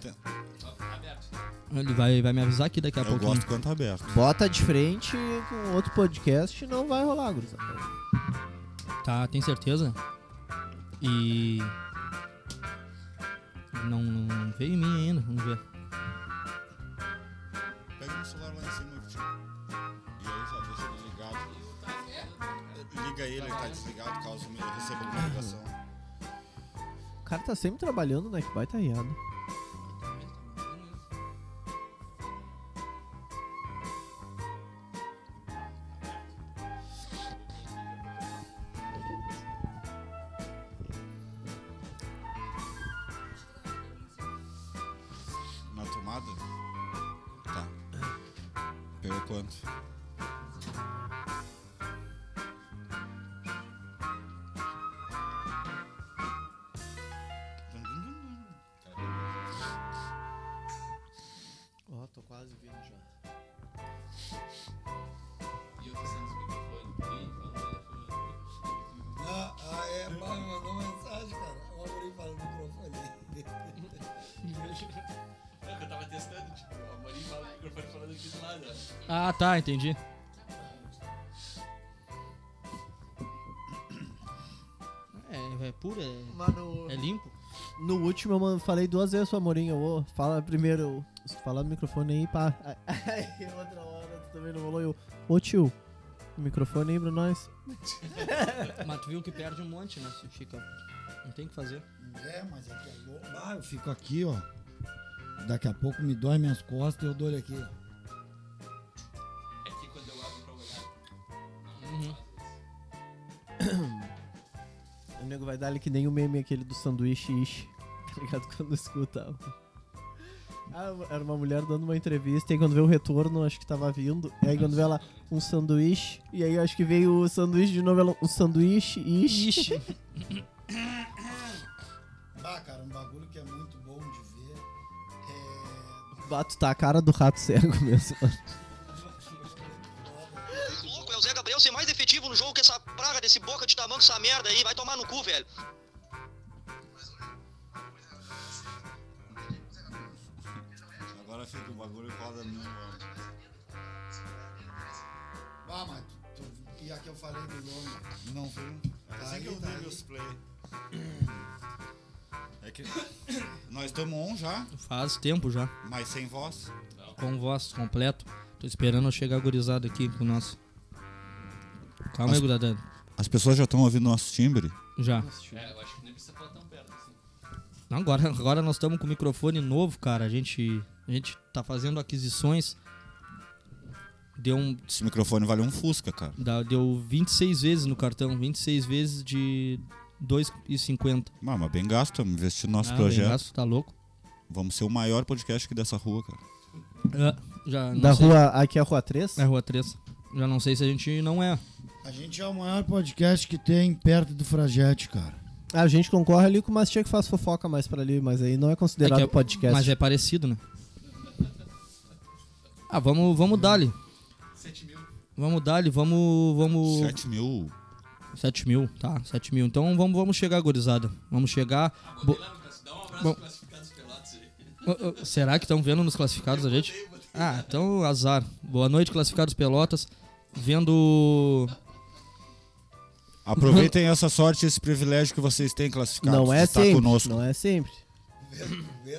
Tem- Ele vai, vai me avisar aqui daqui a Eu pouquinho. gosto quando tá aberto. Bota de frente com outro podcast não vai rolar, gurizada. Tá, tem certeza? E. Não, não veio em mim ainda, vamos ver. Pega meu celular lá em cima que tinha. E aí já deixa ele ligado. Liga ele, ele tá desligado, caso eu receba alguma ligação. O cara tá sempre trabalhando, né? Que baita riada. Na tomada? Tá. Pegou quanto? Ó, tô quase vindo já. Ah, ah, é, pá, me mandou mensagem, cara. Eu abri para o microfone. Eu tava testando, tipo, a Maria fala o microfone falando aqui do lado. ó. Ah, tá, entendi. É, é puro, é, Mas no, é limpo. no último eu man- falei duas vezes, sua amorinha. Ô, fala primeiro. Fala no microfone aí, pá. Aí outra hora tu também não rolou eu. Ô tio, o microfone aí pra nós. Mas tu viu que perde um monte, né? Se fica. Não tem o que fazer. É, mas é que é louco. Ah, eu fico aqui, ó. Daqui a pouco me dói minhas costas e eu dou-lhe aqui, ó. É que quando eu abro pra olhar. O nego vai dar que nem o meme aquele do sanduíche ish. Tá ligado? Quando escuta. Ah, era uma mulher dando uma entrevista e quando vê o retorno, acho que tava vindo. E aí quando vê ela, um sanduíche. E aí acho que veio o sanduíche de novo, ela, um sanduíche ish. Ixi. Ah, cara, um bagulho que é muito bom de ver é. Bato tá a cara do rato cego mesmo. Louco, é o Zé Gabriel ser mais efetivo no jogo que essa praga desse boca de tamanho, essa merda aí. Vai tomar no cu, velho. Agora fica o bagulho e roda no. Ah, mas tu, tu- e aqui eu falei do longo. Não, viu? É assim Tá que aí, eu tá dei aí. meus play. É que. Nós estamos on já, Faz tempo já. mas sem voz. Com voz completo. Tô esperando eu chegar gurizado aqui com o nosso. Calma aí, As- gurizada. As pessoas já estão ouvindo nosso timbre. Já. É, eu acho que nem precisa falar tão perto assim. Não, Agora, agora nós estamos com o microfone novo, cara. A gente, a gente tá fazendo aquisições. Deu, um, Esse microfone vale um Fusca, cara. dá- deu 26 vezes no cartão. 26 vezes de 2,50. Ah, Mas, mas bem gasto, estamos investindo no nosso Ah, projeto. Bengaço, tá louco? Vamos ser o maior podcast aqui dessa rua, cara. É, já, não da sei- rua. Aqui é a rua 3? Na rua 3. Já não sei se a gente não é. A gente é o maior podcast que tem perto do Fragete, cara. A gente concorre ali com o Mastia que faz fofoca mais pra ali, mas aí não é É considerado que é- podcast. Mas é parecido, né? Ah, vamos, vamos dali. 7 mil. Vamos dali, vamos. vamos... 7 mil. 7 mil, tá? 7 mil. Então vamos, vamos chegar, gurizada. Vamos chegar. Bo- Botei lá no braço. Dá um abraço Bom. classificados pelados aí. Ô, ô, Será que estão vendo nos classificados a gente? Ah, então azar. Boa noite, classificados Pelotas. Vendo. Aproveitem essa sorte, esse privilégio que vocês têm classificado. não é de estar sempre. tá conosco. Não é sempre.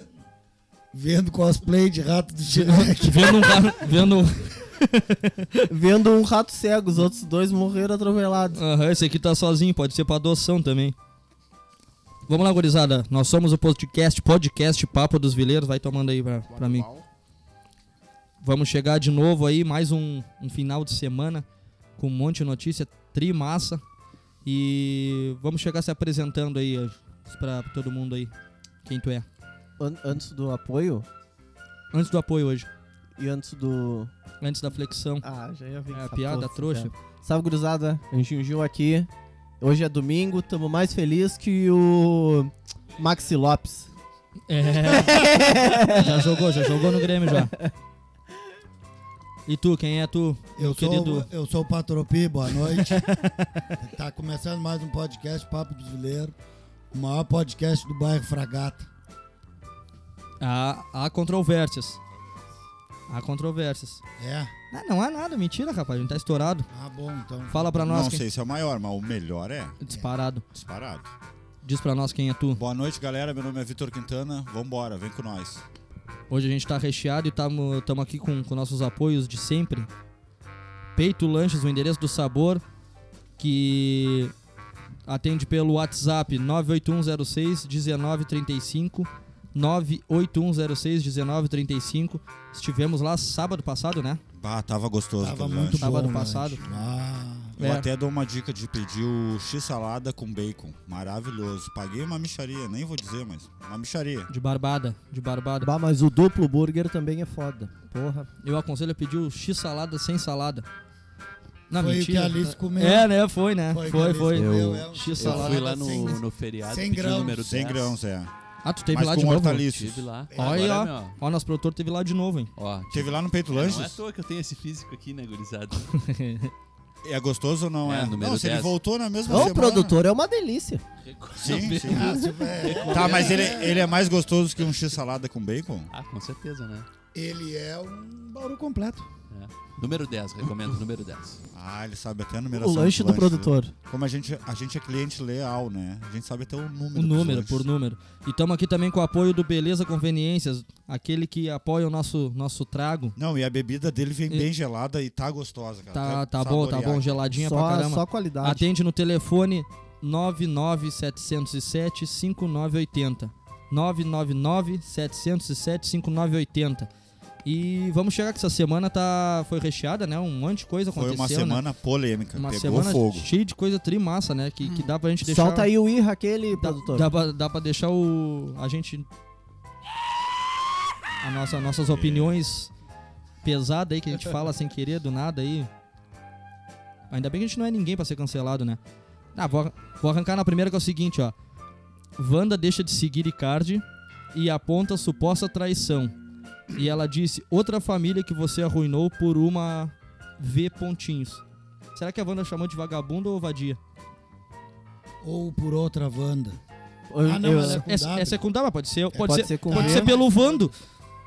Vendo cosplay de rato do Tirek. Vendo um ra- Vendo. Vendo um rato cego, os outros dois morreram atropelados. Aham, esse aqui tá sozinho, pode ser pra adoção também. Vamos lá, gurizada. Nós somos o podcast, podcast Papo dos Vileiros. Vai tomando aí pra, pra mim. Vamos chegar de novo aí, mais um, um final de semana com um monte de notícia, trimassa. E vamos chegar se apresentando aí eh, pra todo mundo aí, quem tu é. An- antes do apoio Antes do apoio hoje, e antes do. antes da flexão. Ah, já ia ver. É, essa piada porra, trouxa. cara. Salve, gurizada. Anjinho Gil aqui. Hoje é domingo, tamo mais feliz que o Maxi Lopes. É. já jogou, já jogou no Grêmio já. E tu, quem é tu? Eu sou, Querido. eu sou o Patropi, boa noite. tá começando mais um podcast, Papo dos Vileiros. O maior podcast do bairro Fragata. Há, há controvérsias. Há controvérsias. Ah, É? Não, não há nada, mentira, rapaz. A gente tá estourado. Ah, bom, então. Fala pra nós Não quem... sei se é o maior, mas o melhor é Disparado. disparado. Diz pra nós quem é tu. Boa noite, galera. Meu nome é Vitor Quintana. Vambora, vem com nós. Hoje a gente tá recheado e tamo, tamo aqui com, com nossos apoios de sempre. Peito Lanches, o endereço do sabor, que atende pelo WhatsApp 98106-1935. 98106-1935. Estivemos lá sábado passado, né? Bah, tava gostoso. Tava aquele muito lanche. Sábado bom. o passado. lanche. Ah, Eu É. até dou uma dica de pedir o x-salada com bacon. Maravilhoso. Paguei uma micharia, nem vou dizer, mas uma micharia. De barbada, de barbada. Bah, mas o duplo burger também é foda. Porra. Eu aconselho a pedir o X-salada sem salada. Não, Foi o mentira. que a Alice comeu. É, né? Foi, né? Foi o que a Foi, Alice foi. comeu, é um X-salada. Eu fui lá no, sem- no feriado, sem pedi o grãos. número 10. Sem grãos, é. Ah, tu teve mas lá com de novo? hortaliças. Tive lá. Olha, Agora, é ó. Ó, nosso produtor teve lá de novo, hein? ó. ó, Teve lá no Peito Não é à Lanches? toa que eu tenho esse físico aqui, né, gurizada? É gostoso ou não É, é? número não, se ele 10. voltou na mesma Ô, semana. o produtor é uma delícia. Sim, sim. ah, se- é, Tá, mas ele, ele é mais gostoso que um x-salada com bacon? Ah, com certeza, né? ele é um bauru completo. É. Número 10, recomendo, número 10. Ah, ele sabe até a numeração. O lanche dos do lanches, produtor. né? Como a gente, a gente é cliente leal, né? A gente sabe até o número. O dos número, lanches. por número. E estamos aqui também com o apoio do Beleza Conveniências, aquele que apoia o nosso, nosso trago. Não, e a bebida dele vem E- bem gelada e tá gostosa, cara. Tá, Até tá bom, tá saborear. bom, geladinha pra Só, caramba. só qualidade. Atende no telefone 99707-5980. 999-707-5980. E vamos chegar que essa semana tá, foi recheada, né? Um monte de coisa Foi aconteceu, uma né? semana polêmica. Uma Pegou semana fogo. cheia de coisa trimassa, né? Que, que dá pra gente deixar... Solta aí o irra aquele, Dá, produtor. dá, pra, dá pra deixar o. A gente. A nossa, nossas opiniões pesadas aí que a gente fala sem querer, do nada aí. Ainda bem que a gente não é ninguém pra ser cancelado, né? Ah, vou, arran- vou arrancar na primeira que é o seguinte, ó. Wanda deixa de seguir Icardi e aponta suposta traição. E ela disse, outra família que você arruinou por uma V pontinhos. Será que a Wanda chamou de vagabundo ou vadia? Ou por outra Wanda. Eu- Ah, não, eu- ela é com Essa, W. essa é com W, pode ser. Pode, pode ser, ser com pode W. ser pelo Vando.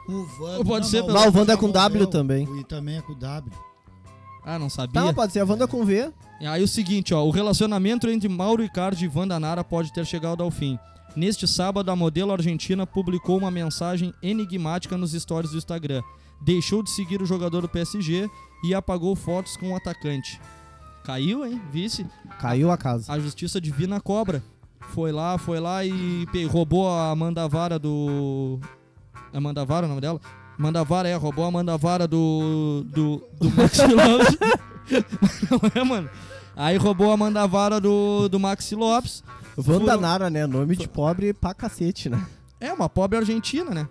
O Wanda. Pode ser mas pelo- Ah, o Wanda é com já W morreu. também. E também é com W. Ah, não sabia. Tá, pode ser a Wanda com V. Aí o seguinte, ó, o relacionamento entre Mauro Icardi e Wanda Nara pode ter chegado ao fim. Neste sábado, a modelo argentina publicou uma mensagem enigmática nos stories do Instagram. Deixou de seguir o jogador do PSG e apagou fotos com o atacante. Caiu, hein, vice? Caiu a casa. A justiça divina cobra. Foi lá, foi lá e pe- roubou a Amanda Vara do. Amanda Vara é o nome dela? Amanda Vara, é, roubou a Amanda Vara do. do. do Maxi Lopes. Não é, mano? Aí roubou a Amanda Vara do, do Maxi Lopes. Wanda Furo- Nara, né? Nome de pobre pra cacete, né? É, uma pobre argentina, né?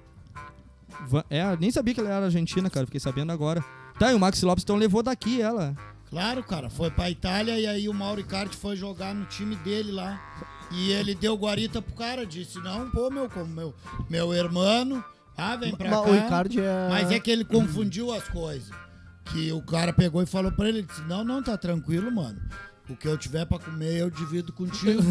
Va- É, nem sabia que ela era argentina, cara, fiquei sabendo agora. Tá, e o Maxi Lopes então levou daqui ela. Claro, cara, foi pra Itália e aí o Mauro Icardi foi jogar no time dele lá. E ele deu guarita pro cara, disse: Não, pô, meu, como meu, meu irmão, ah, vem pra Mas cá. o Icardi é. Mas é que ele confundiu as coisas. Que o cara pegou e falou pra ele: ele disse, Não, não, tá tranquilo, mano. O que eu tiver pra comer, eu divido contigo.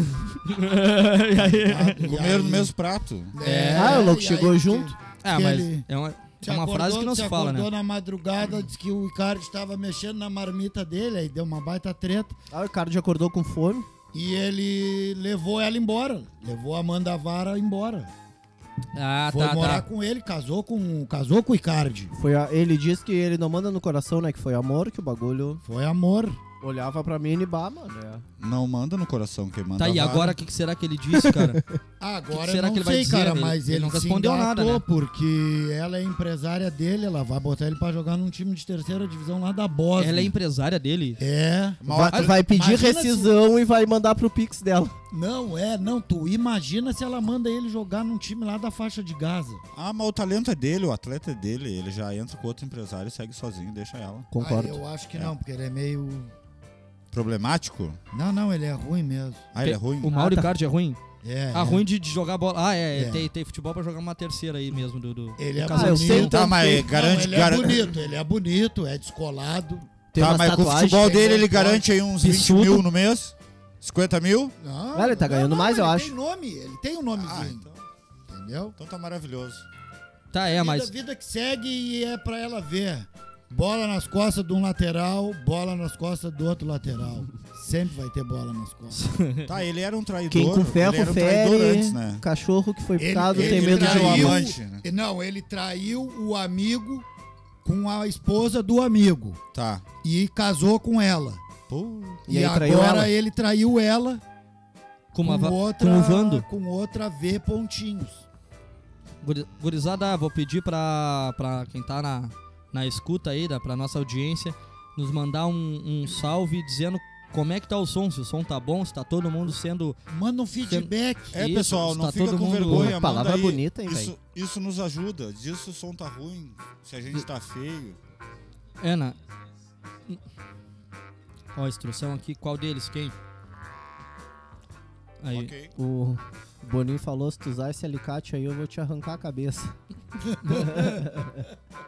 Tá? E Comeram no aí- mesmo prato. É, Ah, o louco e chegou aí junto. que- Ah, que mas ele- é uma, se é uma acordou- frase que não se fala, né? acordou na madrugada, disse que o Icardi estava mexendo na marmita dele, aí deu uma baita treta. Ah, o Icardi acordou com fome. E ele levou ela embora. Levou a Amanda Vara embora. Ah, Foi morar com ele, casou com, casou com o Icardi. Foi a- Ele disse que ele não manda no coração, né? Que foi amor, que o bagulho Foi amor. olhava pra mim e bah, mano. é. Não manda no coração quem manda. Tá, e vara. agora o que, que será que ele disse, cara? Agora Que será eu não que ele vai sei, dizer? cara, Ele- mas ele ele, não se respondeu nada, engatou né? porque ela é empresária dele, ela vai botar ele pra jogar num time de terceira divisão lá da Bósnia. Ela é empresária dele. É. Uma Vai, outra- vai pedir Imagina rescisão e vai mandar pro Pix dela. Não, é, não, tu imagina se ela manda ele jogar num time lá da faixa de Gaza. Ah, mas o talento é dele, o atleta é dele. Ele já entra com outro empresário e segue sozinho, deixa ela. Concordo. eu acho que não, porque ele é meio... Problemático? Não, não, ele é ruim mesmo. Ah, ele é ruim? O Mauro Ah, tá. Icardi é ruim? É. Ah, ruim de, de jogar bola. Ah, é. É. Tem, tem futebol pra jogar uma terceira aí mesmo do. do- Ele é do Casa eu Bonita. sei Não, tá, mas Não, garante. ele gar- é bonito, ele é bonito, é descolado. Tem tá, umas mas com o tatuagens, futebol tem dele ele gol, garante aí uns 20 Pisudo. mil no mês? 50 mil? Não, Ah, ele tá ganhando mais, eu ele acho. Tem nome, ele tem um Ah, nomezinho, então, entendeu? então tá maravilhoso. Tá, é, vida, mas. vida que segue e é pra ela ver. Bola nas costas de um lateral, bola nas costas do outro lateral. Sempre vai ter bola nas costas. Tá, ele era um traidor. Quem com ferro ele era um traidor fere, antes, né? cachorro que foi Ele- picado tem ele medo de traiu. homem. amante, né? Não, ele traiu o amigo com a esposa do amigo Tá. e casou com ela. Pô, E E, aí traiu agora ela? ele traiu ela Com, com, uma va- outra, com o Vando. com outra V pontinhos. Guri- Gurizada, vou pedir pra, pra quem tá na, na escuta aí, da, pra nossa audiência, nos mandar um, um salve dizendo como é que tá o som, se o som tá bom, se tá todo mundo sendo. Manda um feedback. É, Isso, pessoal, não tá fica todo com mundo- vergonha. manda Palavra aí. bonita, hein, isso, isso nos ajuda. Diz se o som tá ruim, se a gente tá feio. Ana. Ó, a instrução aqui, qual deles? Quem? Aí. Ok. O Boninho falou, se tu usar esse alicate aí, eu vou te arrancar a cabeça.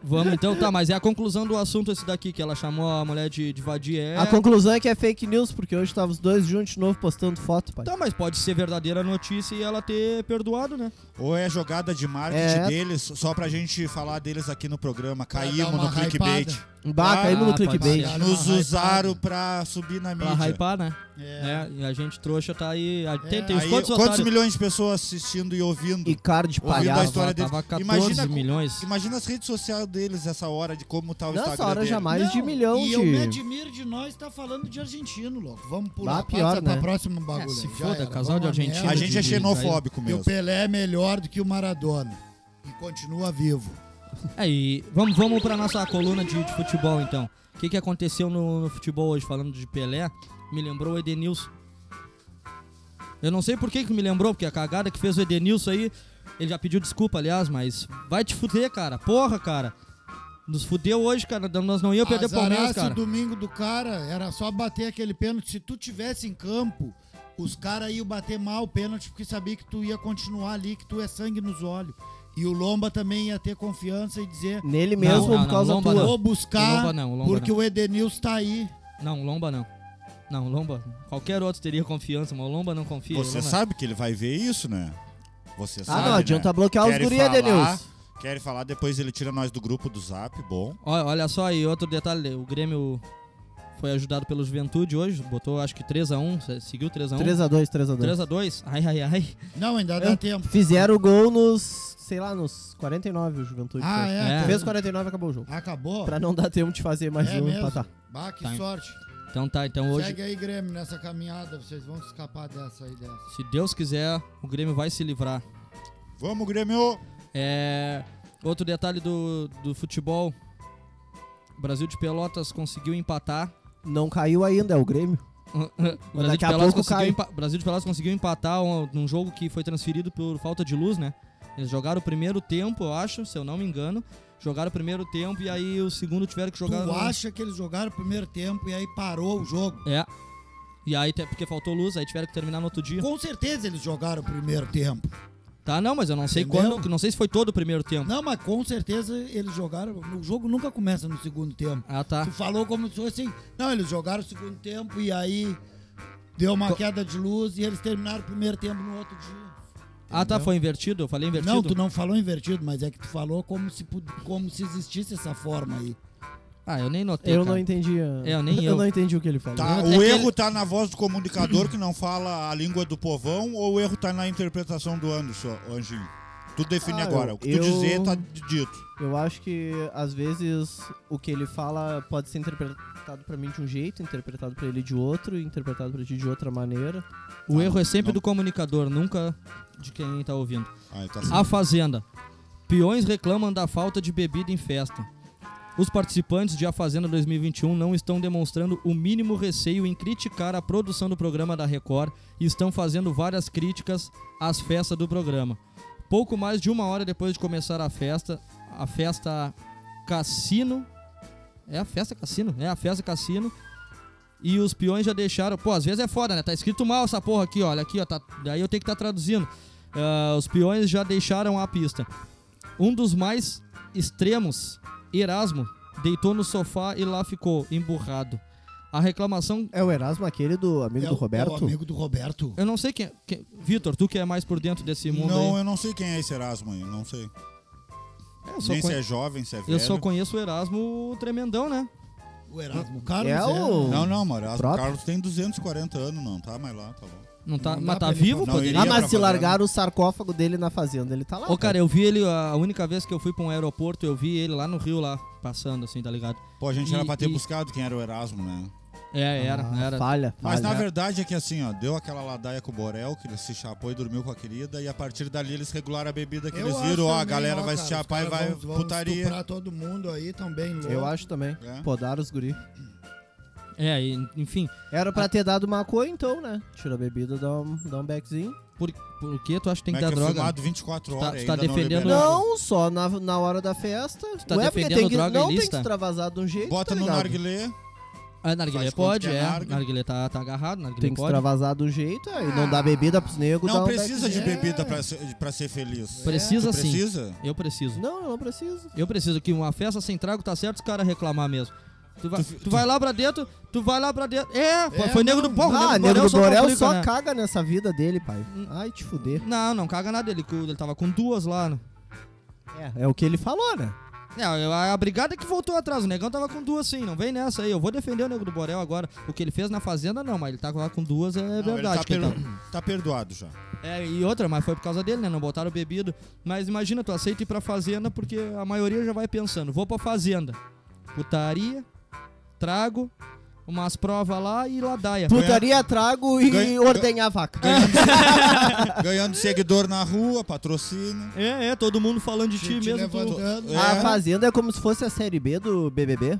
Vamos então, tá, mas é a conclusão do assunto esse daqui, que ela chamou a mulher de, de vadia. É... A conclusão é que é fake news, porque hoje tava os dois juntos de novo postando foto, pai. Tá, mas pode ser verdadeira notícia e ela ter perdoado, né? Ou é jogada de marketing É. deles, só pra gente falar deles aqui no programa. Pra dar Caímos uma no clickbait. hypada. Bah, Ah, caímos no pode clickbait. ser. Dar uma Nos hypada. usaram pra subir na mídia. É. Pra hypar, né? É. É. e a gente trouxa tá aí. a- Tem, tem os Aí, quantos, quantos, otários? milhões de pessoas assistindo e ouvindo? E cara de Ouvindo a palhaço. história deles. tava 14 Imagina co- milhões. Imagina as redes sociais deles essa hora de como tá o Nessa Instagram hora dele. já mais de Não, milhão E de... eu me admiro de nós tá falando de argentino, louco. Vamos pular Bah, pior, passa pra né? próxima bagulho. se Já foda, era. casal de Vamos né? a argentino. A merda. gente é de- xenofóbico E o mesmo. Pelé é melhor do que o Maradona. E continua vivo. Aí, É, vamos, vamos pra nossa coluna de, de futebol então. O que, que aconteceu no, no futebol hoje, falando de Pelé? Me lembrou o Edenilson. Eu não sei por que, que me lembrou, porque a cagada que fez o Edenilson aí, ele já pediu desculpa, aliás, mas vai te fuder, cara. Porra, cara. Nos fudeu hoje, cara. Nós não ia perder Palmeiras, Azarasse o cara. domingo do cara, era só bater aquele pênalti. Se tu tivesse em campo, os caras iam bater mal o pênalti, porque sabia que tu ia continuar ali, que tu é sangue nos olhos. E o Lomba também ia ter confiança e dizer, Nele mesmo, Não, não, por causa não, tua. não. vou buscar, O Lomba não, o Lomba porque não. o Edenilson tá aí. Não, o Lomba não. Não, o Lomba. Qualquer outro teria confiança, mas o Lomba não confia. o Você Lomba- sabe que ele vai ver isso, né? Você Ah, sabe, não, né? adianta bloquear os Querem guria, falar, Denilson. Querem falar, depois ele tira nós do grupo do Zap, bom. Olha, olha só aí, outro detalhe, o Grêmio foi ajudado pelo Juventude hoje, botou acho que 3x1, se- seguiu 3x1. 3x2, 3x2. 3x2, ai, ai, ai. Não, ainda É. Eu- dá tempo. Fizeram o gol nos, sei lá, nos 49, o Juventude. Ah, fez. é? É. Fez 49 e acabou o jogo. Acabou? Pra não dar tempo de fazer mais É um mesmo? empatar. Bah, que Tá. sorte. Então tá, então hoje, Segue aí, Grêmio, nessa caminhada. Vocês vão se escapar dessa aí, dessa. se Deus quiser, o Grêmio vai se livrar. Vamos, Grêmio! É, outro detalhe do, do futebol, o Brasil de Pelotas conseguiu empatar. Não caiu ainda, é o Grêmio. O Brasil, daqui de a Pelotas pouco cai. conseguiu empa- o Brasil de Pelotas conseguiu empatar um- num jogo que foi transferido por falta de luz, né? Eles jogaram o primeiro tempo, eu acho, se eu não me engano. Jogaram o primeiro tempo e aí o segundo tiveram que jogar. Tu no- acha que eles jogaram o primeiro tempo e aí parou o jogo? É. E aí, até porque faltou luz, aí tiveram que terminar no outro dia. Com certeza eles jogaram o primeiro tempo. Tá, não, mas eu não sei Entendeu? quando, não sei se foi todo o primeiro tempo. Não, mas com certeza eles jogaram. O jogo nunca começa no segundo tempo. Ah, tá. Tu falou como se fosse assim. Não, eles jogaram o segundo tempo e aí deu uma queda de luz e eles terminaram o primeiro tempo no outro dia. Ah, tá, Entendeu? foi invertido? Eu falei invertido? Não, tu não falou invertido, mas é que tu falou como se, pu- como se existisse essa forma aí. Ah, eu nem notei, Eu não cara. entendi. É, eu nem eu. não entendi o que ele falou. Tá, É o que erro ele- tá na voz do comunicador que não fala a língua do povão ou o erro tá na interpretação do Anderson, ô Anjinho? Tu define Ah, agora. eu- O que tu eu- dizer tá dito. Eu acho que às vezes o que ele fala pode ser interpretado pra mim de um jeito, interpretado pra ele de outro, interpretado pra ti de outra maneira. O erro é sempre não. do comunicador, nunca de quem tá ouvindo. Ah, tá A certo. Fazenda. Peões reclamam da falta de bebida em festa. Os participantes de A Fazenda 2021 não estão demonstrando o mínimo receio em criticar a produção do programa da Record e estão fazendo várias críticas às festas do programa. Pouco mais de uma hora depois de começar a festa, a festa Cassino. É a festa Cassino? É a festa Cassino. E os peões já deixaram. Pô, às vezes é foda, né? Tá escrito mal essa porra aqui, olha aqui, ó. Tá... Daí eu tenho que estar traduzindo. Ah, os peões já deixaram a pista. Um dos mais extremos, Erasmo, deitou no sofá e lá ficou, emburrado. A reclamação. É o Erasmo aquele do amigo É do o- É o Roberto? amigo do Roberto. Eu não sei quem. quem- Vitor, tu que é mais por dentro desse mundo Não, aí. eu não sei quem é esse Erasmo aí, não sei. É, eu só Nem conhe- se é jovem, se é velho. Eu só conheço o Erasmo Tremendão, né? O Erasmo Carlos É o- Não, não, mano. O Próprio. Carlos tem 240 anos, não tá mais lá, tá bom. Não tá, Não mas dá tá pra ele vivo, contar. pô? Não, ele dele? ia Ah, pra mas se fazenda. largaram o sarcófago dele na fazenda, ele tá lá. Ô, cara, eu vi ele, a única vez que eu fui pra um aeroporto, eu vi ele lá no Rio, lá, passando assim, tá ligado? Pô, a gente E- era pra ter e- buscado quem era o Erasmo, né? É, era, Ah, era. Falha, Mas na falha. verdade é que assim, ó, deu aquela ladaia com o Borel, que ele se chapou e dormiu com a querida, e a partir dali eles regularam a bebida que Eu eles acho viram, ó, a também, galera ó, vai cara, se chapar os e caras vai vão- vão putaria. estuprar todo mundo aí também, louco. Eu acho também. É. Podaram os guri. É, e, enfim. Era Ah. pra ter dado maconha então, né? Tira a bebida, dá um, dá um backzinho. Por, por que tu acha que tem Como que é dar que é droga? fumado 24 Tu tá- horas tu tá ainda não defendendo- liberaram. Não, só na, na hora da festa. tá Ué, porque defendendo tem que, droga Não tem que ilícita? extravasar de um jeito, Bota tá no ligado? narguilé. Ah, narguilé Faz conta pode, que é é. nargue. Narguilé tá, tá agarrado, narguilé Tem que pode. Ah. extravasar de um jeito, aí não dá bebida pros negros. dá Não um precisa de backzinho. bebida pra ser, pra ser feliz. é Precisa Tu sim. É Precisa? Eu preciso. Não, eu não preciso. Eu preciso que uma festa sem trago tá certo os caras reclamar mesmo. Tu vai, Tu- tu vai lá pra dentro, tu vai lá pra dentro. É, pô, foi nego do porro, ah, nego do Borel só Borel complica, só né? caga nessa vida dele, pai. Ai, te fuder. Não, não caga nada dele. Ele tava com duas lá. né? É, é o que ele falou, né? É, a a brigada que voltou atrás. O negão tava com duas sim. Não vem nessa aí. Eu vou defender o nego do Borel agora. O que ele fez na fazenda, não, mas ele tá lá com duas, é Não, ele verdade. tá, que ele per- tá- tá perdoado já. É, e outra, mas foi por causa dele, né? Não botaram bebida. Mas imagina, tu aceita ir pra fazenda, porque a maioria já vai pensando, vou pra fazenda. Putaria, trago, umas provas lá e ladaia. Putaria, trago e Ganha- ordenhar a vaca. Ganhando seguidor na rua, patrocínio. É, é, todo mundo falando de ti Te mesmo. tu- levantando. É. A Fazenda é como se fosse a série B do BBB.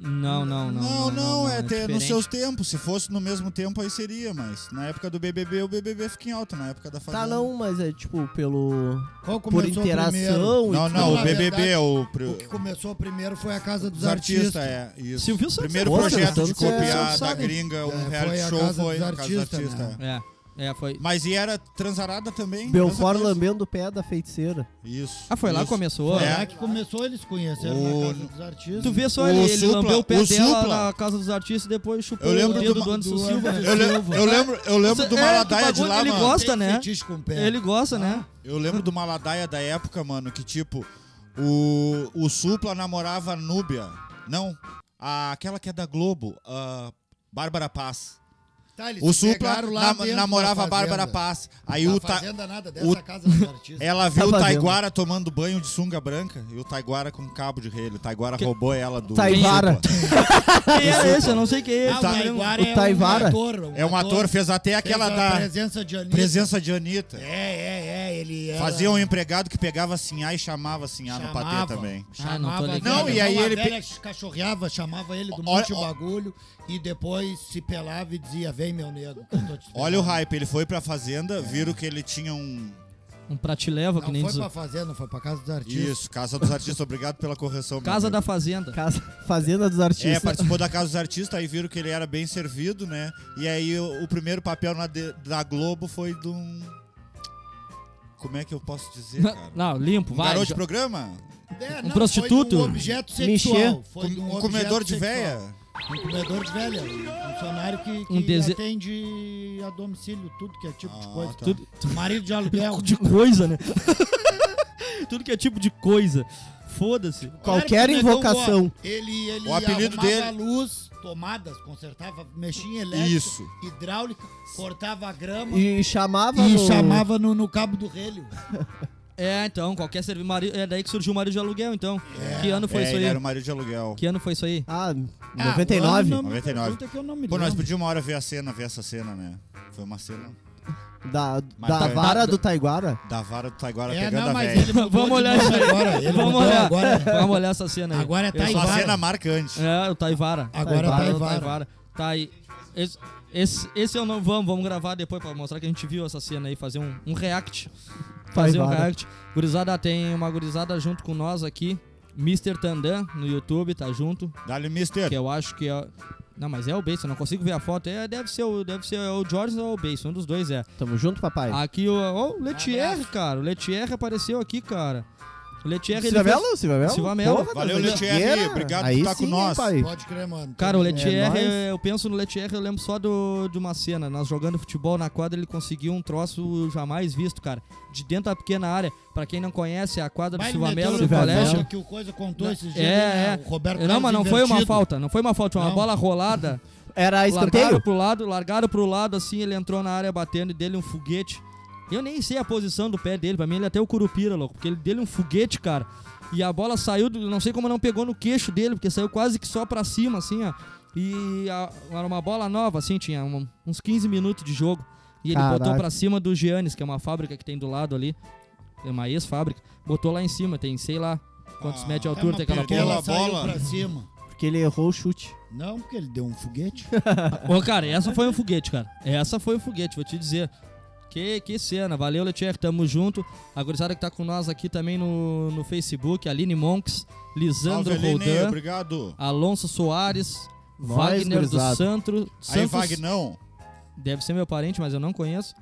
Não, não, não. Não, não, é, ter nos diferente. seus tempos. Se fosse no mesmo tempo, aí seria, mas na época do BBB, o BBB fica em alta, na época da fazenda. Tá, não, mas é tipo pelo. Qual Por começou primeiro? interação. e Não, tudo não, Na o BBB verdade, é o, pri- O que começou primeiro foi a Casa dos, os artistas, é isso. Silvio Santos. Primeiro Nossa, projeto de Santos é- copiar Santos da sabe. gringa, um É, reality foi a show Casa foi dos a Casa dos Artistas, Artistas. né? É, é, foi. Mas e era transarada também? Belfort mesma coisa. lambendo o pé da feiticeira. Isso. Ah, foi lá que isso. começou. Foi É. lá que começou, eles conheceram O- na Casa dos Artistas. Tu vê só O ele, ele Supla, lambeu o pé o dela Supla. na casa dos artistas e depois chupou Eu o lembro dedo do- do Anderson do Silva. Anderson Eu, le- eu lembro, eu lembro É, do é, Maladaia que de lá, bagulho, ele mano. gosta, Tem né? fetiche com o pé. Ele gosta, né? Eu lembro do Maladaia da época, mano, que tipo, o, o Supla namorava a Núbia. Não, a- aquela que é da Globo, a Bárbara Paz. Tá, eles O se Supla pegaram lá nam- dentro da namorava a fazenda. Bárbara Paz. Aí Na o, ta, fazenda nada, dessa Casa dos Artistas. Ela viu Tá o fazendo. Taiguara tomando banho de sunga branca e o Taiguara com cabo de relho. O Taiguara roubou ela do. Taiguara. Quem era esse? Eu não sei quem é Ah, esse. o tá- Taiguara o é Taivara. um ator. É um ator, fez até Fez aquela a da presença de Anitta. presença de Anitta. É, é, é, ele era... Fazia um empregado que pegava Sinhá e chamava Sinhá no patê Chamava. também. Ah, não tô Chamava a ligado. velha, Não, e aí a ele velha cachorreava, chamava ele do Olha- monte ó- bagulho e depois se pelava e dizia, vem meu nego. que eu tô te Olha esperando." o hype, ele foi pra fazenda, viram que ele tinha um. Um pratileva, que Não nem foi diz. pra fazenda, foi pra Casa dos Artistas. Isso, Casa dos Artistas, obrigado pela correção. meu Casa da amigo. Fazenda. Casa- Fazenda dos Artistas. É, participou da Casa dos Artistas, aí viram que ele era bem servido, né? E aí o, o primeiro papel na de- da Globo foi de um. Como é que eu posso dizer, cara? Não, limpo, Um vai. garoto de jo- programa? É, Um prostituto? Foi de um objeto Michê. sexual. Foi Com- de um objeto comedor de sexual. véia? Um comedor de velha. Um funcionário que, que Um dese- atende a domicílio tudo que é tipo de Ah, coisa. tá. Tudo- Marido de aluguel. de coisa, né? Tudo que é tipo de coisa. Foda-se. Qualquer Claro que o negão, invocação. ó, Ele, ele O apelido arrumava dele- a luz, tomadas, consertava, mexia em elétrica, Isso. hidráulica, cortava a grama e, E chamava. no- chamava no, no cabo do relho. É, então, qualquer serviço. mari- É daí que surgiu o marido de aluguel, então. Que ano foi é, isso aí? ele um era o marido de aluguel. Que ano foi isso aí? Ah, Ah, 99. o ano não me 99. pergunta que eu não me Pô, nós lembro. podíamos uma hora ver a cena, ver essa cena, né? Foi uma cena Da, Mas da tá- vara tá- do Taiguara. da vara do Taiguara É, pegando não, a mas velha. ele mudou Vamos de olhar nome isso aí. agora. Ele Vamos mudou olhar. Agora, né? Vamos olhar essa cena aí. agora é Eu só- Só a Taivara. cena marcante. É, o Taivara. Agora é Taivara. Taivara. Tá aí. Esse, esse, esse eu não vamos, vamos gravar depois pra mostrar que a gente viu essa cena aí, fazer um, um react. Fazer um Taivara. react. Gurizada, tem uma gurizada junto com nós aqui. Mr. Tandan no YouTube, tá junto. Dá-lhe, mister. Que eu acho que é. Não, mas é o Bass, eu não consigo ver a foto. É, deve ser o, deve ser o Jordan ou o Bass, um dos dois é. Tamo junto, papai. Aqui o. Ó, o Letier, cara. O Letier apareceu aqui, cara. Letierre, ele fez... Silvamelo? Silvamelo? Silvamelo. Porra, Valeu, das Letierre. antigas. Obrigado Aí por tá com sim, hein, nós. pai. Pode crer, mano. Cara, o É Letierre, nóis. é- eu penso no Letierre, eu lembro só do, de uma cena. Nós jogando futebol na quadra, ele conseguiu um troço jamais visto, cara. De dentro da pequena área. Pra quem não conhece, é a quadra do Vai, Silvamelo do meteu no Silvamelo. colégio. Copa que o Coisa contou esses dias. É, né? é. O Roberto Não, Carlos mas não foi uma invertido. falta. Não foi uma falta, foi uma Não. bola rolada. Era Largaram escanteio? pro lado, largaram pro lado, assim, ele entrou na área batendo e dele um foguete. Eu nem sei a posição do pé dele, pra mim ele é até o Curupira, louco, porque ele dele um foguete, cara. E a bola saiu, do- não sei como não pegou no queixo dele, porque saiu quase que só pra cima, assim, ó. E a- era uma bola nova, assim, tinha um- uns 15 minutos de jogo. E ele botou Caraca. pra cima do Giannis, que é uma fábrica que tem do lado ali. É uma ex-fábrica. Botou lá em cima, tem sei lá quantos Ah, metros de É, altura mas tem aquela porque bola. perdeu ela saiu bola. pra cima. Porque ele errou o chute. Não, porque ele deu um foguete. Ô, cara, essa foi um foguete, cara. Essa foi um foguete, vou te dizer. Que, que cena. Valeu, Letier, tamo junto. A gurizada que tá com nós aqui também no, no Facebook, Aline Monks, Lisandro Salve, Lenê, Roldan, obrigado. Alonso Soares, Nós, Wagner gurizada. do Santos. Aí, Santos Vagnão. Deve ser meu parente, mas eu não conheço.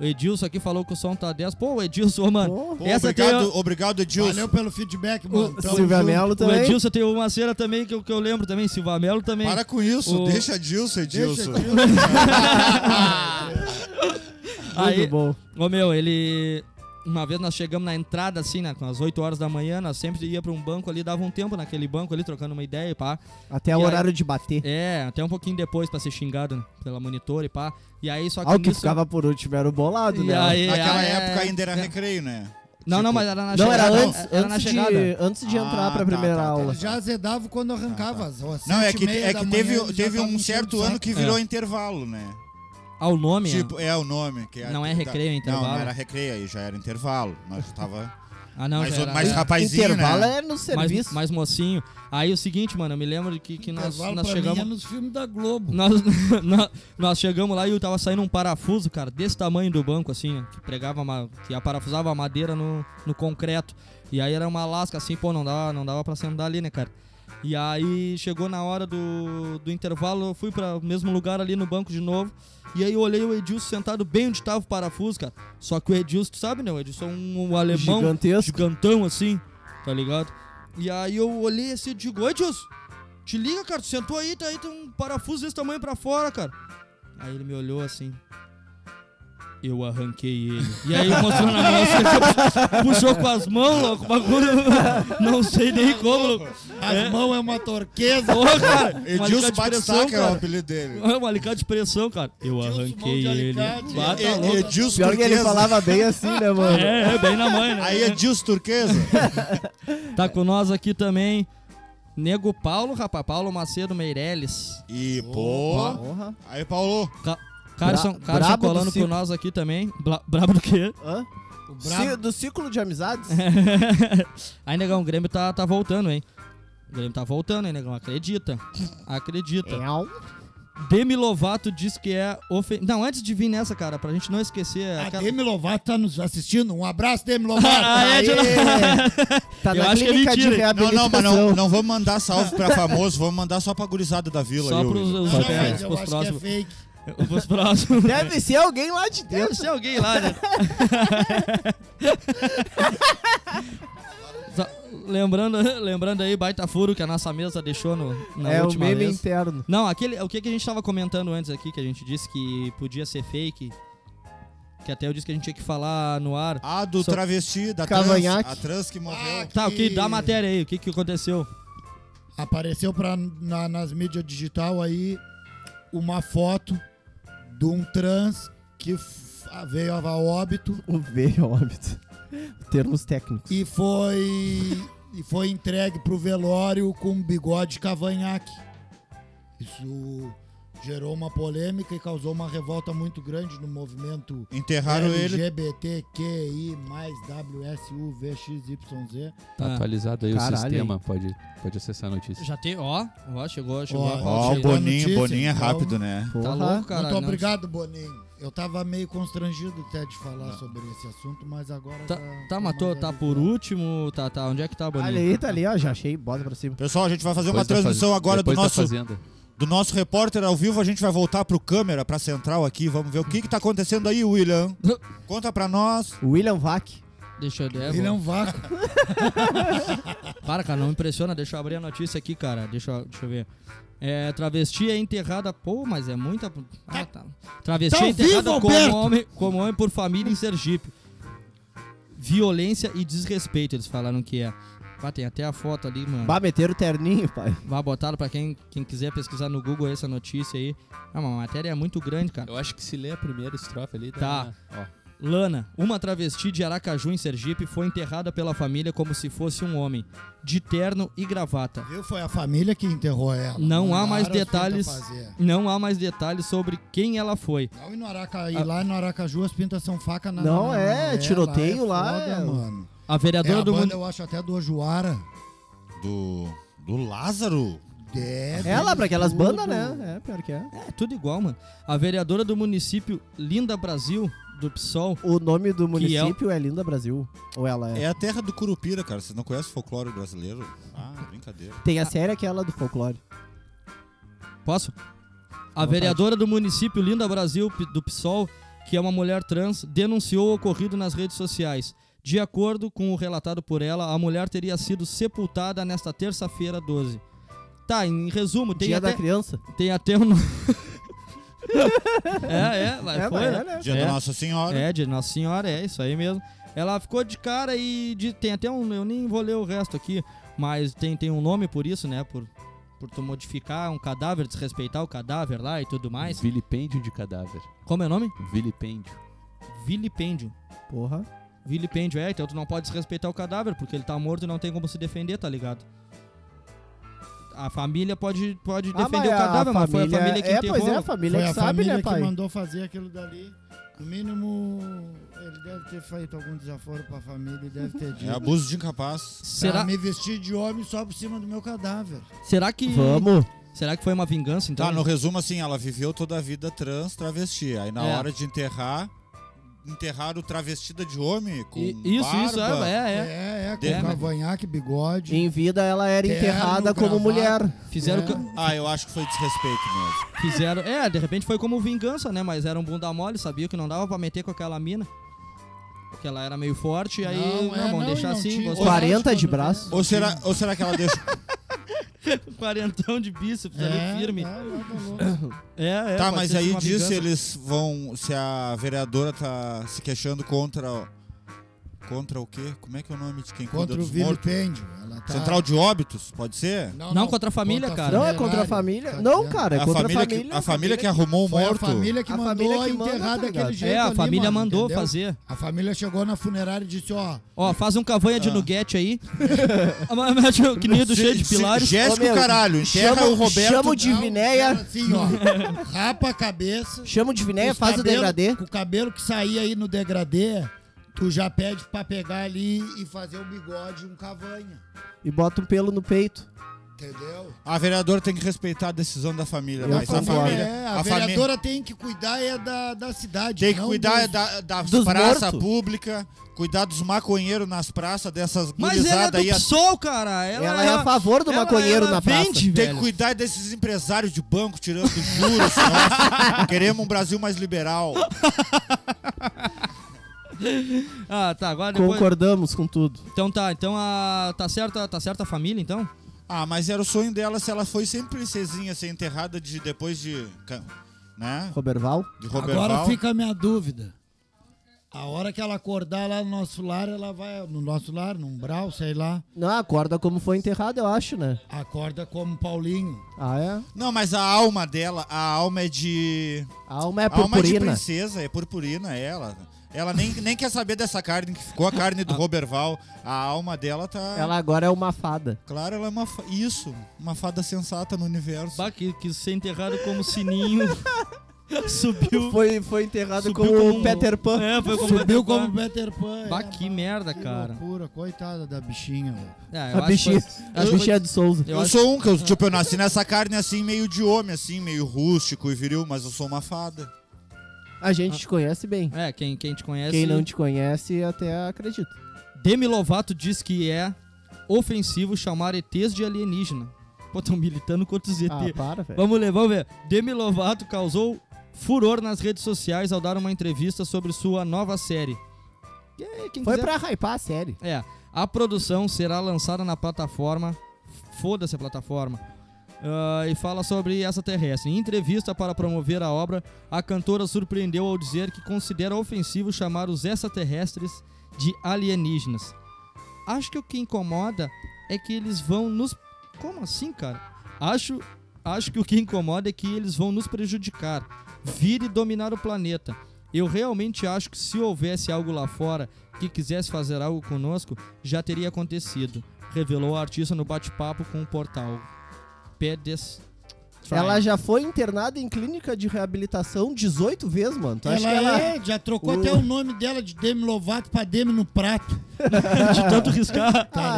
O Edilson aqui falou que o som tá 10. Pô, o Edilson, ô, mano. Pô, Pô, Essa tem obrigado, obrigado, Edilson. Valeu pelo feedback, mano. Tamo junto. Silvamelo O também. Edilson tem uma cena também que eu, que eu lembro também, Silvamelo também. Para com isso, O- deixa Edilson, Edilson. Deixa, Dilson. Aí- Muito bom. Ô meu, ele. Uma vez nós chegamos na entrada, assim, né? Com as 8 horas da manhã, nós sempre ia pra um banco ali, dava um tempo naquele banco ali, trocando uma ideia e pá. Até o E aí- horário de bater. É, até um pouquinho depois pra ser xingado né, pela monitora e pá. E aí só que. Ah, o que nisso- ficava por último era o bolado, e né? aí, Naquela é- época ainda era recreio, né? Não, não, tipo- mas era na Não, chegada. era antes, era na antes, chegada. de, antes de Ah, entrar tá, pra primeira tá, tá. aula. Já azedava quando arrancava. às sete Não, é e que, meia é da que manhã, ele teve, já teve tava um enchendo o certo saco. ano que virou É. intervalo, né? Ah, o nome. Tipo, é o nome. Que Não é recreio, é intervalo. Não, não era recreio, aí já era intervalo. Nós já tava é. Ah, não, mais, já era- mais é, rapazinho, Intervalo né? é no mais, serviço. mais mocinho. Aí o seguinte, mano, eu me lembro que, que nós, Intervalo nós pra chegamos. mim é nos filmes da Globo. Nós, nós, nós chegamos lá e eu tava saindo um parafuso, cara, desse tamanho do banco, assim, né, que pregava, ma- que aparafusava a madeira no, no concreto. E aí era uma lasca, assim, pô, não dava, não dava pra sentar ali, né, cara? E aí chegou na hora do, do intervalo, eu fui para o mesmo lugar ali no banco de novo. E aí eu olhei o Edilson sentado bem onde tava o parafuso, cara. Só que o Edilson, tu sabe, né? O Edilson é um, um alemão Gigantesco. gigantão assim, tá ligado? E aí eu olhei assim e digo, ô Edilson, te liga, cara, tu sentou aí, tá aí, tem um parafuso desse tamanho pra fora, cara. Aí ele me olhou assim. Eu arranquei ele. E aí mostrou na mão, assim, puxou com as mãos, louco, o bagulho. Não sei nem como, louco. As mãos é uma torqueza. Ô, cara, um Edilson alicate de pressão, Batistaca é o cara. apelido dele. É um alicate de pressão, cara. Eu Edilson, mão arranquei de ele. alicate. é. Bah, tá E- louco. Edilson Pior que ele Turquesa. falava bem assim, né, mano? É, é, bem na mãe, né? Aí Edilson Turquesa. é- Tá com nós aqui também. Nego Paulo, rapaz. Paulo Macedo Meirelles. E, pô. Porra. Aí, Paulo. Ca Carson, Bra- Carson brabo do colando com circo. nós aqui também. Bla- brabo do quê? Hã? O Ci- brabo Do círculo de amizades? É. Aí, negão, o Grêmio tá, tá voltando, hein? O Grêmio tá voltando, hein, negão? Acredita. Acredita. É um Demi Lovato diz que é ofen... Não, antes de vir nessa, cara, pra gente não esquecer. é A aquela- Ah, Demi Lovato tá nos assistindo. Um abraço, Demi Lovato. Ah, é, de novo. Tá Eu na acho que é clínica de mentira, hein? Não, não, reabilitação. mas não, não vamos mandar salve pra famoso, vamos mandar só pra gurizada da vila. Só aí, ô, pros, Igor. os Não, pros, mas eu pros acho próximos. que é fake. Pros próximos. Deve ser alguém lá de Deve dentro. ser alguém lá, né? Só- lembrando, lembrando aí, baita furo que a nossa mesa deixou no, na É o última meme vez. interno. Não, aquele, o que, que a gente tava comentando antes aqui, que a gente disse que podia ser fake, que até eu disse que a gente tinha que falar no ar. Ah, do Só- travesti, da trans, Cavanhaque. a trans que morreu. Ah, Tá, o que que- dá a matéria aí? O que, que aconteceu? Apareceu pra, na- nas mídias digital aí uma foto de um trans que f- veio a óbito O V é óbito. Termos técnicos. e foi e foi entregue pro velório com um bigode cavanhaque. Isso gerou uma polêmica e causou uma revolta muito grande no movimento Enterraram ele. LGBTQI mais WSUVXYZ. Tá. Tá atualizado aí Caralho, o sistema, pode, pode acessar a notícia. Já tem, ó, ó, chegou, chegou Ó, a Ó, o pauta. aí. boa- Boninho, notícia, Boninho é então. rápido, né? Tá Porra. louco, cara. Muito não- tá, obrigado, Boninho. Eu tava meio constrangido até de falar sobre esse assunto, mas agora. Tá, já tá tô matou, mais tá avisado. por último, tá, tá, onde é que tá, Boninho? Olha aí, tá ali, ó. Já achei, bota pra cima. Pessoal, a gente vai fazer uma Depois tá da transmissão faz- agora do depois da nosso, Fazenda. do nosso repórter ao vivo. A gente vai voltar pro câmera, pra central aqui. Vamos ver o que que tá acontecendo aí, William. Conta pra nós. William Vac. Deixa eu. É, Ele é vou- um vácuo. Para, cara, não me impressiona. Deixa eu abrir a notícia aqui, cara. Deixa eu, deixa eu ver. É, travesti é enterrada. Pô, mas é muita. Ah, tá. Travesti Tá é ao enterrada vivo, como Alberto? homem, como homem por família em Sergipe. Violência e desrespeito, eles falaram que é. Ah, tem até a foto ali, mano. Bah, meteram o terninho, pai. Vá botar pra quem, quem quiser pesquisar no Google essa notícia aí. Ah, mas a matéria é muito grande, cara. Eu acho que se lê a primeira estrofe ali. Tá. dá- Lana, uma travesti de Aracaju, em Sergipe, foi enterrada pela família como se fosse um homem, de terno e gravata. Viu? Foi a família que enterrou ela. Não há Mandaram mais as fitas detalhes. fazer. Não há mais detalhes sobre quem ela foi. Não, e, no Ah. Araca... e lá no Aracaju as pintas são faca na Não, na- na- é, tiroteio lá foda, é- mano. A É vereadora a do banda, mundo. eu acho, até do Ojuara. Do. Do Lázaro? Deve Ela, pra aquelas tudo. bandas, né? É, pior que é. É tudo igual, mano. A vereadora do município Linda Brasil, do PSOL. O nome do Que é o- município é Linda Brasil. Ou ela é. É a terra do Curupira, cara. Vocês não conhecem o folclore brasileiro? Ah, brincadeira. Tem a série aquela do folclore. Posso? A vontade. vereadora do município Linda Brasil, p- do PSOL, que é uma mulher trans, denunciou o ocorrido nas redes sociais. De acordo com o relatado por ela, a mulher teria sido sepultada nesta terça-feira 12. Tá, em resumo, tem Dia até, da criança. tem até um. no- é, é, mas É, foi, mas né? é, né? Dia É. da Nossa Senhora. É, de Nossa Senhora, é isso aí mesmo. Ela ficou de cara e de- tem até um. Eu nem vou ler o resto aqui, mas tem, tem um nome por isso, né? Por, por tu modificar um cadáver, desrespeitar o cadáver lá e tudo mais. Vilipêndio de cadáver. Como é o nome? Vilipêndio. Vilipêndio. Porra. Vilipêndio, é, então tu não pode desrespeitar o cadáver, porque ele tá morto e não tem como se defender, tá ligado? A família pode, pode Ah, defender o a cadáver, mas foi a família que é, enterrou. Pois é, a família Foi que a sabe, família né, que pai? mandou fazer aquilo dali. No mínimo, ele deve ter feito algum desaforo pra família e deve ter É dito. abuso de incapaz. Será, Pra me vestir de homem só por cima do meu cadáver. será que. Vamos. Será que foi uma vingança, então? Tá, no resumo, assim, ela viveu toda a vida trans, travesti. Aí na É. hora de enterrar, enterraram travestida de homem com I- isso, barba. isso, é, é, é. É, é, com É, mas- cavanhaque, bigode. Em vida ela era Terno, enterrada como gravata. mulher. Fizeram, É. ca- Ah, eu acho que foi desrespeito mesmo. Fizeram. É, de repente foi como vingança, né? Mas era um bunda mole, sabia que não dava pra meter com aquela mina. Porque ela era meio forte, e aí, Não, não, é, vamos não, deixar não assim. Vou... tinha. Ô, Olha- 40 de Ótimo, braço. Ou será, ou será que ela deixou. Quarentão de bíceps É, tá ali firme. é, lá tá louco. É, é. tá, pode mas ter sido aí uma diz se vingança. eles vão. Se a vereadora tá se queixando contra. Contra o quê? Como é que é o nome de quem cuida Contra o dos Vili mortos? Pêndio. Ela tá- Central de óbitos, pode ser? Não, contra a família, cara. Não é contra a funerária, família. tá Não, dizendo. cara, é a, contra família a família. que, a família que é- arrumou o Foi morto. a família que A mandou família que manda, enterrar tá daquele ligado? jeito É, a ali, família mano, mandou entendeu? fazer. A família chegou na funerária e disse, ó, Ó, faz um cavanha de nuguete aí. Mas- mas o que nem do cheio de Se- se- pilares. Jéssica, Ô, meu, o caralho, enterra chama- o Roberto. chama o de não, Vinéia. era assim, ó, rapa a cabeça. Chama de com Vinéia, os faz o cabelo- degradê. Com o cabelo que sair aí no degradê, tu já pede pra pegar ali e fazer um bigode e um cavanha, E bota um pelo no peito. entendeu? A vereadora tem que respeitar a decisão da família, Eu mas a concordo. família. É, a, a fami- vereadora tem que cuidar é da, da cidade. Tem que não é cuidar dos- da, das dos praças mortos. públicas, cuidar dos maconheiros nas praças, dessas Mas ela é gurizadas do aí. PSOL, cara. Ela, Ela, é a favor do ela- maconheiro ela na praça. Tem vende, velho. que cuidar desses empresários de banco tirando juros. Nossa, queremos um Brasil mais liberal. Ah, tá. Agora depois. Concordamos com tudo. Então tá. Então a... tá certa tá certa a família, então? Ah, mas era o sonho dela se ela foi sempre princesinha, ser enterrada de, depois de. ca- Né? Roberval? De Robert Agora Val. fica a minha dúvida. A hora que ela acordar lá no nosso lar, ela vai. No nosso lar, no umbral, sei lá. Não, acorda como foi enterrado, eu acho, né? Acorda como Paulinho. Ah, é? Não, mas a alma dela, a alma é de. A alma é A alma é de purpurina. princesa, é purpurina ela. Ela nem, nem quer saber dessa carne que ficou a carne Ah. do Roberval. A alma dela tá. Ela agora é uma fada. Claro, ela é uma. fa- Isso, uma fada sensata no universo. Bah, que, que ser enterrado como sininho. Subiu. Foi, foi enterrado Subiu como, como um- Peter Pan. É, foi como Subiu Peter Pan. como Peter Pan. Bah, é, que bah, merda, que cara. loucura, coitada da bichinha. velho. É, eu A acho que foi- bichinha, acho a que foi- bichinha de Souza. Eu, Eu acho- sou um, que eu, tipo, eu nasci nessa carne assim, meio de homem, assim, meio rústico e viril, mas eu sou uma fada. A gente te conhece bem. É, quem, quem te conhece. Quem não te conhece até acredita. Demi Lovato diz que é ofensivo chamar ETs de alienígena. Pô, tão militando contra os ET. Ah, para, velho. Vamos ler, vamos ver. Demi Lovato causou furor nas redes sociais ao dar uma entrevista sobre sua nova série, É, quem Foi quiser- pra hypar a série. É, a produção será lançada na plataforma. Foda-se a plataforma. Ah, e fala sobre essa terrestre. Em entrevista para promover a obra, a cantora surpreendeu ao dizer que considera ofensivo chamar os extraterrestres de alienígenas. Acho que o que incomoda é que eles vão nos. Como assim, cara? Acho, acho que o que incomoda é que eles vão nos prejudicar, vir e dominar o planeta. Eu realmente acho que se houvesse algo lá fora que quisesse fazer algo conosco, já teria acontecido, revelou a artista no bate-papo com o portal Pedes. Ela já foi internada em clínica de reabilitação 18 vezes, mano. Tu acha ela, que ela. é, já trocou O- até o nome dela de Demi Lovato pra Demi no prato, de tanto riscar. tá Ah,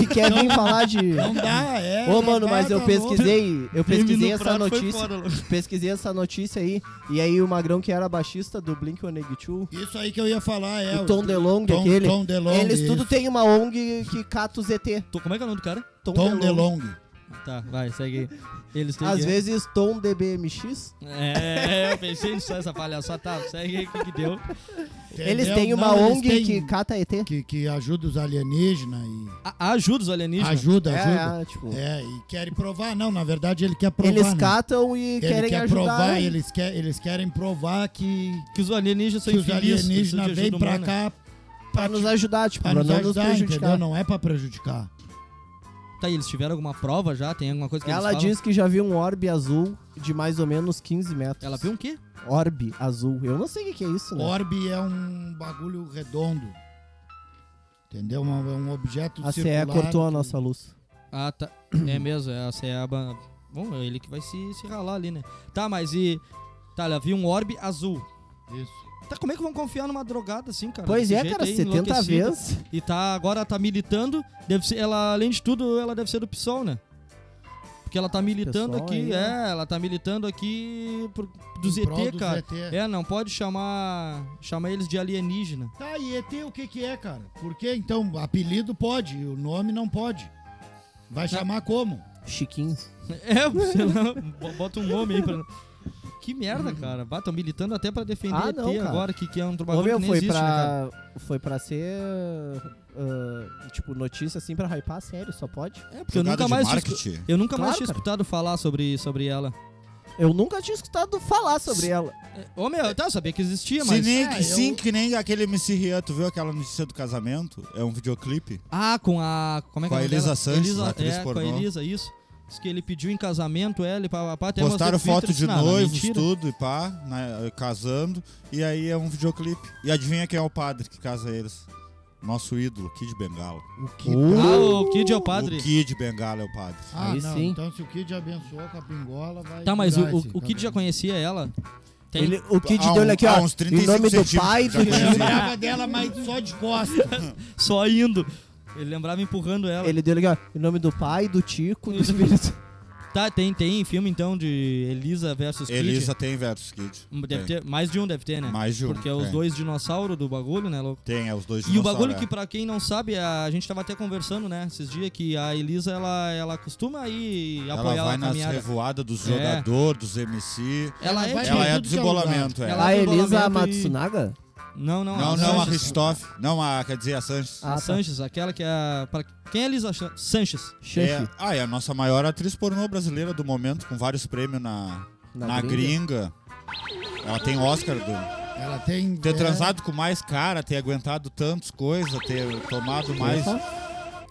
E quer vir falar de. Não dá, é. Ô, não mano, dá, mas eu tá pesquisei, eu pesquisei no essa prato foi notícia, fora, pesquisei essa notícia aí, e aí o Magrão que era baixista do Blink-182, louco. Isso aí que eu ia falar, é. o Tom DeLonge Tom, aquele, Tom DeLonge. eles isso. tudo tem uma ONG que cata os ET, Tô- Como é que é o nome do cara? Tom, Tom DeLonge. DeLonge. Tá, vai, segue aí. Eles têm Às é. que- vezes Tom DBMX, É, eu pensei nisso, essa palhaçada. Tá, segue aí o que, que deu. eles Entendeu? têm uma É, Não, eles ONG têm que cata ET. que, que ajuda os alienígenas e. A- ajuda os alienígenas. Ajuda, ajuda. É, é, tipo, É, e querem provar. Não, na verdade ele quer provar. eles né? catam e Ele querem quer ajudar. provar, eles, quer, eles querem provar que, Que os alienígenas são que os infelizes. precisam alienígenas de vêm ajuda pra humana. cá Pra nos ajudar, tipo, pra pra nos não nos ajudar, entendeu? prejudicar. Não é pra prejudicar. Tá, e eles tiveram alguma prova já? Tem alguma coisa que Ela eles falam? diz que já viu um orbe azul de mais ou menos 15 metros. Ela viu um quê? Orbe azul. Eu não sei o que, que é isso, né? Orbe é um bagulho redondo. Entendeu? Um, é um objeto A CE circular. Ah, cortou a nossa luz. Ah, tá. É mesmo, é a Ceaba. Bom, é ele que vai se, se ralar ali, né? Tá, mas e. Tá, ela viu um orbe azul. Isso. Tá, como é que vão confiar numa drogada assim, cara? Pois Desse é, jeito cara, aí, 70 enlouquecida. vezes. E tá, agora tá militando. Deve ser, ela, além de tudo, ela deve ser do PSOL, né? Porque ela tá militando pessoal aqui, aí, é, né? ela tá militando aqui por, do Em prol ZT, do cara. ZT. É, não pode chamar, chamar eles de alienígena. Tá, e ET o que que é, cara? Por que então? Apelido pode, o nome não pode. Vai Tá. chamar como? Chiquinho. É, sei lá, bo- bota um nome aí pra. Que merda, cara. Bah, tão militando até pra defender Ah, ET não, cara. agora, que, que é um Ô, bagulho meu, que nem foi existe, né, cara? pra. foi pra ser. ah, tipo, notícia assim pra hypar, sério, só pode. É, porque eu Jogada nunca de mais tinha escu- marketing. eu nunca mais Claro, tinha cara. escutado falar sobre, sobre ela. Eu nunca tinha escutado falar sobre ela. É, Ô, meu, tá, eu sabia que existia, Se mas. nem, É, sim, eu- que nem aquele MC Rian, tu viu aquela notícia do casamento? É um videoclipe. Ah, com a. Como é que Com é a o nome dela? Elisa Sanches, Elisa, atriz é, pornô. com a Elisa, isso. Diz que ele pediu em casamento ela e papapá. até Postaram mostrei no foto Twitter, de disse, "Não, noivos, mentira." tudo e pá, né, casando. E aí é um videoclipe. E adivinha quem é o padre que casa eles? Nosso ídolo, Kid Bengala. O que? Ah, Uh, o Kid é o padre. O Kid Bengala é o padre. Ah, Aí não. sim. Então se o Kid abençoou com a pingola, vai. Tá, mas o, curar o, esse, o tá Kid já vendo? conhecia ela. Tem- Ele, o Kid Há um- deu-lhe aqui, há ó. uns Em 35 nome do centímetros, já pai, do Eu conhecia. tio. lembrava dela, mas só de costas. Só indo. Ele lembrava empurrando ela. Ele deu-lhe aqui, ó. Em nome do pai, do Tico, do Espírito. Tá, tem, tem filme então de Elisa versus Kid. Elisa tem versus Kid. Deve Tem. ter, mais de um deve ter, né? Mais de um, Porque é os tem. dois dinossauros do bagulho, né, louco? Tem, é os dois E o dinossauros, bagulho é. que, pra quem não sabe, a gente tava até conversando, né, esses dias, que a Elisa, ela, ela costuma ir Ela apoiar vai a nas caminhada. revoadas dos É. jogadores, dos MC. Ela, Ela é... vai- Ela é tudo do que é lugar. desembolamento, é. Ela- A tem Elisa isolamento e- Matsunaga? Não, não, Não, não, a Sanches. Christophe. Não, a, quer dizer, a Sanches. Ah, A tá. Sanches, aquela que é... a- Pra... Quem é a Elisa Chan- Sanches? É, Chefe. ah, é a nossa maior atriz pornô brasileira do momento, com vários prêmios na, Na na, gringa. Ela tem Oscar do. Ela tem. Ter é, transado com mais cara, ter aguentado tantas coisas, ter tomado mais.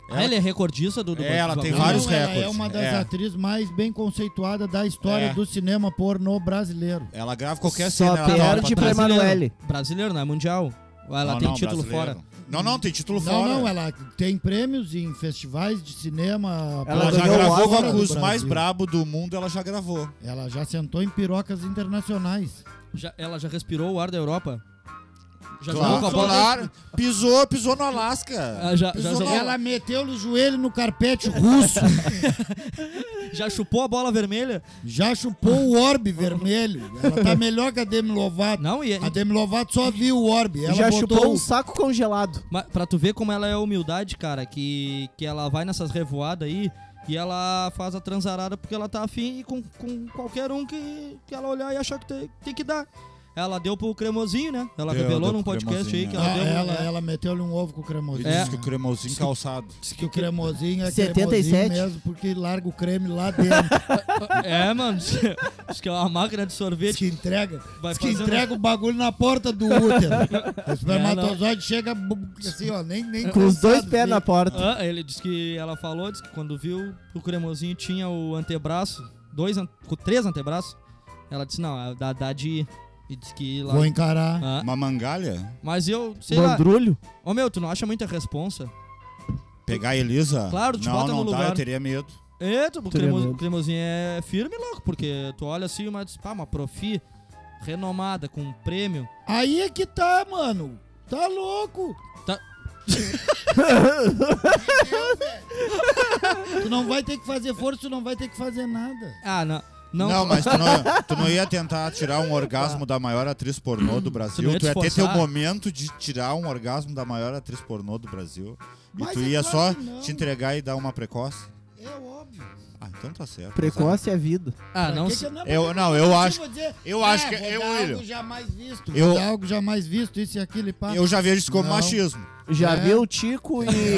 Ela, ela é recordista do... do É, ela do tem bagulho. Não, vários ela recordes. É uma das É. atrizes mais bem conceituadas da história É. do cinema pornô brasileiro. Ela grava qualquer Só cena. Ela dá aula perde pra pra trás. um Brasileiro. Emanuele. Brasileiro, não é mundial. Ela Não, tem não, título brasileiro. fora. Não, não, tem título Não, fora. não, é. ela tem prêmios em festivais de cinema. Ela Ela pela- já ganhou o gravou Oscar com do os mais Brasil. Tá brabo do mundo, ela já gravou. Ela já sentou em pirocas internacionais. Já- ela já respirou o ar da Europa. Já jogou Claro, com a bola... claro. Pisou, pisou no Alasca. Ah, já- já pisou jogou- no Ela meteu o joelho no carpete russo, Já chupou a bola vermelha? já chupou o orbe vermelho. Ela tá melhor que a Demi Lovato. Não, e, é A Demi Lovato só viu o orbe. Ela Já botou chupou um o- saco congelado. Mas pra tu ver como ela é humildade, cara, que, que ela vai nessas revoadas aí e ela faz a transarada porque ela tá afim e com, com qualquer um que, que ela olhar e achar que tem, tem que dar. Ela deu pro cremosinho, né? Ela Deu, revelou deu num pro podcast aí Cremosinho, que é. ela Ah, deu. ela, ela meteu-lhe um ovo com o cremosinho. Ele É. disse que o cremosinho calçado. Diz que o cremosinho é 77. cremosinho mesmo, porque larga o creme lá dentro. É, mano. Diz que é uma máquina de Diz sorvete. que entrega, Vai diz que fazendo- entrega o bagulho na porta do útero. O espermatozoide chega bu- assim, ó, nem, nem É, Com os dois cansado, pés assim. na porta. Ah, ele disse que ela falou, disse que quando viu o cremosinho tinha o antebraço, dois, an- com três antebraços. Ela disse, não, é da, da de ir. E disse que lá. Vou encarar. Ah, Uma mangalha? mas eu, sei lá. Mandrulho? Ô meu, tu não acha muita responsa? Pegar a Elisa? Claro, te não, bota no não dá, lugar. eu teria medo. É, tu, o, Teria cremo, medo. o cremosinho é firme, louco, porque tu olha assim, mas diz, pá, uma profi renomada, com um prêmio. Aí é que tá, mano. Tá louco. Tá- Entendeu, velho? tu não vai ter que fazer força, tu não vai ter que fazer nada. Ah, não. Não, Não, mas tu não, tu não ia tentar tirar um orgasmo da maior atriz pornô do Brasil. não ia Tu ia te ter teu esforçar. momento de tirar um orgasmo da maior atriz pornô do Brasil. E Mas tu é ia só claro que não. te entregar e dar uma precoce. É óbvio. Ah, então tá certo. Precoce é vida. ah, não Que né, sei. que Eu- não, eu acho- vou dizer, eu acho que- vou eu, dar William. algo jamais visto. Eu- Vou dar algo jamais visto, isso e aquilo e pá. é- Eu já vejo isso como Não. machismo. Já É. viu o Tico e.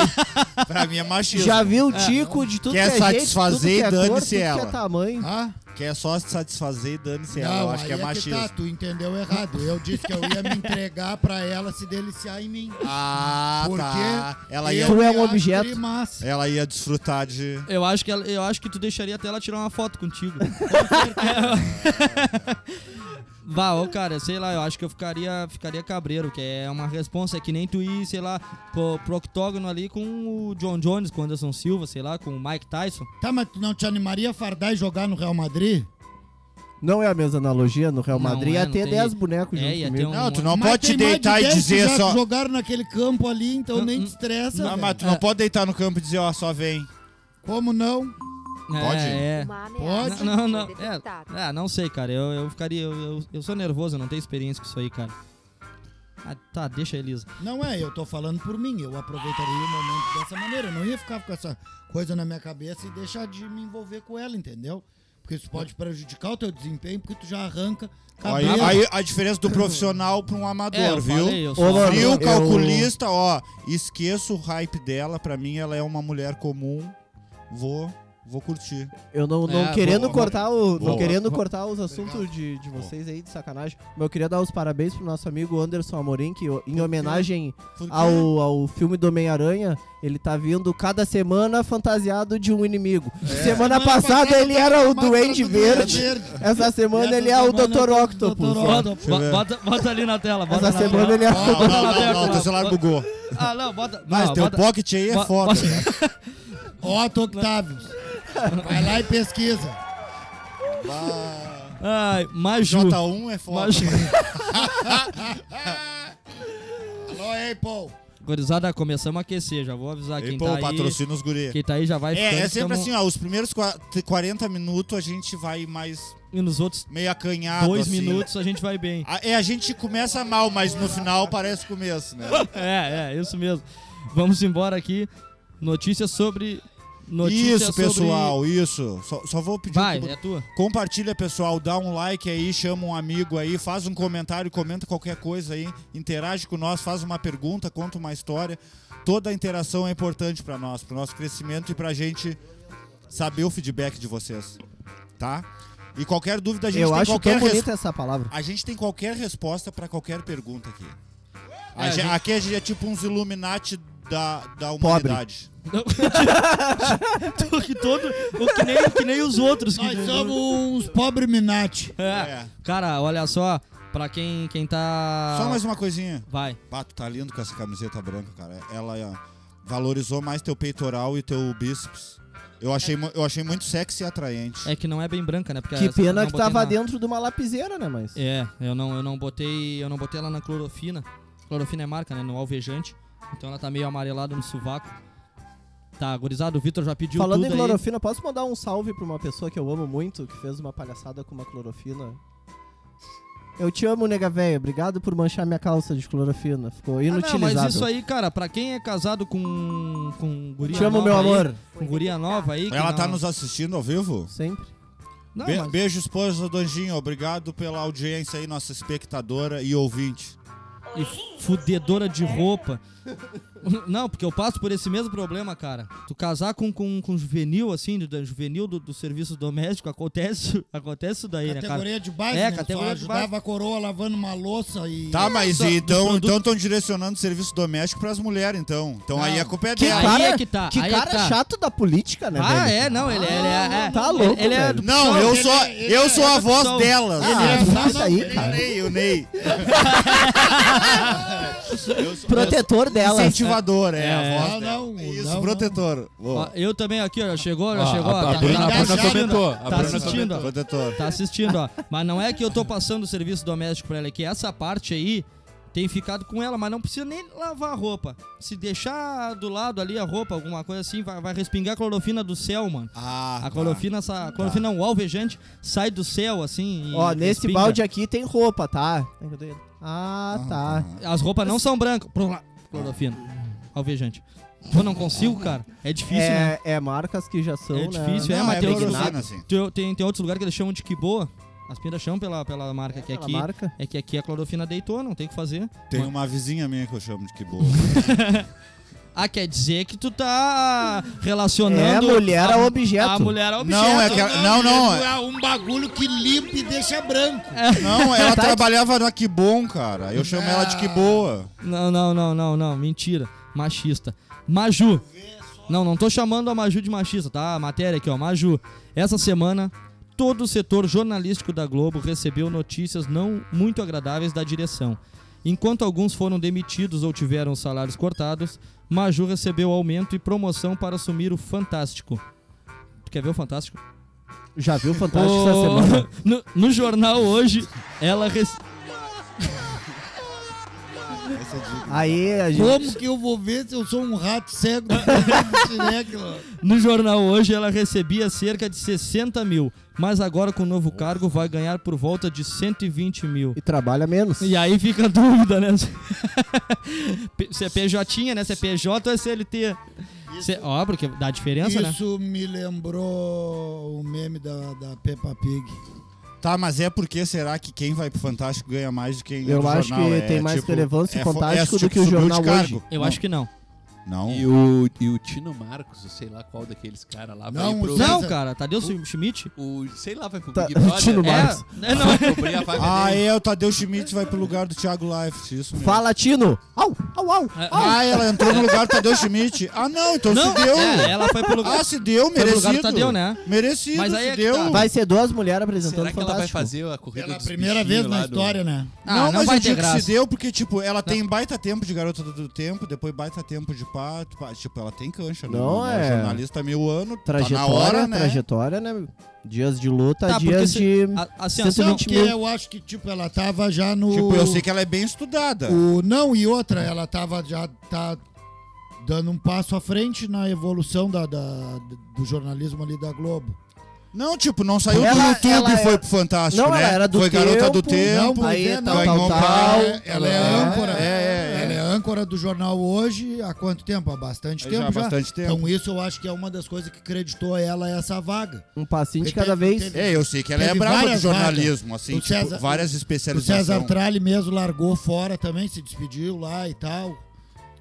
Pra mim é machismo. Já viu o É. Tico de tudo Quer que é jeito, satisfazer tudo que é e cor, dane-se tudo que ela. é tamanho. Ah, Que é só se satisfazer e dane-se ela. Eu não, acho que é aí é que machismo. tá, tu entendeu errado. Eu disse que eu ia me entregar pra ela se deliciar em mim. Ah, Porque tá. Ela ia, Tu é um me acho É. objeto. Primaça. ela ia desfrutar de. Eu acho, que ela- eu acho que tu deixaria até ela tirar uma foto contigo. Vá, ô cara, sei lá, eu acho que eu ficaria, ficaria cabreiro, que é uma responsa, é que nem tu ir, sei lá, pro, pro octógono ali com o John Jones, com o Anderson Silva, sei lá, com o Mike Tyson. Tá, mas tu não te animaria a fardar e jogar no Real Madrid? Não é a mesma analogia no Real Não Madrid, é, ia não ter tem- 10 bonecos É, ia junto ter comigo. um- Não, tu não Mas pode te tem mais de deitar e 10 que dizer já só. jogaram naquele campo ali, então Não, nem não- te estressa. Não, velho. mas tu não pode deitar no campo e dizer, ó, só vem. Como não? Pode? É, é. Uma Pode? ameaça Não, não, foi é, detectada. ah, não sei, cara. Eu, eu ficaria. Eu, eu, eu sou nervoso, eu não tenho experiência com isso aí, cara. Ah, tá, deixa a Elisa. Não é, eu tô falando por mim. Eu aproveitaria o momento dessa maneira. Eu não ia ficar com essa coisa na minha cabeça e deixar de me envolver com ela, entendeu? Porque isso pode prejudicar o teu desempenho, porque tu já arranca Aí, cabelo. aí a diferença do profissional pra um amador, é, eu viu? falei, eu Ô, sou mano, Frio, eu- calculista, ó. Esqueço o hype dela. Pra mim, ela é uma mulher comum. Vou, vou curtir. Eu não, não É, querendo boa, cortar o, não Boa. querendo cortar os assuntos de, de vocês aí de sacanagem, mas eu queria dar os parabéns pro nosso amigo Anderson Amorim que o- em homenagem Porque- Ah, ao, ao filme do Homem-Aranha, ele tá vindo cada semana fantasiado de um inimigo. Semana, Semana passada, passada ele era o Máscara Duende do Verde. Verde. Essa semana Essa ele é o semana Dr. é o Octopus. Dr. ó. Bota, Deixa eu ver. bota, bota ali na tela, bota Essa na semana tela. ele é Não, não, na não, tela, não, teu bota- celular bugou. Ah, não, bota. Mas não, teu bota- pocket aí é bo- foda. bota- Otto Octavius. Vai lá e pesquisa. Ai, Maju. J1 é foda. Maju. Alô, Apple. Gorizada, começamos a aquecer, já vou avisar E, quem pô, tá aí. patrocina os guri. Quem tá aí já vai É, ficando, é sempre tamo- assim, ó. Os primeiros qua- 40 minutos a gente vai mais E nos outros meio acanhado. dois assim. minutos a gente vai bem. A- É, a gente começa mal, mas no final parece começo, né? É, é, isso mesmo. Vamos embora aqui. Notícias sobre. Notícias isso, sobre- pessoal, isso. Só, só vou pedir Vai, que- é tua. Compartilha, pessoal, dá um like aí, chama um amigo aí, faz um comentário, comenta qualquer coisa aí, interage com nós, faz uma pergunta, conta uma história. Toda a interação é importante pra nós, pro nosso crescimento e pra gente saber o feedback de vocês, tá? E qualquer dúvida a gente Eu tem acho é qualquer tão res- bonita essa palavra. a gente tem qualquer resposta pra qualquer pergunta aqui. A É, a gen- gente- Aqui a gente é tipo uns Illuminati da, da humanidade. Não, tu que todo. o Que nem, que nem os outros. que- Nós somos uns pobre Minati. É. É. Cara, olha só. Pra quem, quem tá. Só mais uma coisinha. Vai. Bah, tu tá lindo com essa camiseta branca, cara. Ela ó, valorizou mais teu peitoral e teu bíceps. Eu achei, mu- eu achei muito sexy e atraente. É que não é bem branca, né? Porque Que essa- eu pena não que botei tava na- dentro de uma lapiseira, né, mas É, eu não, eu não botei. Eu não botei ela na clorofina. Clorofina é marca, né? No alvejante. Então ela tá meio amarelada no sovaco. Tá, gurizado, o Vitor já pediu Falando tudo em aí. clorofina, posso mandar um salve pra uma pessoa que eu amo muito, que fez uma palhaçada com uma clorofina? Eu te amo, nega velha. Obrigado por manchar minha calça de clorofina. Ficou Ah, não, mas inutilizável. isso aí, cara, pra quem é casado com, com guria te amo, nova meu aí, amor. Foi Com guria detectada. nova aí. que Ela tá não- nos assistindo ao vivo? Sempre. Não, Be mas- Beijo, esposa do Anjinho. Obrigado pela audiência aí, nossa espectadora e ouvinte. e fudedora de roupa. Não, porque eu passo por esse mesmo problema, cara. Tu casar com, com, com juvenil, assim, do, do juvenil do, do serviço doméstico, acontece, acontece isso daí, né, cara? Categoria de base, É, né? categoria Só de base. ajudava a coroa lavando uma louça e... Tá, mas Só- dos então produtos- estão direcionando serviço doméstico pras mulheres, então. Então aí a culpa é Que Aí dela. cara, é que tá, que aí é cara que tá. chato da política, né, Ah, velho? é, não, ele, ele é, é. Tá louco, Ele é. velho. Não, eu sou, eu sou a voz Só- delas. Ah, Ele é- isso aí, O cara. Ney, o Ney. Protetor dela. Incentivador, é, um a voz Não, dela. não, Isso, não, protetor. Boa. Ó, eu também aqui, ó, chegou, já Ó, chegou. a- ó, a tá- Bruna- tá a Bruna assistindo, comentou, a Tá Bruna assistindo, ó. Protetor. Tá assistindo, ó. Mas não é que eu tô passando o serviço doméstico pra ela, é que essa parte aí tem ficado com ela, mas não precisa nem lavar a roupa. Se deixar do lado ali a roupa, alguma coisa assim, vai, vai respingar a clorofina do céu, mano. Ah, A tá. clorofina, essa, a clorofina é não, o alvejante sai do céu, assim. e Ó, nesse respinga. balde aqui tem roupa, tá? Ah, tá. As roupas não são brancas. Pro lá, clorofina. Alvejante. Eu não consigo, cara. É difícil, né? É, é marcas que já são, É né? difícil, é, Não, mas é tem outros clorofina, lugares. assim. Tem, tem, tem outros lugares que eles chamam de Kiboa. As pindas chamam pela, pela marca que é Aquela aqui. marca. É que aqui a clorofina deitou, não tem o que fazer. Tem uma vizinha minha que eu chamo de que boa. Ah, quer dizer que tu tá É, relacionando. mulher a, é objeto. A mulher é objeto. Não, é que ela- não, não. É um bagulho que limpa e deixa branco. Não, Tá ela trabalhava na Que Bom, cara. Eu chamo ela de Que Boa. Não, não, não, não, não, mentira. Machista. Maju. Não, não tô chamando a Maju de machista, tá? A matéria aqui, ó. Maju. Essa semana, todo o setor jornalístico da Globo recebeu notícias não muito agradáveis da direção. Enquanto alguns foram demitidos ou tiveram os salários cortados, Maju recebeu aumento e promoção para assumir o Fantástico. Tu quer ver o Fantástico? Já viu o Fantástico essa Ô, semana? No, no jornal hoje, ela rece... Aí a gente. Como que eu vou ver se eu sou um rato cego? No jornal hoje ela recebia cerca de 60 mil, mas agora com o novo cargo vai ganhar por volta de 120 mil. E trabalha menos. E aí fica a dúvida, né? P- se é PJ, né? Se é PJ ou é CLT. Se- Ó, porque dá diferença, né? Isso me lembrou o meme da, da Peppa Pig. Tá, mas é porque será que quem vai pro Fantástico ganha mais do que quem é Eu do acho jornal? que É, tem mais tipo, relevância o é fo- Fantástico é, do que o subiu de jornal cargo. hoje. Eu Não, acho que não. Não. E o, e o Tino Marcos, ou sei lá qual daqueles caras lá, vai Não, pro... Zé- Não, Mas- cara, Tadeu Schmidt? O, sei lá, vai pro Tá, Big Brother. Tino É, Marcos. é, não é. Cobrir a vaga Ah, dele. é, o Tadeu Schmidt vai pro lugar do Thiago Life, isso mesmo. Fala, Tino! Au, au, au! É, Ah, ela entrou no lugar do Tadeu Schmidt. Ah, não, então Não, se deu. é, ela foi pro lugar. Ah, se deu, Foi pro merecido. lugar do Tadeu, né? Merecido, Mas aí se é que deu. tá. Vai ser duas mulheres apresentando Será que ela vai tá Fantástico. fazer a corrida Pela dos primeira bichinhos vez lá na do- história, né? Ah, não, não, mas vai eu ter digo que se graça. deu porque, tipo, ela tem baita tempo de garota do tempo, depois baita tempo de pato. pá, Tipo, ela tem cancha, né? Não, Ela é. Jornalista há mil anos, tá na Trajetória, hora, né? trajetória, né? Dias de luta, Tá, porque dias se- de. A- Assim, ó, Cento e não, Não, vinte porque mil. eu acho que, tipo, ela tava já no... Tipo, eu sei que ela é bem estudada. O, não, e outra, ela tava já tá dando um passo à frente na evolução da, da- do jornalismo ali da Globo. Não, tipo, não saiu do Ela- YouTube ela e foi é- pro Fantástico, Não, né? ela era do foi garota do Tempo, tempo. aí né? tal, Ganhou pra- tal, tal. Ela, ela é É, âncora. é, é. Ela é âncora do jornal hoje há quanto tempo? Há bastante Já tempo há bastante tempo. Então isso eu acho que é uma das coisas que creditou a ela essa vaga. Um passinho de Porque cada teve- vez. teve- É, eu sei que ela é Teve brava do várias jornalismo, assim, O tipo, César- várias O César especializações. Tralli mesmo largou fora também, se despediu lá e tal.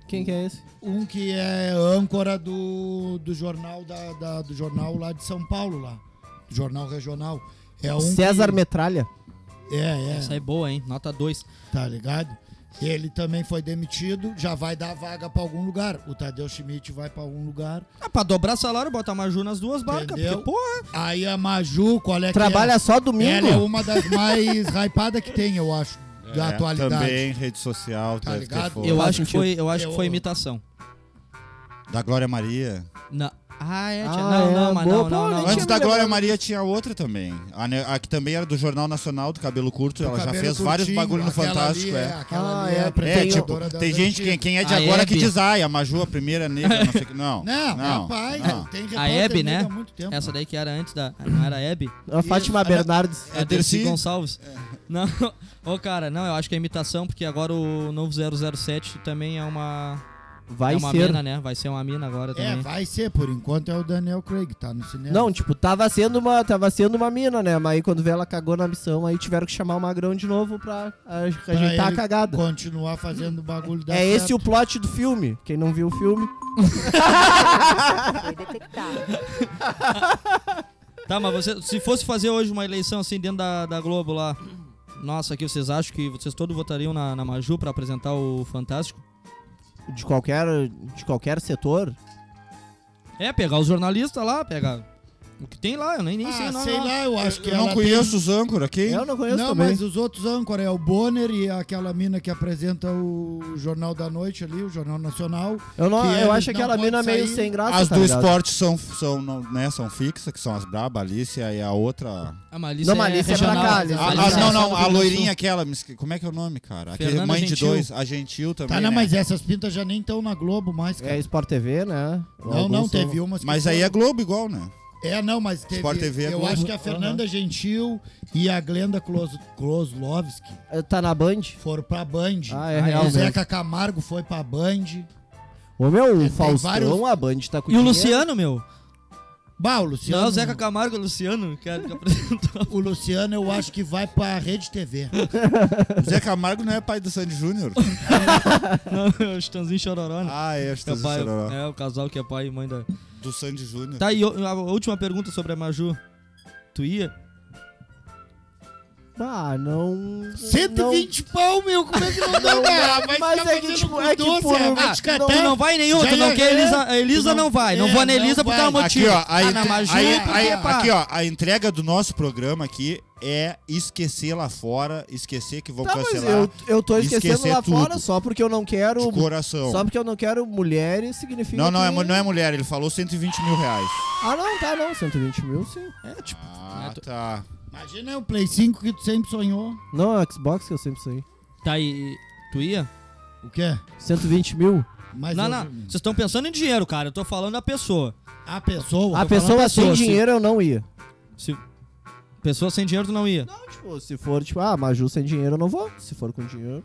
Quem que é esse? Um que é âncora do, do jornal da, da- do jornal lá de São Paulo lá, do jornal regional. É um César que, Metralha. É, é. essa é boa, hein? Nota 2. Tá ligado? Ele também foi demitido, já vai dar vaga pra algum lugar. O Tadeu Schmidt vai pra algum lugar. Ah, pra dobrar salário, bota a Maju nas duas barcas. Porque, Entendeu? porra, Aí a Maju, qual é que Trabalha só é? Ela é domingo. uma das mais hypadas que tem, eu acho, da É, atualidade. Também, rede social, Tá deve ter ligado? foto. eu faz acho, que sentido. foi, eu acho que foi Eu- imitação. Da Glória Maria. Não. Ah, é, tia. Ah, não, é, não, mas boa, não, não, pô, não. nem Antes me da Glória lembrado. Maria tinha outra também. A, ne- a que também era do Jornal Nacional, do Cabelo Curto. ela já Cabelo fez vários curtinho, bagulho no aquela Fantástico. ali é. aquela Ah, ali é, a tem É, tipo, apresentadora das tem gente, antigas. quem, quem é de A agora que Hebe. diz, ai, a Maju, a primeira negra, não sei o que. Não, Não, é não, É rapaz, não. tem A repórter Hebe, nega né? há muito tempo. Essa daí que era antes da. Não era a Hebe? A Fátima Bernardes. É a Dercy Dercy? Gonçalves. Não, ô cara, não, eu acho que é imitação, porque agora o novo 007 também é uma. vai é uma ser. mina, né? Vai ser uma mina agora É, também. vai ser, por enquanto é o Daniel Craig, tá no cinema. Não, tipo, tava sendo uma, tava sendo uma mina, né? Mas aí quando vê ela cagou na missão, aí tiveram que chamar o Magrão de novo pra a- tá ajeitar a ele cagada. Continuar fazendo o bagulho da Ah, É esse o plot do filme. Quem não viu o filme, Foi detectado. Tá, mas você, se fosse fazer hoje uma eleição assim dentro da, da Globo lá, nossa, aqui vocês acham que vocês todos votariam na, na Maju pra apresentar o Fantástico? de qualquer, de qualquer setor, É, pegar os jornalistas lá, pegar o que tem lá, eu nem, nem sei o Ah, nome sei lá. lá, eu acho que Eu não ela conheço os âncora aqui. eu não tem- conheço Não, também. mas os outros âncora é o Bonner e aquela mina que apresenta o Jornal da Noite ali, o Jornal Nacional. eu não, que eu eles acho não aquela podem mina meio sair. sem graça, As tá do ligado? esporte são, são, não, né, são fixas, que são as braba, a Alicia e a outra. Ah, A Malícia Não, Malícia é pra regional. cá, eles- A- Alicia a- é né? Ah, não, só do não, a Rio Grande do loirinha Sul. aquela, me esque- como é que é o nome, cara? Aquele Fernanda mãe de Gentil. dois, a Gentil também. Tá, não, né? mas essas pintas já nem estão na Globo mais, cara. É Sport TV, né? não, não, teve umas que Mas aí é foram. Globo igual, né? É, não, mas teve... Sport TV é eu Globo. acho que a Fernanda Gentil e a Glenda Klos- Kloslovski um... Tá na Band? foram pra Band. Ah, é real o mesmo. Zeca Camargo foi pra Band. Ô meu, o tem Faustão, vários- a Band tá com E o dinheiro. Luciano, meu? Bah, o Luciano... Não, é o Zeca Camargo e o Luciano, que, é que apresentou. O Luciano eu acho que vai pra Rede TV. O Zé Camargo não é pai do Sandy Júnior. Não, o Chitãozinho Chororó, né? ah, é, Que é, acho o pai- que é, o casal que é pai e mãe da... do Sandy Júnior. Tá, e o- a última pergunta sobre a Maju. Tu ia? Ah, não... 120 pau, meu, como é que não dá? Não, Ah, não, vai mas é ficar que, fazendo tipo, com é que, doce, pô, ah, vai não- te catar. Tu não vai em nenhum, Já tu não ia- quer Elisa, a Elisa Tu não, não- vai, não é, vou na não Elisa por vai. tal motivo. Aqui, ó, Tá a, Ah, entre- na Maju, né? aí- porque, aí- pá, aqui, ó, a entrega do nosso programa aqui é esquecer lá fora, esquecer que vão Tá, mas cancelar eu, eu tô esquecendo esquecer lá tudo. fora só porque eu não de quero... coração. Só porque eu não quero mulheres significa Não, não é, que- mu- não é mulher, ele falou 120 mil reais. Ah, não, tá, não. 120 mil, sim. É Ah, tu- tá. Imagina é o Play 5 que tu sempre sonhou. Não, é o Xbox que eu sempre sei. Tá, e tu ia? O quê? 120 mil? Mas Não, eu- não, vocês estão pensando em dinheiro, cara, eu tô falando da pessoa. A pessoa. A pessoa sem pessoa, sim. dinheiro eu não ia. Se... Pessoa sem dinheiro tu não ia. Não, tipo, se for, tipo, ah, Maju sem dinheiro eu não vou. Se for com dinheiro...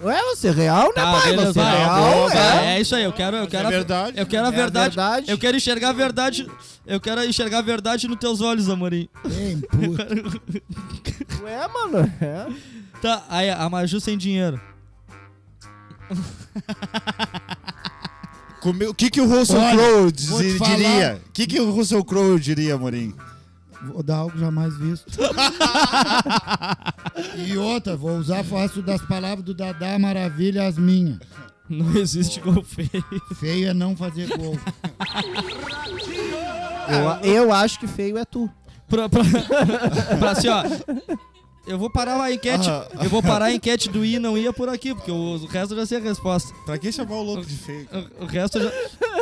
Ué, você é real, né, pai? beleza, Você é Tá vai, real, boa, é. é. isso aí, eu quero, eu quero, é a- verdade. eu quero a É a verdade. verdade. Eu quero enxergar a verdade. Eu quero enxergar a verdade nos teus olhos, amorim. Bem, puta. Ué, mano, é. Tá, aí a Maju sem dinheiro. Come- O que, que o Russell Olha, Crowe vou te diz- falar. diria? O que, que o Russell Crowe diria, Morim? Vou dar algo jamais visto. e outra, vou usar fácil das palavras do Dadá Maravilha as minhas. Não existe gol feio. Feio é não fazer gol. Eu, eu acho que feio é tu. Pra, pra, pra assim, ó. Eu vou parar a Ah, enquete. Eu vou parar a enquete do I não ia por aqui, porque o, o resto eu já sei a resposta. Pra que chamar o louco de feio? O, o resto eu já.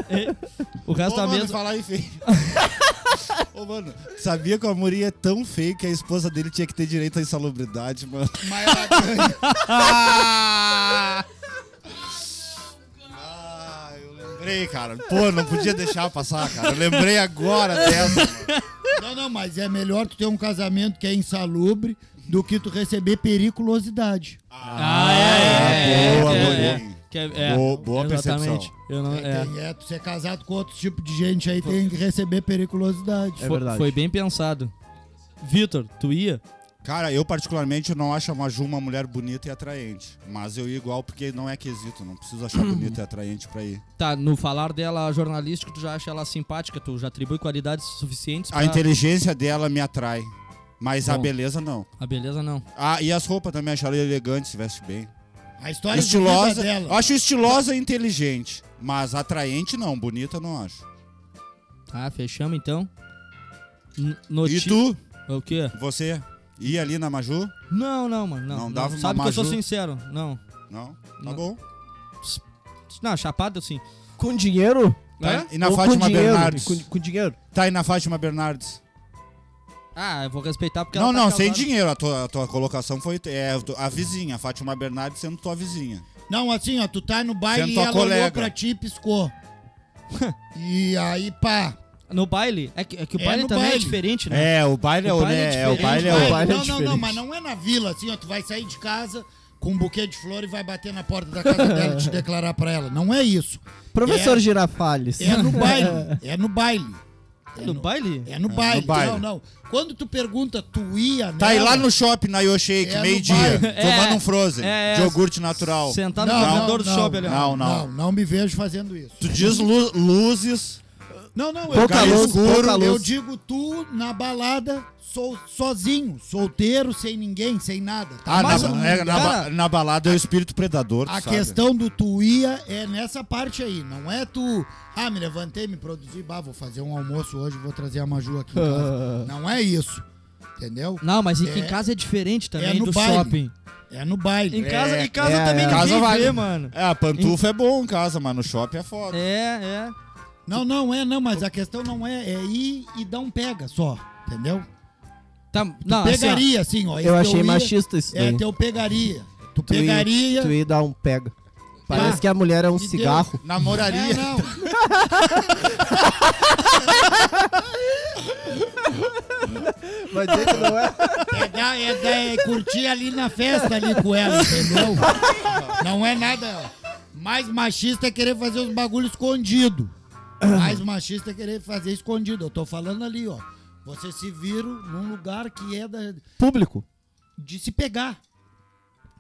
É, O resto Ô, da mano, mesa. falar em feio. Ô, mano, sabia que o Amorim é tão feio que a esposa dele tinha que ter direito à insalubridade, mano. Mas ela ganha. Ah, eu lembrei, cara. Pô, não podia deixar passar, cara. Eu lembrei agora É, dessa. Não, não, mas é melhor tu ter um casamento que é insalubre do que tu receber periculosidade. Ah, é, é. Ah, boa, é, Amorim. é, Que é- é, Boa- boa percepção. Eu não, é. Tem, é, tu ser casado com outro tipo de gente aí tem que receber periculosidade. É Foi- verdade. Foi bem pensado. Vitor, tu ia? Cara, eu particularmente não acho a Maju uma mulher bonita e atraente. Mas eu ia igual porque não é quesito. Não preciso achar bonita e atraente pra ir. Tá, no falar dela jornalístico, tu já acha ela simpática, tu já atribui qualidades suficientes pra... A inteligência dela me atrai. Mas a Bom. beleza não. A beleza não. Ah, e as roupas também acho ela elegante, se veste bem. A história de vida É Estilosa. dela. Acho estilosa e inteligente. Mas atraente não, bonita não acho. Tá, fechamos então. N- noti- E tu, O quê? você, ia ali na Maju? Não, não, mano. Não, Não dava uma Sabe que eu sou Maju? sincero. Não. Não? Tá Não. bom. Não, chapado sim. Com dinheiro? Tá, Hã? e na Ou Fátima com dinheiro? Bernardes? Com, com dinheiro? Tá, e na Fátima Bernardes? Ah, eu vou respeitar porque não, ela tá não, sem casada. dinheiro. A tua, a tua colocação foi é, a vizinha, a Fátima Bernardes sendo tua vizinha. Não, assim, ó, tu tá no baile Sendo e tua ela olhou colega. pra ti e piscou. e aí, pá. No baile? É que, é que o É baile no também é baile. diferente, né? É, o baile O o- baile é né, diferente, o baile é Baile- o- baile é não, não, não, diferente. mas não é na vila, assim, ó, tu vai sair de casa, com um buquê de flor e vai bater na porta da casa dela e te declarar pra ela. Não é isso. Professor Girafales. É no baile. É no baile. É No baile? É no baile. baile. Não, não. Quando tu pergunta, tu ia Tá aí nela? lá no shopping, na Yoshake, É, no meio-dia, bairro. tomando um Frozen, É, é. de iogurte natural. Sentado Não, no não, corredor do não, shopping ali. ó. Não, não. Não, não me vejo fazendo isso. Tu diz lu- luzes. Não, não, eu, Pouca digo, luz, pouca eu luz. digo tu na balada sou, sozinho, solteiro, sem ninguém, sem nada. tá? Ah, Mas na, o- é, na cara- ba- na balada é o espírito predador, tu a sabe? questão do tu ia é nessa parte aí, não é tu, ah, me levantei, me produzi, bah, vou fazer um almoço hoje, vou trazer a Maju aqui em casa. não é isso, entendeu? Não, mas em, É. em casa é diferente também É no do baile. shopping. É no baile. Em casa, em casa é, também é. ninguém Casa vale. vê, mano. É, a pantufa é bom em casa, mas no shopping é foda. É, é. Não, não é, não, mas a questão não é, é ir e dar um pega só, entendeu? Tá, não, assim, ó, pegaria, assim, ó. esse Ah, Eu achei ia- machista isso É, daí. teu pegaria. Tu, Tu ia- pegaria... Tu ia dar um pega. Parece Ah, que a mulher é um deu. cigarro. Namoraria. É, Não, não. Vai dizer que não é. Pegar é, dar- é curtir ali na festa ali com ela, entendeu? Não é nada. Mais machista é querer fazer os bagulho escondido. Mais machista é querer fazer escondido. Eu tô falando ali, ó. Você se vira num lugar que é da- Público. de se pegar.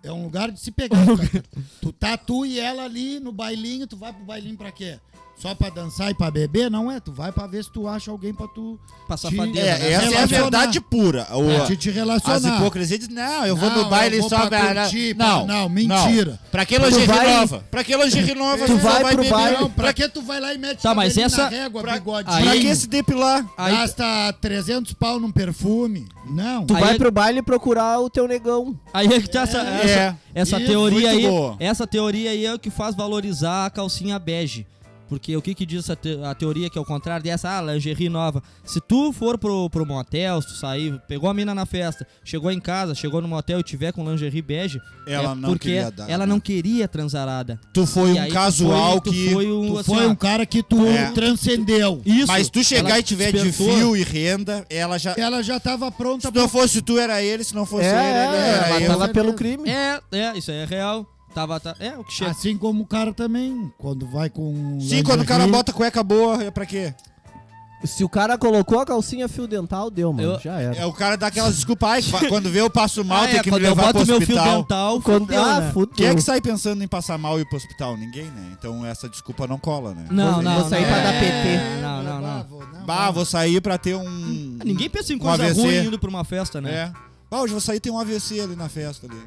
É um lugar de se pegar. cara. tu tá tu e ela ali no bailinho, tu vai pro bailinho pra quê? Só pra dançar e pra beber? Não é, tu vai pra ver se tu acha alguém pra tu Pra te- safadeza, É, né? essa é a Relacionar. verdade pura. O- pra te, te relacionar. as hipocrisias dizem, não, eu vou Não, no baile eu vou só pra pra... curtir, pra- não, mentira. Pra que lingerie vai- nova? Pra que lingerie nova? Tu Você só vai pro beber. baile- Não, pra que tu vai lá e mete Tá, mas cabelinho essa- na régua, Pra, bigodinho? pra aí- que se depilar? Aí- Gasta 300 pau num perfume? Não. Tu Aí vai é- pro baile procurar o teu negão. Aí é que tá essa, É, essa, essa isso, teoria muito aí. boa. Essa teoria aí é o que faz valorizar a calcinha bege. Porque o que, que diz essa te- a teoria que é o contrário dessa? Ah, lingerie nova. Se tu for pro, pro motel, se tu sair, pegou a mina na festa, chegou em casa, chegou no motel e tiver com lingerie bege, Ela é não porque queria dar, ela né? não queria transarada. Tu foi E um aí tu casual foi- tu que... foi um, Tu assim, foi ó, um cara que tu É. transcendeu. Isso. Mas tu chegar Ela e tiver despertou. tá de fio e renda, ela já... Ela já tava pronta Se não fosse tu, era ele. Se não É, fosse ele, ele era é, né? eu. matava eu- pelo crime. É, é, isso aí é real. Tava, tá, é, o que chega. Assim como o cara também, quando vai com. um Sim, quando o cara bota cueca boa, é pra quê? Se o cara colocou a calcinha fio dental, deu, mano. Eu- Já era. É, o cara dá aquelas desculpas, ai, fa- quando vê eu passo mal, Ah, tem é, que me quando eu levar boto pro meu fio hospital. dental, Quando, fudeu, ah, né? fudeu. Quem é que sai pensando em passar mal e ir pro hospital? Ninguém, né? Então essa desculpa não cola, né? Não, não, Vou sair não, pra é, dar PT. Não, não, Ah, não. né? Bah, vou sair pra ter um... Ah, Ninguém pensa em Um coisa AVC. ruim indo pra uma festa, né? É. Bah, hoje eu vou sair, tem um AVC ali na festa ali.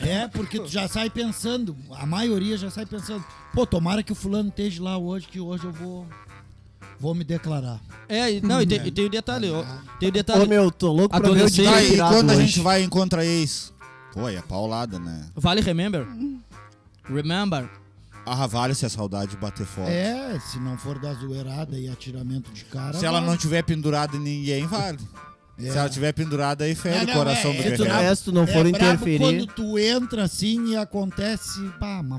É, porque tu já sai pensando, a maioria já sai pensando, pô, tomara que o fulano esteja lá hoje, que hoje eu vou. Vou me declarar. É, e- não, e tem, e tem o detalhe, ó, tem o detalhe. Hum. Ah. Ô, meu, tô louco pra ver o Adolescente. DJ Tá, e pirado quando a hoje. gente vai e encontra ex? Pô, aí é paulada, né? Vale remember? Remember? Ah, vale se a saudade bater forte. É, se não for da zoeirada e atiramento de cara. Se ela vai. não tiver pendurada em ninguém, vale. É. Se ela tiver pendurada, aí fere Não, o não, coração é- do é guerreiro. Se tu brabo. resto não for é brabo interferir. quando tu entra assim e acontece, pá, uma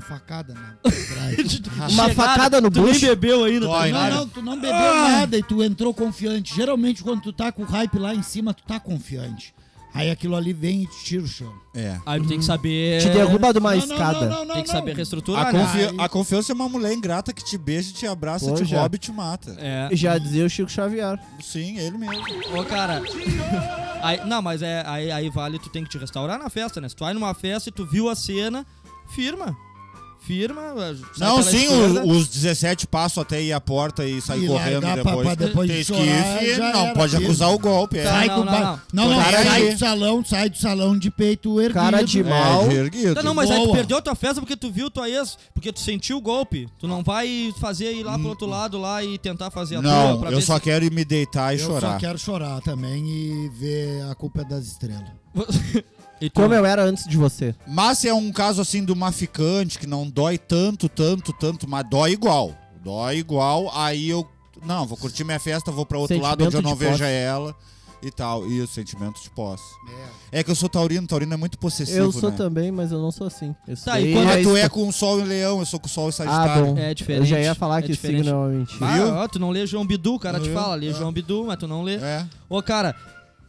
facada na trás. Uma Chegada, facada no tu nem bucho. bebeu ainda, tá Dói, Ah, Não, ligado? não, tu não bebeu Ah! nada e tu entrou confiante. Geralmente quando tu tá com o hype lá em cima, tu tá confiante. Aí aquilo ali vem e te tira o chão. É. Aí tu tem que saber... Te derruba de uma Não, não, escada. não, não, não, Tem que não. saber reestruturar, A, né? confi- a confiança é uma mulher ingrata que te beija, te abraça, Pô, te já. rouba e te mata. É. Já dizia o Chico Xavier. Sim, ele mesmo. Ô, cara... Aí, não, mas é, aí, aí vale, tu tem que te restaurar na festa, né? Se tu vai numa festa e tu viu a cena, firma. Firma. sai Não, pela sim, esquerda. o- os 17 passos até ir à porta e sair E correndo largar pra- depois. pra depois Tem chorar, esquife, já não, era. pode acusar o golpe. É. Tá. sai não, com não, ba- não. não, não, Cara sai de- do salão, sai do salão de peito erguido. Cara de mal. É, erguido. Tá, não, mas aí tu Boa. perdeu a tua festa porque tu viu tua ex, porque tu sentiu o golpe. Tu não vai fazer ir lá pro outro lado lá e tentar fazer a tua Hum. Não, pra eu ver só se- quero ir me deitar e Eu chorar. só quero chorar também e ver a culpa é das estrelas. E tu- é Como eu era antes de você. Mas se é um caso assim de uma ficante que não dói tanto, tanto, tanto, mas dói igual. Dói igual, aí eu. Não, vou curtir minha festa, vou pra outro lado onde eu Sentimento não de posse. veja ela e tal. E o sentimento de posse. É. que eu sou taurino, taurino é muito possessivo. eu sou né? também, mas eu não sou assim. Isso Tá, e daí quando Mas tu isso- é com o sol e o leão, eu sou com o sol e Ah, sagitário. bom. É diferente, Eu já ia falar é que o diferente. signo é uma mentira. Ah, ó, tu não lê João Bidu, o cara te Eu? fala, lê É. João Bidu, mas tu não lê. É. Ô, cara,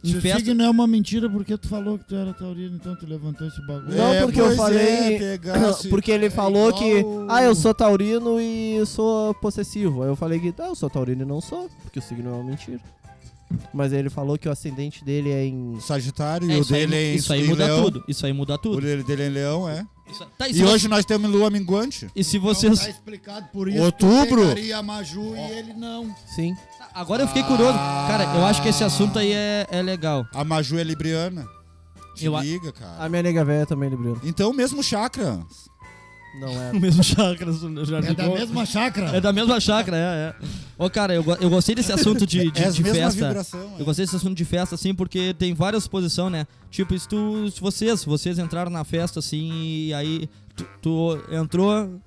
em Se o festa. signo é uma mentira, porque tu falou que tu era taurino, então tu levantou esse bagulho. Não, É, porque eu pois é, falei. pegasse- porque ele é falou igual que. o- Ah, eu sou taurino e sou possessivo. Aí eu falei que. Ah, eu sou taurino e não sou. Porque o signo é uma mentira. Mas aí ele falou que o ascendente dele é em. Sagitário É, e o isso aí dele mu- é em, Isso aí em muda leão. tudo. Isso aí muda O tudo. dele dele é em leão, é. Isso- tá, E se você- hoje nós temos lua minguante. E se Então vocês. tá explicado por isso. Outubro? Tu pegaria a Maju e ele não. Sim. tá, Agora eu fiquei curioso. Cara, eu acho que esse assunto aí é, é legal. A Maju é libriana. Te Eu a- liga, cara. A minha nega velha também, Libriano. Então, mesmo chakra. Não é. O mesmo chácara, já É da mesma chácara. É da mesma chácara, é, é. Ô, cara, eu, go- eu gostei desse assunto de, de, é as de mesmas festa. vibração. Eu gostei desse assunto de festa, assim, porque tem várias posições, né? Tipo, se, tu, se vocês, vocês entraram na festa, assim, e aí tu, tu entrou,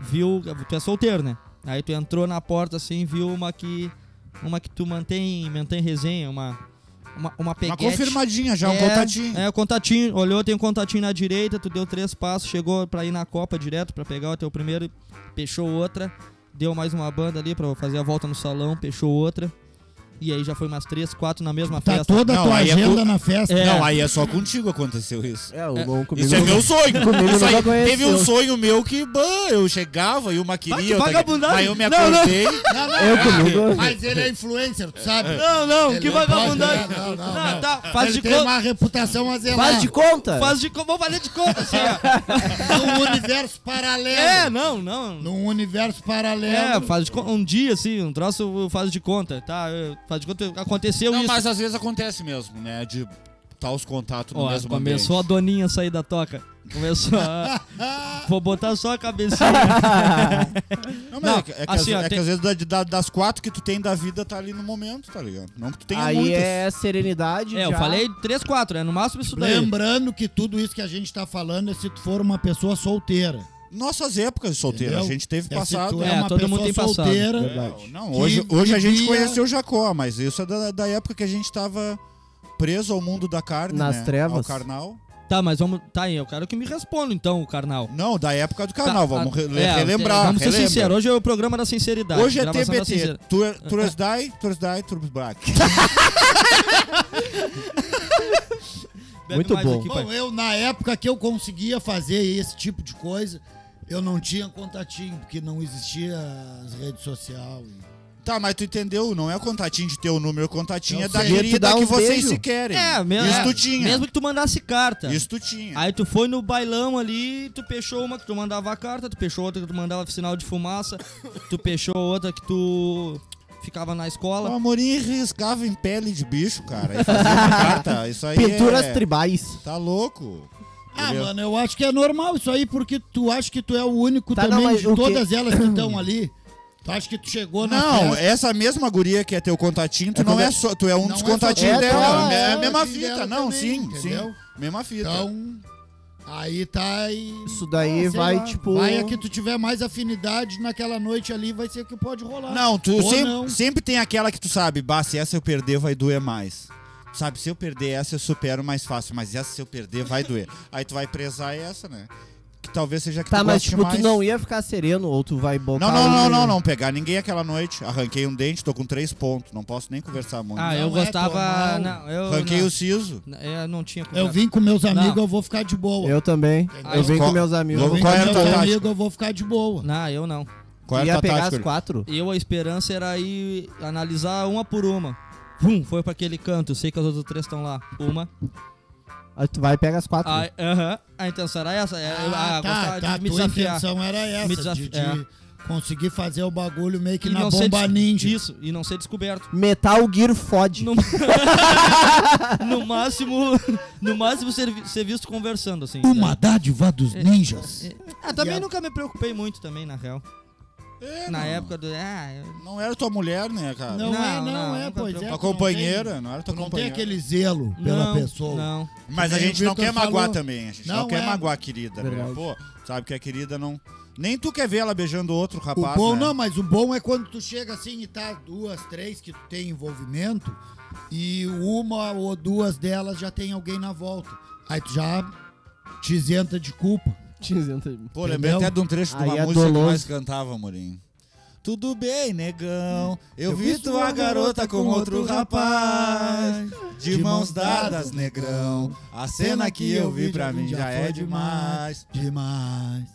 viu. Tu é solteiro, né? Aí tu entrou na porta, assim, viu uma que. Uma que tu mantém, mantém resenha, uma. Uma, uma Uma peguete. confirmadinha já, um contatinho. É, o contatinho. Olhou, tem um contatinho na direita, tu deu três passos, chegou pra ir na Copa direto pra pegar o teu primeiro, fechou outra, deu mais uma banda ali pra fazer a volta no salão, fechou outra. E aí já foi umas três, quatro na mesma Tá festa. toda a Não, tua aí é agenda cu- na festa. É. Não, aí é só contigo aconteceu isso. É, o bom comigo. Isso é meu sonho. Comigo Isso nunca aí, teve aconteceu. um sonho meu que bah, eu chegava e uma queria. outra vagabundagem. Aí eu me Não, não. acordei. Não, não, Eu comigo. Mas ele é influencer, tu É. sabe? Não, não, Ele que não pode, vagabundagem. Não, não, não, Ah, não. tá, faz ele de tem conta. uma reputação a zelar. Faz de É, conta! Faz de conta. Vou fazer de conta, assim, ó. Num universo paralelo. É, não, não. Num universo É, paralelo. faz de conta. Um dia, assim, um troço faz de conta, tá? Eu- Faz de conta, aconteceu Não, isso. mas às vezes acontece mesmo, né? De tal os contatos no Ó, mesmo começou ambiente. a doninha a sair da toca. Começou a... Vou botar só a cabecinha. Não, mas Não, é, que- é que, assim, às, é ó, que tem- às vezes da- da- das quatro que tu tem da vida tá ali no momento, tá ligado? Não que tu tenha Aí muitas. é serenidade. é, eu já. falei 3, 4, é no máximo isso daí. Lembrando que tudo isso que a gente tá falando é se tu for uma pessoa solteira. Nossas épocas de solteiro, Entendeu? a gente teve É Se passado. tu é, É, uma todo pessoa mundo tem passado. É solteira. Não, não, Que hoje, hoje a gente vivia- conheceu Jacó, mas isso é da, da época que a gente tava preso ao mundo da carne, Nas né? trevas. Ao carnal. Tá, mas vamos. Tá aí, eu quero que me responda então, o carnal. Não, da época do carnal, Tá, vamos a- re- é, relembrar. Vamos ser relembra. sinceros, hoje é o programa da sinceridade. Hoje é gravação da TBT, sincera- Tur- Thursday, Thursday, Thursday. Bebe um Muito mais um bom. aqui, pai. Bom, eu na época que eu conseguia fazer esse tipo de coisa, eu não tinha contatinho, porque não existia as redes sociais. Tá, mas tu entendeu? Não é o contatinho de teu número, o contatinho Eu é da sei. Tu dá querida que uns vocês beijo. se querem. É, mesmo. Isso é, tu tinha. Mesmo que tu mandasse carta. Isso tu tinha. Aí tu foi no bailão ali, tu fechou uma que tu mandava a carta, tu fechou outra que tu mandava sinal de fumaça, tu fechou outra que tu ficava na O escola. Amorim riscava em pele de bicho, cara. E fazia uma carta. Isso aí Pinturas é... tribais. Tá louco? Ah, Entendeu? mano, eu acho que é normal isso aí, porque tu acha que tu é o único Tá, não, também mas de o quê? todas elas que estão ali. Tu acha que tu chegou na Não, é- festa. essa mesma guria que é teu contatinho, tu não é só. Tu é um Não dos é contatinhos só- é dela. dela, É, é, a mesma assim, fita. dela Não, também, sim, entendeu? sim. Mesma fita. Então, aí tá aí... Isso daí Ah, sei vai, lá. tipo. Vai a que tu tiver mais afinidade naquela noite ali, vai ser o que pode rolar. Não, tu Ou sempre, não. sempre tem aquela que tu sabe, bah, se essa eu perder vai doer mais. Tu Sabe, se eu perder essa eu supero mais fácil, mas essa se eu perder vai doer. Aí tu vai prezar essa, né? Que talvez seja a que Tá, tu mas goste tipo, mais. tu não ia ficar sereno ou tu vai botar. Não, não, um- não, não, não pegar ninguém aquela noite. Arranquei um dente, tô com três pontos, não posso nem conversar muito. Ah, eu Não é gostava. normal. não, eu. Arranquei não, o siso. É, não tinha Eu conversa. vim com meus amigos, Não. eu vou ficar de boa. Eu também. Entendeu? Eu vim Qual- com meus Eu Logo amigos. vim qual era com a meus tua tática? amigos, eu vou ficar de boa. Não, eu não. Qual era a Ia tua pegar tática? as quatro. Eu, a esperança era ir analisar uma por uma. Vum, foi pra aquele canto, eu sei que as outras três estão lá. Uma. Aí tu vai e pega as quatro. Ai, Aham. A intenção era essa. é, eu- ah, Ah, gostava tá, tá. de me Tua desafiar. intenção era Me essa, desafi- de, de é. conseguir fazer o bagulho meio que E na não ser bomba des- ninja. Isso, e não ser descoberto. Metal Gear fode. No, no máximo, no máximo ser, vi- ser visto conversando, assim. Uma dádiva dos ninjas. Ah, também Yeah. nunca me preocupei muito também, na real. É, na não. época do. Ah, eu- Não era tua mulher, né, cara? Não, é, Não, não, não, é, não pois tem- é. Tua tu não companheira, não, era tua tem- Não tem companheira. aquele zelo pela não, pessoa. Não. Mas a Nem o gente não Victor quer magoar falou. também, a gente não, Não quer é. magoar a querida, né? Verdade. Pô, sabe que a querida não. Nem tu quer ver ela beijando outro O rapaz. bom né? não, mas o bom é quando tu chega assim e tá duas, três que tu tem envolvimento e uma ou duas delas já tem alguém na volta. Aí tu já te isenta de culpa. Te isenta. Pô, lembrei Entendeu? até de um trecho de Aí uma é música que nós doloso. cantava, Morim. Tudo bem, negão. Eu, vi tua garota com outro rapaz. De mãos dadas, negrão. A cena que eu vi pra mim já é demais. Demais.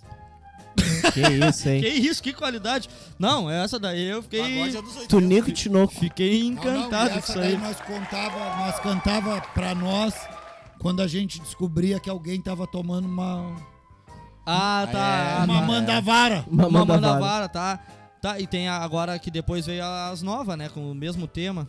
Que isso, hein? Que isso, que qualidade. Não, essa daí eu fiquei. Pagode é dos 80. Tunico de novo. Fiquei Não, não, encantado e com essa isso daí é aí. Nós contava, nós cantava pra nós quando a gente descobria que alguém tava tomando uma, Ah, tá. uma tá. mandavara. Mamãe da Mamãe da vara. vara, tá. Tá, e tem a- agora que depois veio as novas, né? Com o mesmo tema.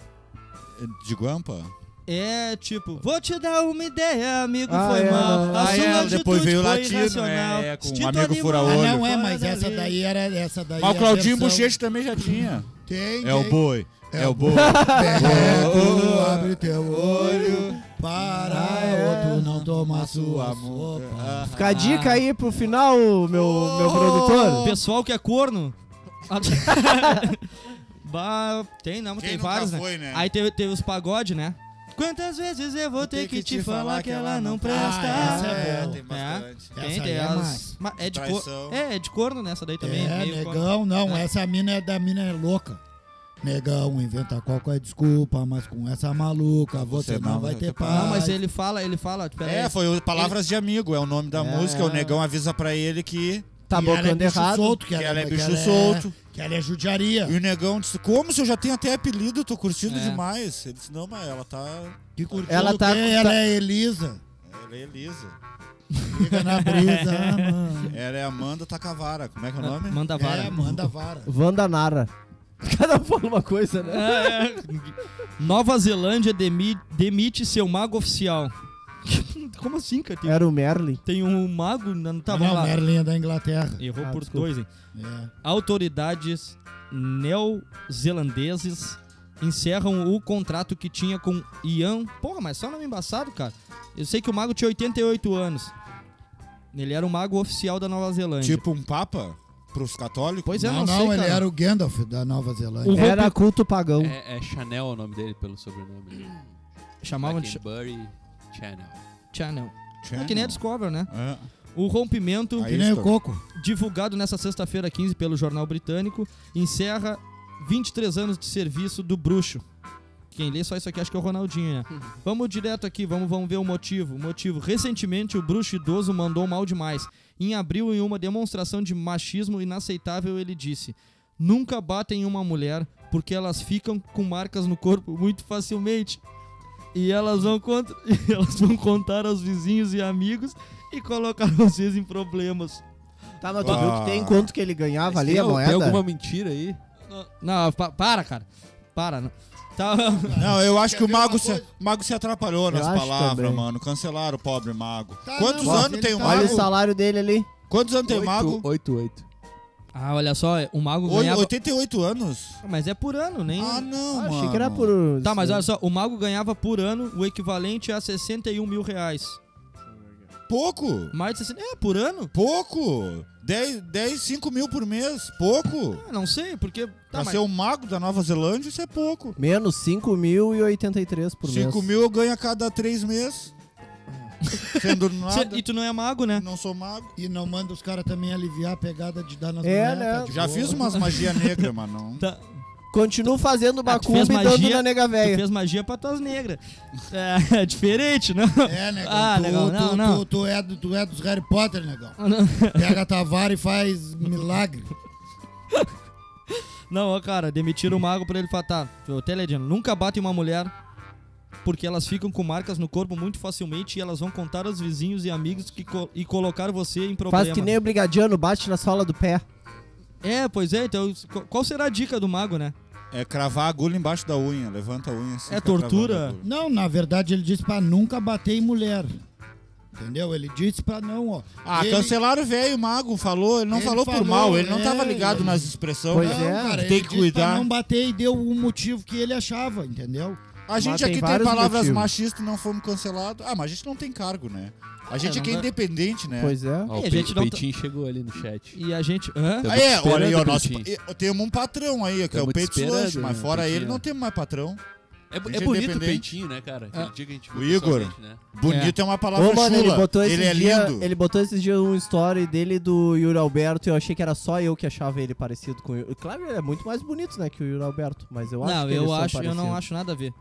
De Guampa? É tipo, vou te dar uma ideia, amigo, Ah, foi é, mal. não. A Ah, sua é, atitude depois veio o foi latino, irracional. é, é, com Instinto Amigo Fura Ah, animal. Olho. não é, mas Fora essa dali. daí era essa daí. Mas o é a Claudinho versão- Bochecha também já tinha. Tem, É o tem. boi. É o boi. Beto, abre teu olho para outro não tomar sua É, sopa. Fica a dica aí pro final, meu, meu produtor. Pessoal que é corno. bah, tem, não, mas Quem tem nunca vários, né? foi, né? Aí teve, teve os pagode, né? Quantas vezes eu vou ter que, te falar que ela não presta? Ah, essa é boa. tem bastante. Essa Tem, aí tem é as... mais. Mas é de cor... Traição. É, é de corno nessa daí também. é, meio corno. negão, não, essa mina é da mina é louca. Negão, inventa qualquer desculpa, mas com essa maluca você, não, vai ter paz. Não, mas ele fala, ele fala, peraí. É, foi o Palavras de Amigo, é o nome da música. O negão avisa pra ele que. Tá que ela é bocando bicho errado. solto, que, Que ela, ela é bicho que ela solto. Que ela é judiaria. E o negão disse: Como se eu já tenho até apelido, eu tô curtindo É. demais. Ele disse: Não, mas ela tá. Que curtiu Ela o tá- quê? Ela é Elisa. Ela é Elisa. Fica na brisa, ah, mano. Ela é Amanda Takavara. Como é que é o nome? Manda vara. É, manda vara. Wanda Nara. Cada um fala uma coisa, né? É. Nova Zelândia demi- demite seu mago oficial. Como assim, cara? Tem, Era o Merlin. tem um mago? Não, tá, Não, vamos lá. Merlin é da Inglaterra. Errou Ah, por desculpa. dois, hein? É. Autoridades neozelandeses encerram o contrato que tinha com Ian. Porra, mas só nome embaçado, cara. Eu sei que o mago tinha 88 anos. Ele era o mago oficial da Nova Zelândia. Tipo um papa? Pros católicos? pois é, Não, não, Ah, não, sei, ele cara. era o Gandalf da Nova Zelândia. O Era culto pagão. É, é Chanel o nome dele pelo sobrenome. né? Chamavam de Bury Channel. Channel. Channel. É que nem a Discover, né? É. O rompimento... Aí Que nem o Isso. Coco. divulgado nesta sexta-feira 15 pelo jornal britânico, encerra 23 anos de serviço do bruxo. Quem lê só isso aqui acho que é o Ronaldinho, né? Vamos direto aqui, vamos, vamos ver o motivo. O motivo, recentemente o bruxo idoso mandou mal demais. Em abril, em uma demonstração de machismo inaceitável, ele disse: Nunca batem em uma mulher, porque elas ficam com marcas no corpo muito facilmente. E elas vão, cont- e elas vão contar aos vizinhos e amigos e colocar vocês em problemas. É. Tá, mas tu viu que tem Ah. quanto que ele ganhava ali tem, a al- tem moeda? alguma mentira aí? Não, Não, pa- para, cara. Para. não. Tá, Não, eu acho Quer que o ver uma mago se, coisa? mago se atrapalhou nas acho palavras, também. mano. Cancelaram o pobre mago. Tá, Quantos não, anos ele tem o tá- mago? Olha o salário dele ali. Quantos anos tem o mago? 88. ah, olha só, o mago Oi, ganhava. 88 anos? Mas é por ano, nem. Ah, não, Ah, mano. achei que era por. tá, mas olha só, o mago ganhava por ano o equivalente a 61 mil reais. Pouco? Mais de 60. É, por ano? Pouco? 10, 10, 5 mil por mês? Pouco? Ah, não sei, porque. Pra Tá, mas... ser o mago da Nova Zelândia, isso é pouco. Menos 5.083 por mês. 5 mil eu ganho a cada 3 meses. Sendo Cê- nada, E tu não é mago, né? um não sou mago. E não manda os caras também aliviar a pegada de dar nas É, mulheres, né? tá de Já boa. fiz umas magia negra, mano. Tá, Continua fazendo Ah, tu macumba fez e dando magia, na nega é. tu velha. fez um magia pra tuas negras. É, é diferente, não? É, negão. Ah, tu, negão, tu, não, tu- não. Ah, Tu, é, do- tu é dos Harry Potter, negão. Pega a Tavara e faz milagre. Não, ó, cara, demitiram o mago pra ele fatar. Ô, Teledino, nunca bate em uma mulher. Porque elas ficam com marcas no corpo muito facilmente e elas vão contar aos vizinhos e amigos que co- e colocar você em problemas. Faz que nem o brigadiano, bate na sola do pé. É, pois é, então qu- qual será a dica do mago, né? É cravar a agulha embaixo da unha, levanta a unha assim. É fica cravando tortura? a agulha. Não, na verdade ele disse pra nunca bater em mulher. Entendeu? Ele disse pra não, ó. Ah, ele, cancelaram o velho, o mago falou, ele não Ele falou, por falou, mal, ele não tava é, ligado ele- nas expressões. né? Pois Não, é. cara, Tem ele que disse pra cuidar. não bater e deu um motivo que ele achava, entendeu? A gente Mas tem aqui tem, vários palavras motivos. machistas e não fomos cancelados. Ah, mas a gente não tem cargo, né? A gente não aqui é dá- independente, né? Pois é. Ó, E o a Pe- gente não tá- Peitinho chegou ali no chat. E a gente. Hã? Tamo Ah, te é, olha aí, esperando, ó, nosso, Peitinho. eu- temos um patrão aí, que é o Tamo te Peito Lanche, esperando, mas né, fora Peitinho? ele não temos mais patrão. É, bo- é Bicho bonito o independente. Ah, peitinho, né, cara? Aquele dia que a gente viu O Igor. pessoalmente, Né? Bonito é, uma palavra Ô, mano, ele chula. botou Ele, esses é dia- lindo. Ele botou esses dias um story dele do Yuri Alberto e eu achei que era só eu que achava ele parecido com o Yuri. Claro, ele é muito mais bonito, né, que o Yuri Alberto, mas eu acho não, que eles eu são acho, eu não parecidos. acho nada a ver.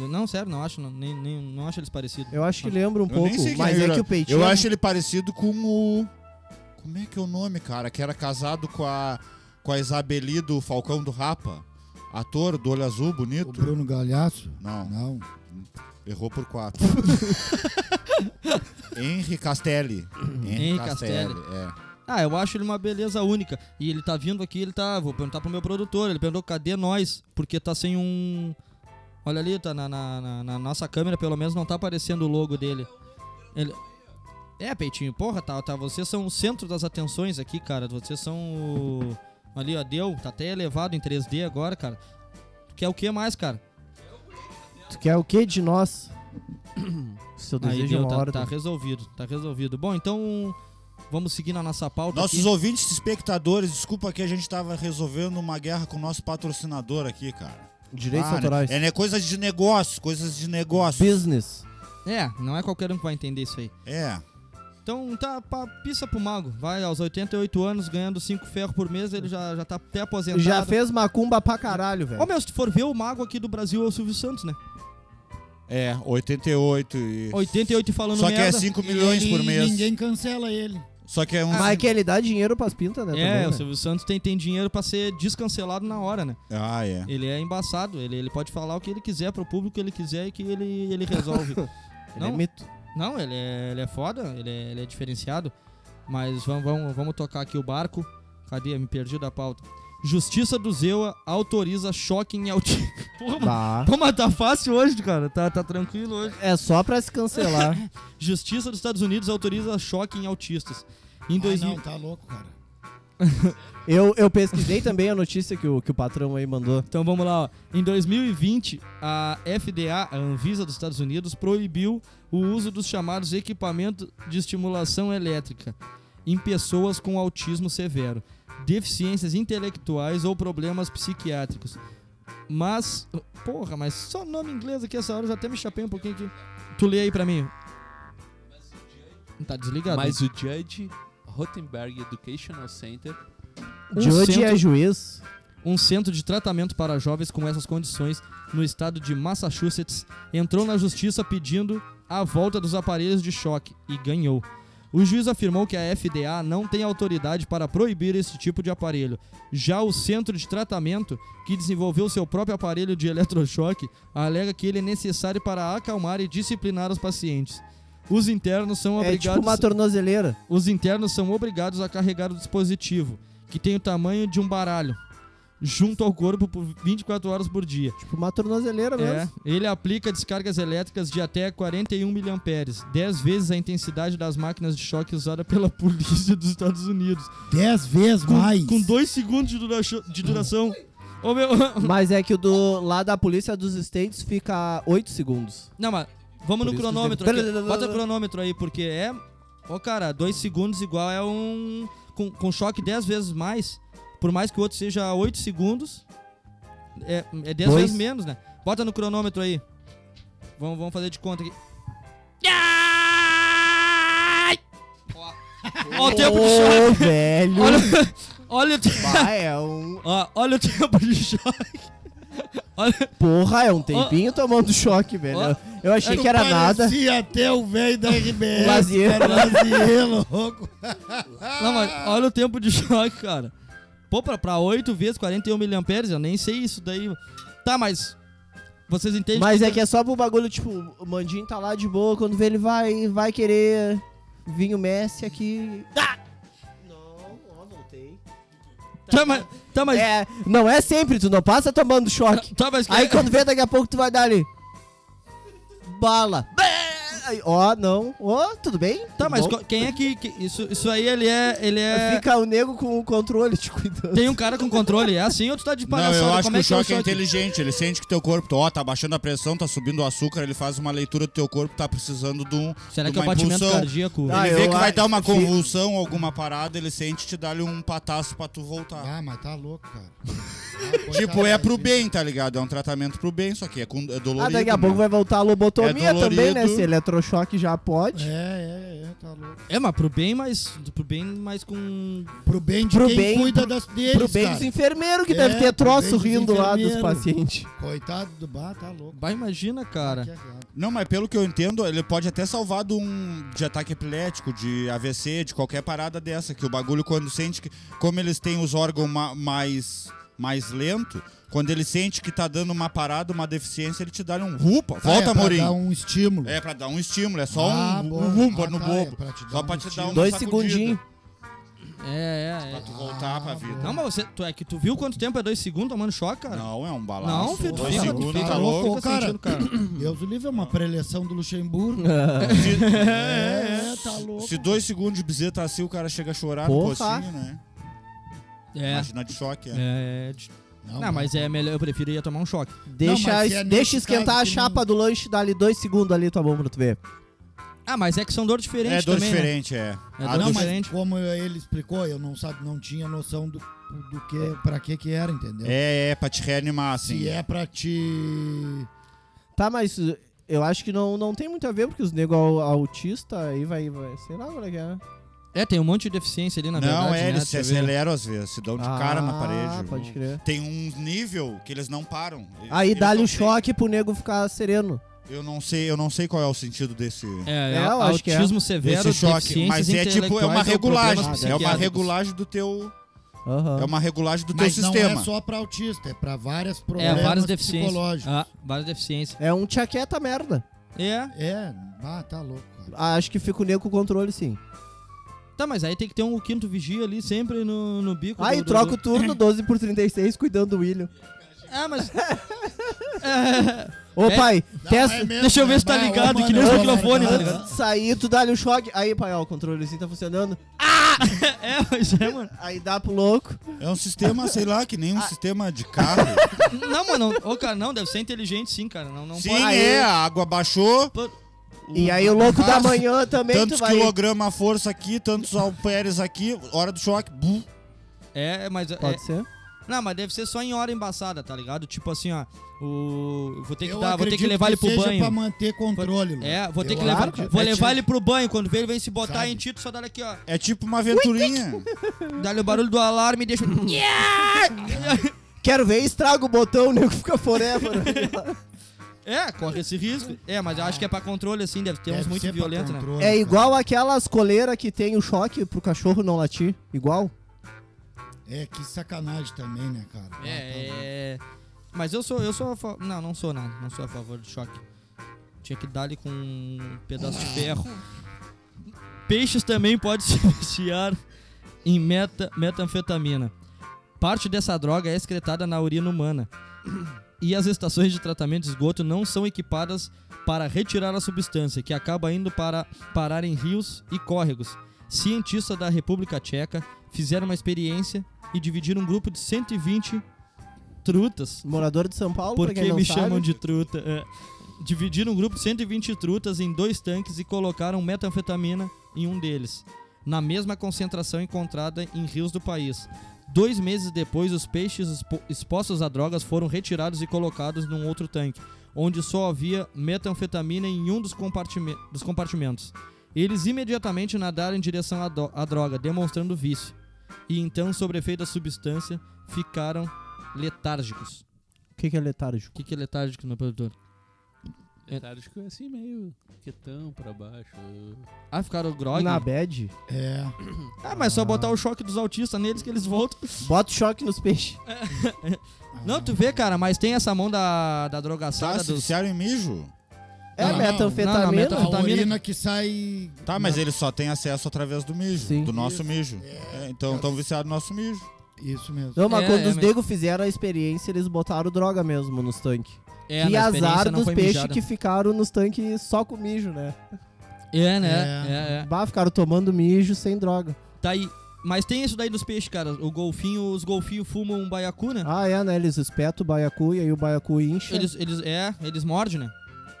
Eu- não, sério, não acho, não, nem, nem- não acho eles parecidos. Eu acho que lembra um Eu pouco, nem sei quem mas é era. que o peitinho... Eu acho ele parecido com o. Como é que é o nome, cara? Que era casado com a, com a Isabeli do Falcão do Rapa. Ator do olho azul, O bonito. Bruno Galhaço? Não, Não. errou por quatro. Henri Castelli. Henri Castelli. É. Ah, eu acho ele uma beleza única. E ele tá vindo aqui, ele tá. Vou perguntar pro meu produtor. Ele perguntou, cadê nós? Porque tá sem um. Olha ali, tá na, na- na- na nossa câmera, pelo menos não tá aparecendo o logo dele. Ele- É, Peitinho, porra, tá, tá. Vocês são o centro das atenções aqui, cara. Vocês são o. Ali, ó, deu. Tá até elevado em 3D agora, cara. Tu quer o que mais, cara? Tu quer o que de nós? Seu Aí desejo é deu, uma tá, ordem. tá resolvido, tá resolvido. Bom, então. Vamos seguir na nossa pauta. Nossos aqui. ouvintes, espectadores, desculpa que a gente tava resolvendo uma guerra com o nosso patrocinador aqui, cara. Direitos Ah, né? autorais. É, né? Coisas de negócio, coisas de negócio. Business. É, não é qualquer um que vai entender isso aí. É. Então tá, pá, pisa pro mago. Vai aos 88 anos ganhando 5 ferros por mês, ele já, já tá até aposentado. Já fez macumba pra caralho, velho. Ô meu, se tu for ver o mago aqui do Brasil é o Silvio Santos, né? É, 88 e. 88 e falando Só que é merda. 5 milhões E por mês. Ninguém cancela ele. Só que é um. Mas Ah, que ele dá dinheiro pras pintas, né? É, também, o né? Silvio Santos tem, tem dinheiro pra ser descancelado na hora, né? Ah, é. Ele é embaçado, ele, ele pode falar o que ele quiser pro público que ele quiser e que ele, ele resolve. Ele é Não. mito. Não, ele é, ele é foda, ele é, ele é diferenciado. Mas vamos, vamos, vamos tocar aqui o barco. Cadê? Me perdi da pauta. Justiça do Zewa autoriza choque em alti... Porra, Tá. Pô, mas tá fácil hoje, cara. Tá, tá tranquilo hoje. É só pra se cancelar. Justiça dos Estados Unidos autoriza choque em autistas. Em Ah, 2000. não, tá louco, cara. eu, eu pesquisei também a notícia que o, que o patrão aí mandou. Então vamos lá, ó. Em 2020, a FDA, a Anvisa dos Estados Unidos, proibiu o uso dos chamados equipamentos de estimulação elétrica em pessoas com autismo severo, deficiências intelectuais ou problemas psiquiátricos. Mas, porra, mas só nome inglês aqui essa hora, eu já até me chapei um pouquinho aqui. Tu lê aí pra mim. Tá desligado. Mas o Judge Rottenberg Educational Center Um Judge centro- é juiz. um centro de tratamento para jovens com essas condições no estado de Massachusetts, entrou na justiça pedindo a volta dos aparelhos de choque e ganhou. O juiz afirmou que a FDA não tem autoridade para proibir esse tipo de aparelho. Já o centro de tratamento, que desenvolveu seu próprio aparelho de eletrochoque, alega que ele é necessário para acalmar e disciplinar os pacientes. Os internos são É tipo obrigados uma tornozeleira. os internos são obrigados a carregar o dispositivo, que tem o tamanho de um baralho, junto ao corpo por 24 horas por dia. Tipo uma tornozeleira É, mesmo. ele aplica descargas elétricas de até 41 mA, 10 vezes a intensidade das máquinas de choque usada pela polícia dos Estados Unidos. Dez vezes Com, mais. com 2 segundos de, dura- de duração. Ô meu. Mas é que o do, lá da polícia dos States fica 8 segundos. Não, mas vamos no Por isso cronômetro. tem- aqui. Bota o cronômetro aí, porque é. Ó, cara, 2 segundos igual é um. Com, com choque 10 vezes mais. Por mais que o outro seja 8 segundos, é, é 10 Dois. vezes menos, né? Bota no cronômetro aí. Vamos, vamos fazer de conta aqui. Ai! Ó, ó o tempo de choque. Ô, velho. Olha, olha, o te- Bah, é um... ó, olha o tempo de choque. Olha, Porra, é um tempinho tomando choque, velho. Ó. Eu achei que era nada. Parecia até o velho da RBS. Lazier. né? cara, Lazier, louco. Não, mas olha o tempo de choque, cara. Pô, pra, pra 8 vezes 41 miliamperes, eu nem sei isso daí. Tá, mas. Vocês entendem? Mas é que é só pro bagulho, tipo, o Mandinho tá lá de boa, quando vê ele vai, vai querer vir o Messi aqui. Ah! Não, ó, voltei. Tá, mas. Tá, mas. É, não é sempre, tu não passa tomando choque. Tá, mas. Aí quando vê, daqui a pouco tu vai dar ali. Bala. Aí, Ó, não. Ó, tudo bem? Tá, Tudo mas bom? co- quem é que. que- isso, isso aí, ele é. Ele é. Fica o nego com o controle te cuidando. Tem um cara com controle. É assim ou tu tá de Não, palhaçada? eu acho Como que é o choque é é inteligente. Ele sente que teu corpo, ó, tá baixando a pressão, tá subindo o açúcar, ele faz uma leitura do teu corpo, tá precisando de um. Será de que é o uma batimento impulsão. cardíaco? Ah, ele vê eu que vai acho dar uma que- convulsão, alguma parada, ele sente te dá-lhe um pataço pra tu voltar. Ah, mas tá Ah, né? louco, cara. Tipo, é pro bem, tá ligado? É um tratamento pro bem, só que é, com, é dolorido. Ah, daqui a né? pouco vai voltar a lobotomia É também, né? dolorido. Se eletrochoque já pode. É, é, é, tá louco. É, mas pro bem, mas. Pro bem, mas com. Pro bem de Pro quem bem- cuida das, deles, Pro bem cara. dos enfermeiros, que É, deve ter pro troço bem dos rindo lá dos enfermeiros. pacientes. Coitado do bar, tá louco. Tá, é Bah, imagina, cara. Que agado. Não, mas pelo que eu entendo, ele pode até salvar de um de ataque epilético, de AVC, de qualquer parada dessa. Que o bagulho, quando sente que. Como eles têm os órgãos ma- mais, mais lento, quando ele sente que tá dando uma parada, uma deficiência, ele te dá um rupa. Volta, Ah, é pra Morim. dar um estímulo. É, pra dar um estímulo, é só Ah, um, boa. um rumba Ah, no tá, bobo. é pra te dar só um pra te dar estímulo. uma Dois sacudida, segundinhos. É, é, Pra é. tu voltar pra vida. Não, mas você. Tu, é que tu viu quanto tempo é dois segundos tomando choque, cara? Não, é um balaço. Não, filho, Dois fica- segundos, fica- tá fica louco? Ô, cara. sentindo, cara. um- Deus o livre, é Ah. uma preleção do Luxemburgo. É, tá louco. Se dois segundos de biseta assim, o cara chega a chorar no Porra. pocinho, né? É. Imagina de choque, é. É, de- Não, não, mano. mas é melhor, eu prefiro ir tomar um choque. Deixa, mas se é deixa nesse esquentar caso a que chapa do lanche, dá ali dois segundos ali, tá bom pra tu ver. Ah, mas é que são dores É diferentes dor também, né? diferente, é. É Ah, dor não, Não, mas- diferente. mas como ele explicou, eu não sabe, não tinha noção do, do que, pra que que era, entendeu? É, é, pra te reanimar, assim. Se é pra te... Tá, mas uh, eu acho que não, não tem muito a ver, porque os nego au- autista aí vai, vai. Sei lá qual é que é. É, tem um monte de deficiência ali na não, verdade, é, né? eles se Deixa eu ver. aceleram às vezes, se dão de cara na parede. Ah, Pode crer. Tem um nível que eles não param. Aí Eles dá-lhe não o sei- choque pro nego ficar sereno. Eu não sei, eu não sei qual é o sentido desse. É, É, é eu acho que é. autismo severo, Esse choque, mas é tipo, é uma regulagem, é uma regulagem do teu, Aham. é uma regulagem do teu Mas não sistema. é só pra autista, é pra vários É, problemas várias deficiências. psicológicos. Ah, várias deficiências. É um tchaqueta merda. É. É, ah, tá louco. cara. Acho que fica o nego com o controle, sim. Tá, mas aí tem que ter um quinto vigia ali sempre no, no bico. Aí do- do- troca do- o turno 12 por 36 cuidando do William. Ah, mas. É, Ô É. pai, Não, testa. é mesmo, Deixa eu ver né? se tá Bah, ligado, ô, que nem mano, os ô, microfones, mano, tá ligado? Antes de sair, tu dá-lhe o choque. Aí, pai, ó, o controlezinho tá funcionando. é, mas é, mano. Aí dá pro louco. É um sistema, sei lá, que nem um sistema de carro. Não, mano. Ô, cara, não, deve ser inteligente sim, cara. Não, não Sim, pode. é, a água baixou. Pô, E aí o louco da Nossa, manhã também tu Tantos vai. quilogramas a força aqui, tantos alperes aqui, hora do choque, bum. É, mas. é- Pode ser? Não, mas deve ser só em hora embaçada, tá ligado? Tipo assim, ó. O... Vou ter que Eu dar, vou ter que acredito levar ele pro seja banho. pra manter controle. Lu. É, vou ter Eu que levar. acredito. Vou É levar tipo- ele pro banho. Quando vem, ele vem se botar Sabe. em ti, tu só dá aqui, ó. É tipo uma aventurinha. Dá-lhe o barulho do alarme e deixa. Quero ver, estraga o botão, o nego fica forever. é, corre esse risco. É, mas eu acho que é pra controle, assim, deve ter uns Deve muito ser pra violentos, né? controle, é cara. igual aquelas coleiras que tem o choque pro cachorro não latir. Igual? É, que sacanagem também, né, cara? É, é. Mas eu sou, eu sou a favor. Não, não sou nada. Não sou a favor de choque. Tinha que dar-lhe com um pedaço de ferro. Peixes também pode se viciar em meta, metanfetamina. Parte dessa droga é excretada na urina humana. E as estações de tratamento de esgoto não são equipadas para retirar a substância, que acaba indo para parar em rios e córregos. Cientistas da República Tcheca fizeram uma experiência e dividiram um grupo de 120 trutas Morador de São Paulo, pra porque quem não me sabe. chamam de truta. É. Dividiram um grupo de 120 trutas em dois tanques e colocaram metanfetamina em um deles, na mesma concentração encontrada em rios do país. Dois meses depois, os peixes expo- expostos a drogas foram retirados e colocados num outro tanque, onde só havia metanfetamina em um dos, compartime- dos compartimentos. Eles imediatamente nadaram em direção à, do- à droga, demonstrando vício. E então, sobre efeito da substância, ficaram letárgicos. O que, que é letarjo? O que, que é letárgico, meu produtor? Metálico é assim, meio quietão pra baixo. Ah, ficaram grog? Na bad? É, Ah, mas só botar o choque dos autistas neles que eles voltam. Bota o choque nos peixes. Ah. Não, tu vê, cara, mas tem essa mão da, da Tá, drogaçada se dos... viciaram em mijo. É Não, não. Não, não, metanfetamina? a metanfetamina- urina que sai... Tá, mas eles só têm acesso através do mijo, Sim. do nosso mijo. É, então estão viciados no nosso mijo. Isso mesmo. Não, mas É, quando é os mesmo. nego fizeram a experiência, eles botaram droga mesmo nos tanques. É, e na experiência azar não dos foi peixes mijada. que ficaram nos tanques só com mijo, né? É, né? É. É, é. Bah, ficaram tomando mijo sem droga. Tá aí. Mas tem isso daí dos peixes, cara. O golfinho, os golfinhos fumam um baiacu, né? Ah, é, né? Eles espetam o baiacu e aí o baiacu incha. Eles, eles, é, eles mordem, né?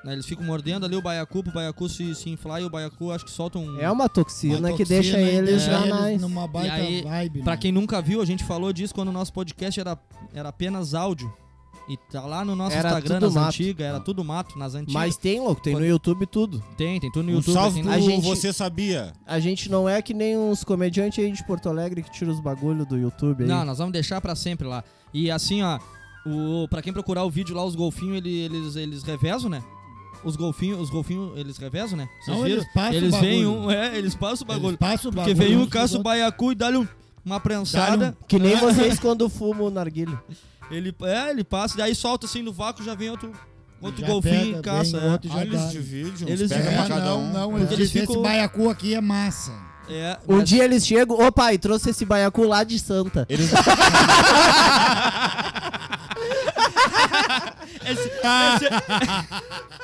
né? Eles ficam mordendo ali o baiacu, pro baiacu se, se inflar e o baiacu acho que solta um. É uma toxina, Uma que deixa toxina e eles é. deixa na nós. eles numa baita aí, vibe. Pra né? quem nunca viu, a gente falou disso quando o nosso podcast era, era apenas áudio. E tá lá no nosso Era Instagram tudo nas mato. antigas, era tudo mato, nas antigas. Mas tem, louco, tem no YouTube tudo. Tem, tem tudo no Um YouTube. salve tem- pro A gente- Você Sabia. A gente não é que nem uns comediantes aí de Porto Alegre que tira os bagulho do YouTube aí. Não, nós vamos deixar pra sempre lá. E assim, ó, o para quem procurar o vídeo lá os golfinhos, ele- eles eles revezam, né? Os golfinhos, os golfinhos, eles revezam, né? Vocês Não, viram? eles passam o Eles vêm bagulho. um, é, eles passam o bagulho. Eles passam o Porque bagulho. vem um um caça o pro baiacu e dá-lhe um- uma prensada. É. Que nem vocês quando fumam o narguilho. Ele é, ele passa, daí solta assim no vácuo, já vem outro outro Já golfinho pega, e caça. vem é. outro. Tu já Olha, eles dá. dividem, Eles eles pegam dividem. pra É, cada não, um. não, Porque eles eles dizem, ficam- esse baiacu aqui é massa. É, Um mas- dia eles chegam, ô pai, trouxe esse baiacu lá de Santa. Eles... esse-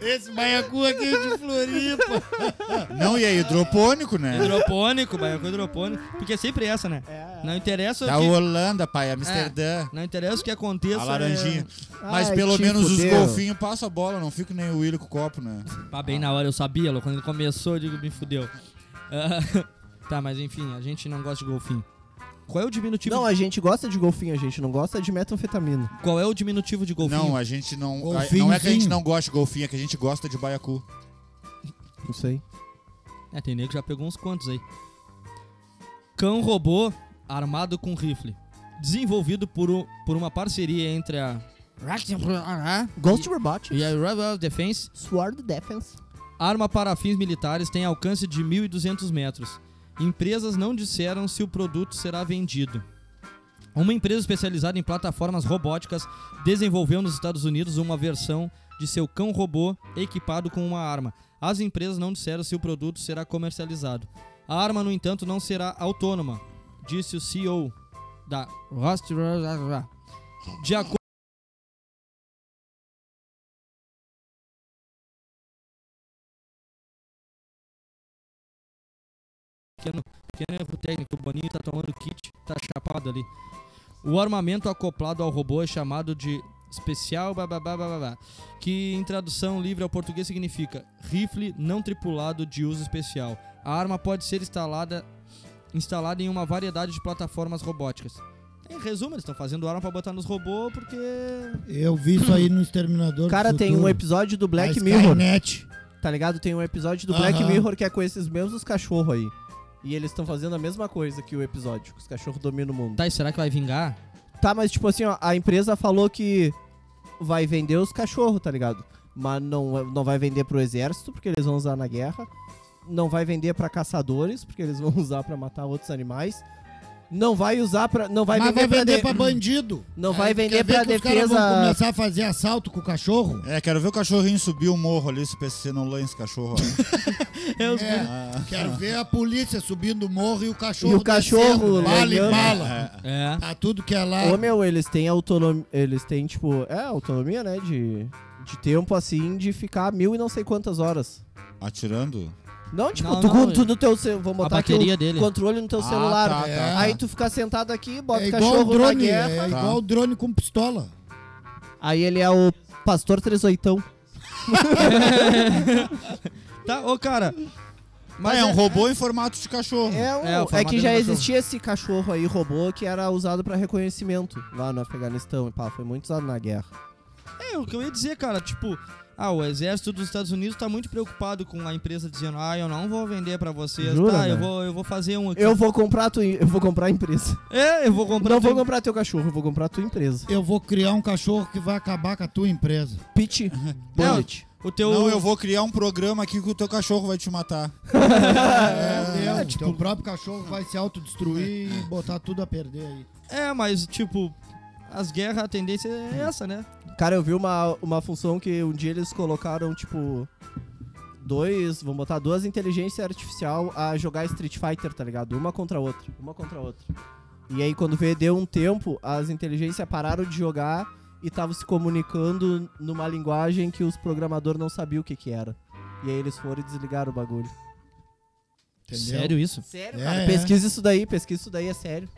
Esse baiacu aqui é de Floripa. Não, e é hidropônico, né? hidropônico, baiacu hidropônico, porque é sempre essa, né? Não interessa Da o que, Holanda, pai, Amsterdã. não interessa o que aconteça. A é- laranjinha. Mas Ai, pelo te menos os fudeu. golfinhos passam a bola, não fica nem o Willi com o copo, né? é, Pá, bem na hora eu sabia, louco. Quando ele começou, eu digo, me fudeu. Ah, tá, mas enfim, a gente não gosta de golfinho. Qual é o diminutivo? Não, a gente gosta de golfinho, a gente não gosta de metanfetamina. Qual é o diminutivo de golfinho? Não, é. a gente não. a- não é que a gente Golfinhozinho. não gosta de golfinho, é que a gente gosta de baiacu. Não sei. É, tem nego que já pegou uns quantos aí. Cão robô armado com rifle. Desenvolvido por, um- por uma parceria entre a. ah, é? Ghost Robot, E a Rival Defense, Sword Defense. arma para fins militares tem alcance de 1.200 metros. Empresas não disseram se o produto será vendido. Uma empresa especializada em plataformas robóticas desenvolveu nos Estados Unidos uma versão de seu cão robô equipado com uma arma. As empresas não disseram se o produto será comercializado. A arma, no entanto, não será autônoma, disse o CEO da Rost. De acordo pequeno erro técnico, né, o Boninho tá tomando kit, tá chapado ali. O armamento acoplado ao robô é chamado de especial bababá, bababá, que em tradução livre ao português significa rifle não tripulado de uso especial. A arma pode ser instalada instalada em uma variedade de plataformas robóticas. Em resumo, eles estão fazendo arma pra botar nos robôs porque Eu vi isso aí no Exterminador Cara, do tem Futuro, né? um episódio do na Black Mirror, Skynet. tá ligado? Tem um episódio do Black Aham. Mirror que é com esses mesmos cachorros aí. E eles estão fazendo a mesma coisa que o episódio, que os cachorros dominam o mundo. tá, e será que vai vingar? Tá, mas tipo assim, ó, a empresa falou que vai vender os cachorros, tá ligado? Mas não, não vai vender pro exército, porque eles vão usar na guerra. Não vai vender pra caçadores, porque eles vão usar pra matar outros animais. Não vai usar pra. Não vai Mas vender, vai vender pra, pra de- bandido. Não Aí vai tu vender quer ver pra que os caras vão defesa. começar a fazer assalto com o cachorro? É, quero ver o cachorrinho subir o morro ali, se o PCC não lança o cachorro. ó. É, Quero ver a polícia subindo o morro e o cachorro E o cachorro descendo, bala e lenhando. bala. É. Tá tudo que é lá. Ô meu, eles têm autonomia. Eles têm, tipo. É, autonomia, né? De, de tempo assim, de ficar mil e não sei quantas horas. Atirando? Não, tipo, Não, tu, não, tu no teu. ce- Vou botar aqui bateria o dele. controle no teu Ah, celular. tá, tá. Aí tu fica sentado aqui, bota É o igual o cachorro na drone, guerra. é igual o drone com pistola. Aí ele é o pastor 38. Tá, ô cara. Mas é, um robô em formato de cachorro. É, um, É, o é, formato que dele já é um existia esse cachorro aí, robô, que era usado pra reconhecimento lá no Afeganistão. E pá, foi muito usado na guerra. É, o que eu ia dizer, cara, tipo, ah, o exército dos Estados Unidos tá muito preocupado com a empresa dizendo, ah, eu não vou vender pra vocês, Jura, tá? né? Eu vou, eu vou fazer um aqui. Eu vou comprar tu, eu vou comprar a empresa. É, eu vou comprar. Não vou tudo. comprar teu cachorro, eu vou comprar tua empresa. Eu vou criar um cachorro que vai acabar com a tua empresa. Pit Bullet. O teu. Não, eu vou criar um programa aqui que o teu cachorro vai te matar. É, meu, tipo- teu próprio cachorro vai se autodestruir e botar tudo a perder aí. É, mas, tipo, as guerras, a tendência é essa, né? Cara, eu vi uma, uma função que um dia eles colocaram, tipo. Dois, vão botar duas inteligências artificial a jogar Street Fighter, tá ligado? Uma contra a outra. Uma contra a outra. E aí, quando vê, deu um tempo, as inteligências pararam de jogar e estavam se comunicando numa linguagem que os programadores não sabiam o que que era. E aí eles foram e desligaram o bagulho. Entendeu? Sério isso? Sério, É, cara? é. Pesquisa isso daí, pesquisa isso daí, é sério.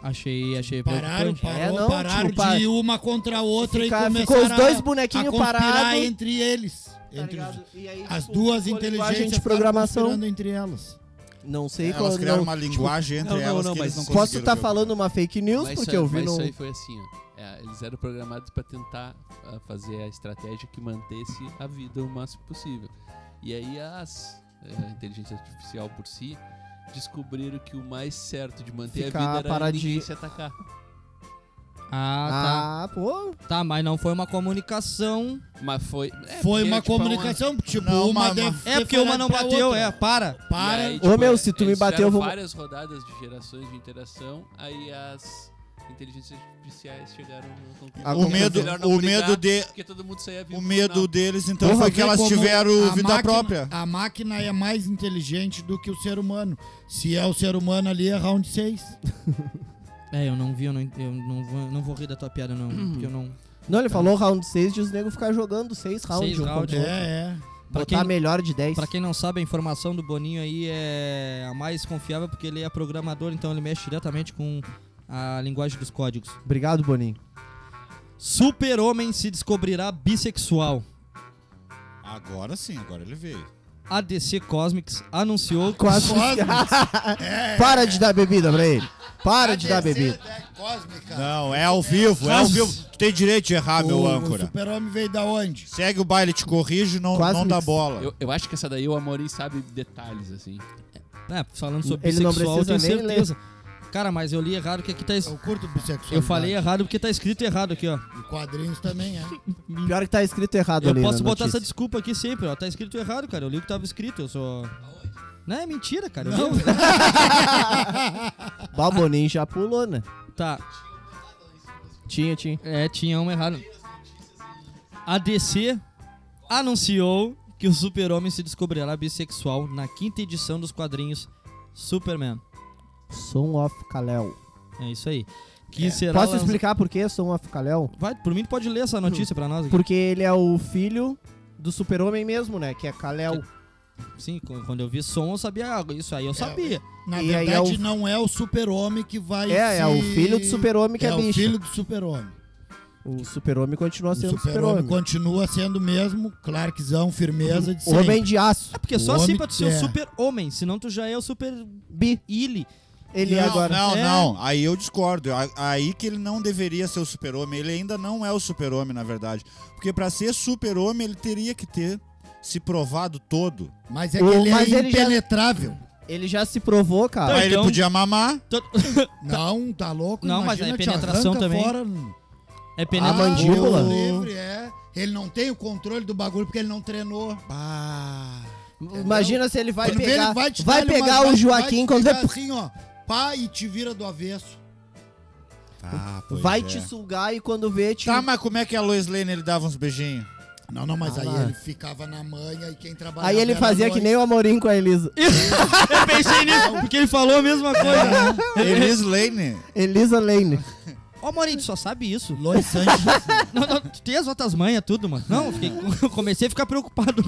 Achei, achei Pararam, preocupante. parou, É, não, pararam tipo, pa- de ir uma contra a outra Fica- e começaram ficou os dois a- bonequinhos a conspirar parados. Tá entre eles. entre os- as tipo, duas inteligências de ficaram programação. conspirando entre elas. Não sei Elas qual criaram não, uma tipo, linguagem entre não, não, elas não, que eles não mas Posso conseguiram estar ver. falando uma fake news Mas porque isso- é, eu vi mas no isso aí foi assim, ó. É, eles eram programados pra tentar ah, fazer a estratégia que mantesse a vida o máximo possível. E aí as eh, inteligência artificial por si descobriram que o mais certo de manter Ficar a vida era paradinho. ninguém se atacar. Ah, Ah, pô, tá. Tá, mas não foi uma comunicação. Mas foi. é, Foi porque, uma tipo, comunicação, tipo, Não, uma, uma- deve É ter porque uma falado não pra bateu, outra. é, para. Para. E aí, Ô, meu, se tu me tipo, eles bater, fizeram eu vou- várias rodadas de gerações de interação, aí as inteligências artificiais chegaram no conclusão. O Agora, medo, melhor não o brigar, medo, de, Porque todo mundo saía vivo o no medo final. deles, então, Porra, foi que vê elas como tiveram a vida máquina- própria. A máquina é mais inteligente do que o ser humano. Se é o ser humano ali, é round 6. É, eu não vi, eu não, eu não, vou, não vou rir da tua piada, não. Uhum. Porque eu não. Não, ele falou round 6 de os negros ficar jogando 6 rounds. Seis um rounds. contra É, o outro. é. Pra Botar quem- melhor de 10. Pra quem não sabe, a informação do Boninho aí é a mais confiável porque ele é programador, então ele mexe diretamente com a linguagem dos códigos. Obrigado, Boninho. Super-homem se descobrirá bissexual. Agora sim, agora ele veio. A DC Cosmics anunciou que Quase. Para de dar bebida pra ele. Para de dar bebida. Cósmica. Não, é ao vivo, é ao vivo. Tu tem direito de errar, É meu o o âncora. super-homem veio da onde? Segue o baile, te corrige, não, Quase não me- dá bola. Eu, eu acho que essa daí o Amorim sabe detalhes, assim. É, falando sobre Ele não bissexual, eu precisa tenho nem ler. certeza. Cara, mas eu li errado que aqui tá. es- Eu curto bissexual. Eu falei errado porque tá escrito errado aqui, ó. E quadrinhos também, é. Pior que tá escrito errado Eu ali. posso na botar essa notícia. desculpa aqui sempre, ó. Tá escrito errado, cara. Eu li o que tava escrito, eu só. Não, é mentira, cara. Eu li- Bah, o Boninho já pulou, né? Tá. Tinha, tinha. É, tinha uma errada. A DC anunciou que o super-homem se descobrirá bissexual na quinta edição dos quadrinhos Superman. Son of Kalel. É isso aí. Que É. será Posso lança- explicar por que Son of Kalel? Vai, por mim tu pode ler essa notícia pra nós aqui. Porque ele é o filho do super-homem mesmo, né? Que é Kalel. Sim, qu- quando eu vi som eu sabia ah, isso É, aí, eu sabia. Na E aí é verdade, o- não é o super-homem que vai É, é o se- filho do super-homem que é, É o bicho. filho do super-homem. O super-homem continua O sendo super-homem super-homem. continua sendo mesmo Clarkzão, firmeza de sempre. Homem de aço. É porque O só assim homem pra tu ser o é. super-homem, senão tu já é o super-ili. Bi. Ele é não, agora. não, É. não. Aí eu discordo. A- Aí que ele não deveria ser o super-homem. Ele ainda não é o super-homem, na verdade. Porque pra ser super-homem, ele teria que ter se provado todo. Mas é O- que ele mas é ele já- Tá. impenetrável. Ele já se provou, cara. Aí então- ele podia mamar. Não, tá louco? Não, mas Imagina, aí te penetração arranca também. Fora. É Ah, penetrante. mandíbula? Deus livre, é. Ele não tem o controle do bagulho porque ele não treinou. Ah. Imagina se ele vai Quando vê, pegar, ele vai te dar ali pegar uma- o vai- Joaquim vai te quando pegar é- assim, ó. Pá, e te vira do avesso. Ah, pois vai é. te sugar e quando vê te Tá, mas como é que a Lois Lane ele dava uns beijinhos? Não, não, mas Ah, aí lá. ele ficava na manha e quem trabalhava. Aí ele era fazia que nós. nem o Amorim com a Elisa. Eu pensei nisso, porque ele falou a mesma coisa. Elis Lane. Elisa Lane. Ó, Morinho, tu só sabe isso. Lois Sanches. Não, não, tu tem as outras manhas, tudo, mano. Não, eu fiquei- eu comecei a ficar preocupado.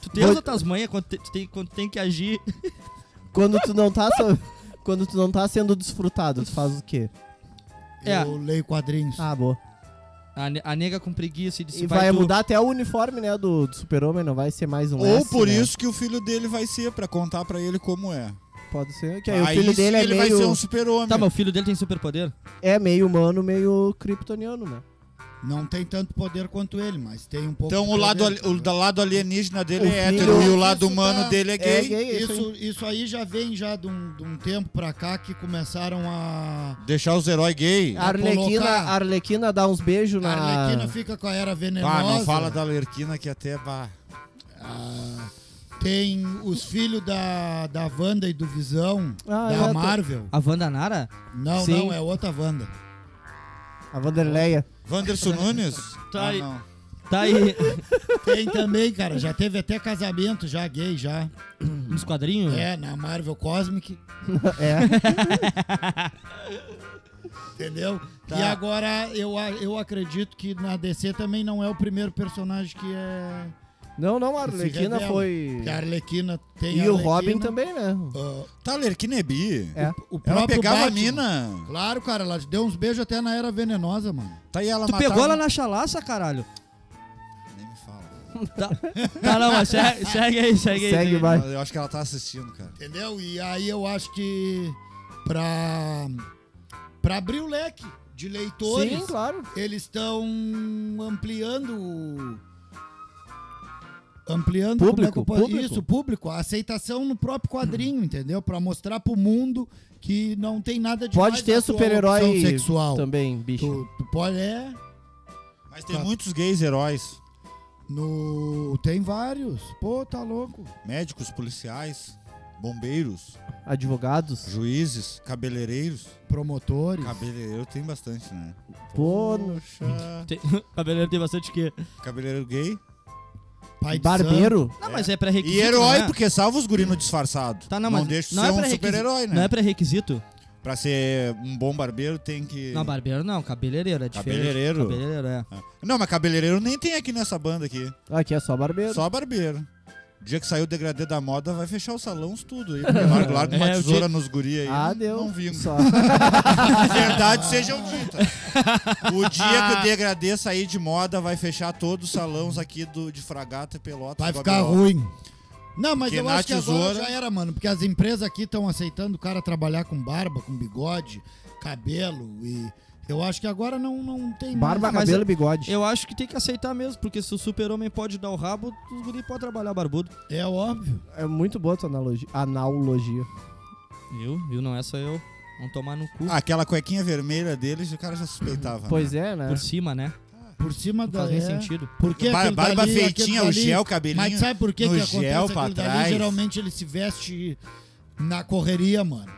Tu tem as Vou- outras manhas quando te- tu tem, quando tem que agir. Quando tu não tá so- quando tu não tá sendo desfrutado, tu faz o quê? É. Eu leio quadrinhos. Ah, boa. A, ne- a nega com preguiça e disse: E vai tu- mudar até o uniforme, né, do, do Super-Homem, não vai ser mais um Ou S, por né? isso que o filho dele vai ser, pra contar pra ele como é. Pode ser que aí, o Aí filho sim dele é ele vai ser meio um super-homem. Tá, mas o filho dele tem superpoder? é meio humano, meio kryptoniano, né? Não tem tanto poder quanto ele, mas tem um pouco. Então de o lado, poder. ali- o da- lado alienígena dele O é filho- hétero e o lado Isso humano tá- dele é É gay. gay, é isso. aí. Isso, isso aí já vem já de um, de um tempo pra cá que começaram a. Deixar os heróis gay. A Arlequina, colocar- a Arlequina dá uns beijos A na Arlequina fica com a era venenosa. Ah, não fala da Lerquina que até. é Bah. Ah, tem os filhos da, da Wanda e do Visão, Ah, é, da tô- Marvel. A Wanda Nara? Não, Sim. não, é outra Wanda. a Vanderleia. Wanderson Nunes? Tá ah, aí. não. Tá aí Tem também, cara, já teve até casamento já gay já. nos quadrinhos? É, na Marvel Cosmic, É. entendeu? Tá. E agora eu, a- eu acredito que na DC também não é o primeiro personagem que é Não, não, a se Arlequina revela. foi. Porque a Arlequina tem E a o Robin Arlequina, também, né? ah, Tá, Lerquina é bi. É. o Ela próprio pegava Batman. a mina. Claro, cara, ela deu uns beijos até na Era Venenosa, mano. Tá aí ela Tu matava- pegou ela na chalaça, caralho. Nem me fala. Tá, tá não, mas segue, segue aí, segue aí. Segue, vai. Eu acho que ela tá assistindo, cara. Entendeu? E aí eu acho que pra, pra abrir o leque de leitores, Sim, claro. eles estão ampliando o- ampliando como é que eu Público, posso- público. Uhum. isso público a aceitação no próprio quadrinho entendeu Pra mostrar pro mundo que não tem nada de Pode ter super-herói sexual Também, bicho. tu, tu pode é Mas tem Tá. muitos gays heróis. no tem vários pô tá louco Médicos, policiais, bombeiros, Advogados. juízes, cabeleireiros. promotores Cabeleireiro tem bastante, né? Pô, Poxa, Tem, cabeleiro tem bastante que. Cabeleireiro gay. pai de santo. barbeiro. Não, mas é pré-requisito. E herói, não é? porque salva os gurinos disfarçados. Tá, não, não mas deixa de não é ser um pré-requisito. super-herói, né? Não é pré-requisito? Pra ser um bom barbeiro tem que. Não, barbeiro não, cabeleireiro é diferente. Cabeleireiro. Cabeleireiro, é. Não, mas cabeleireiro nem tem aqui nessa banda aqui. Aqui é só barbeiro. Só barbeiro. O dia que sair o degradê da moda, vai fechar os salões tudo aí. Porque larga, larga uma É, o tesoura nos guri aí. Ah, não- deu. Não vingo. Só. A verdade seja dita. O dia Ah. que o degradê sair de moda, vai fechar todos os salões aqui do, de Fragata e Pelota. Vai ficar ruim. Não, mas Porque eu na acho que agora tesoura- já era, mano. Porque as empresas aqui estão aceitando o cara trabalhar com barba, com bigode, cabelo e... Eu acho que agora não, não tem Barba, Mas cabelo e bigode. Eu acho que tem que aceitar mesmo, porque se o super-homem pode dar o rabo, os guri podem trabalhar barbudo. mais. É óbvio. É muito boa a tua analogia. analogia. Viu? Viu? Não é só eu. Vão tomar no cu. Aquela cuequinha vermelha deles, o cara já suspeitava. Pois é, né? Por cima, né? Por cima Não da... faz nem é. sentido. Por que Bar aquele barba dali, feitinha, o aquele dali? gel, cabelinho. Mas sabe por que, no que acontece gel pra aquele dali? trás. Geralmente ele se veste na correria, mano.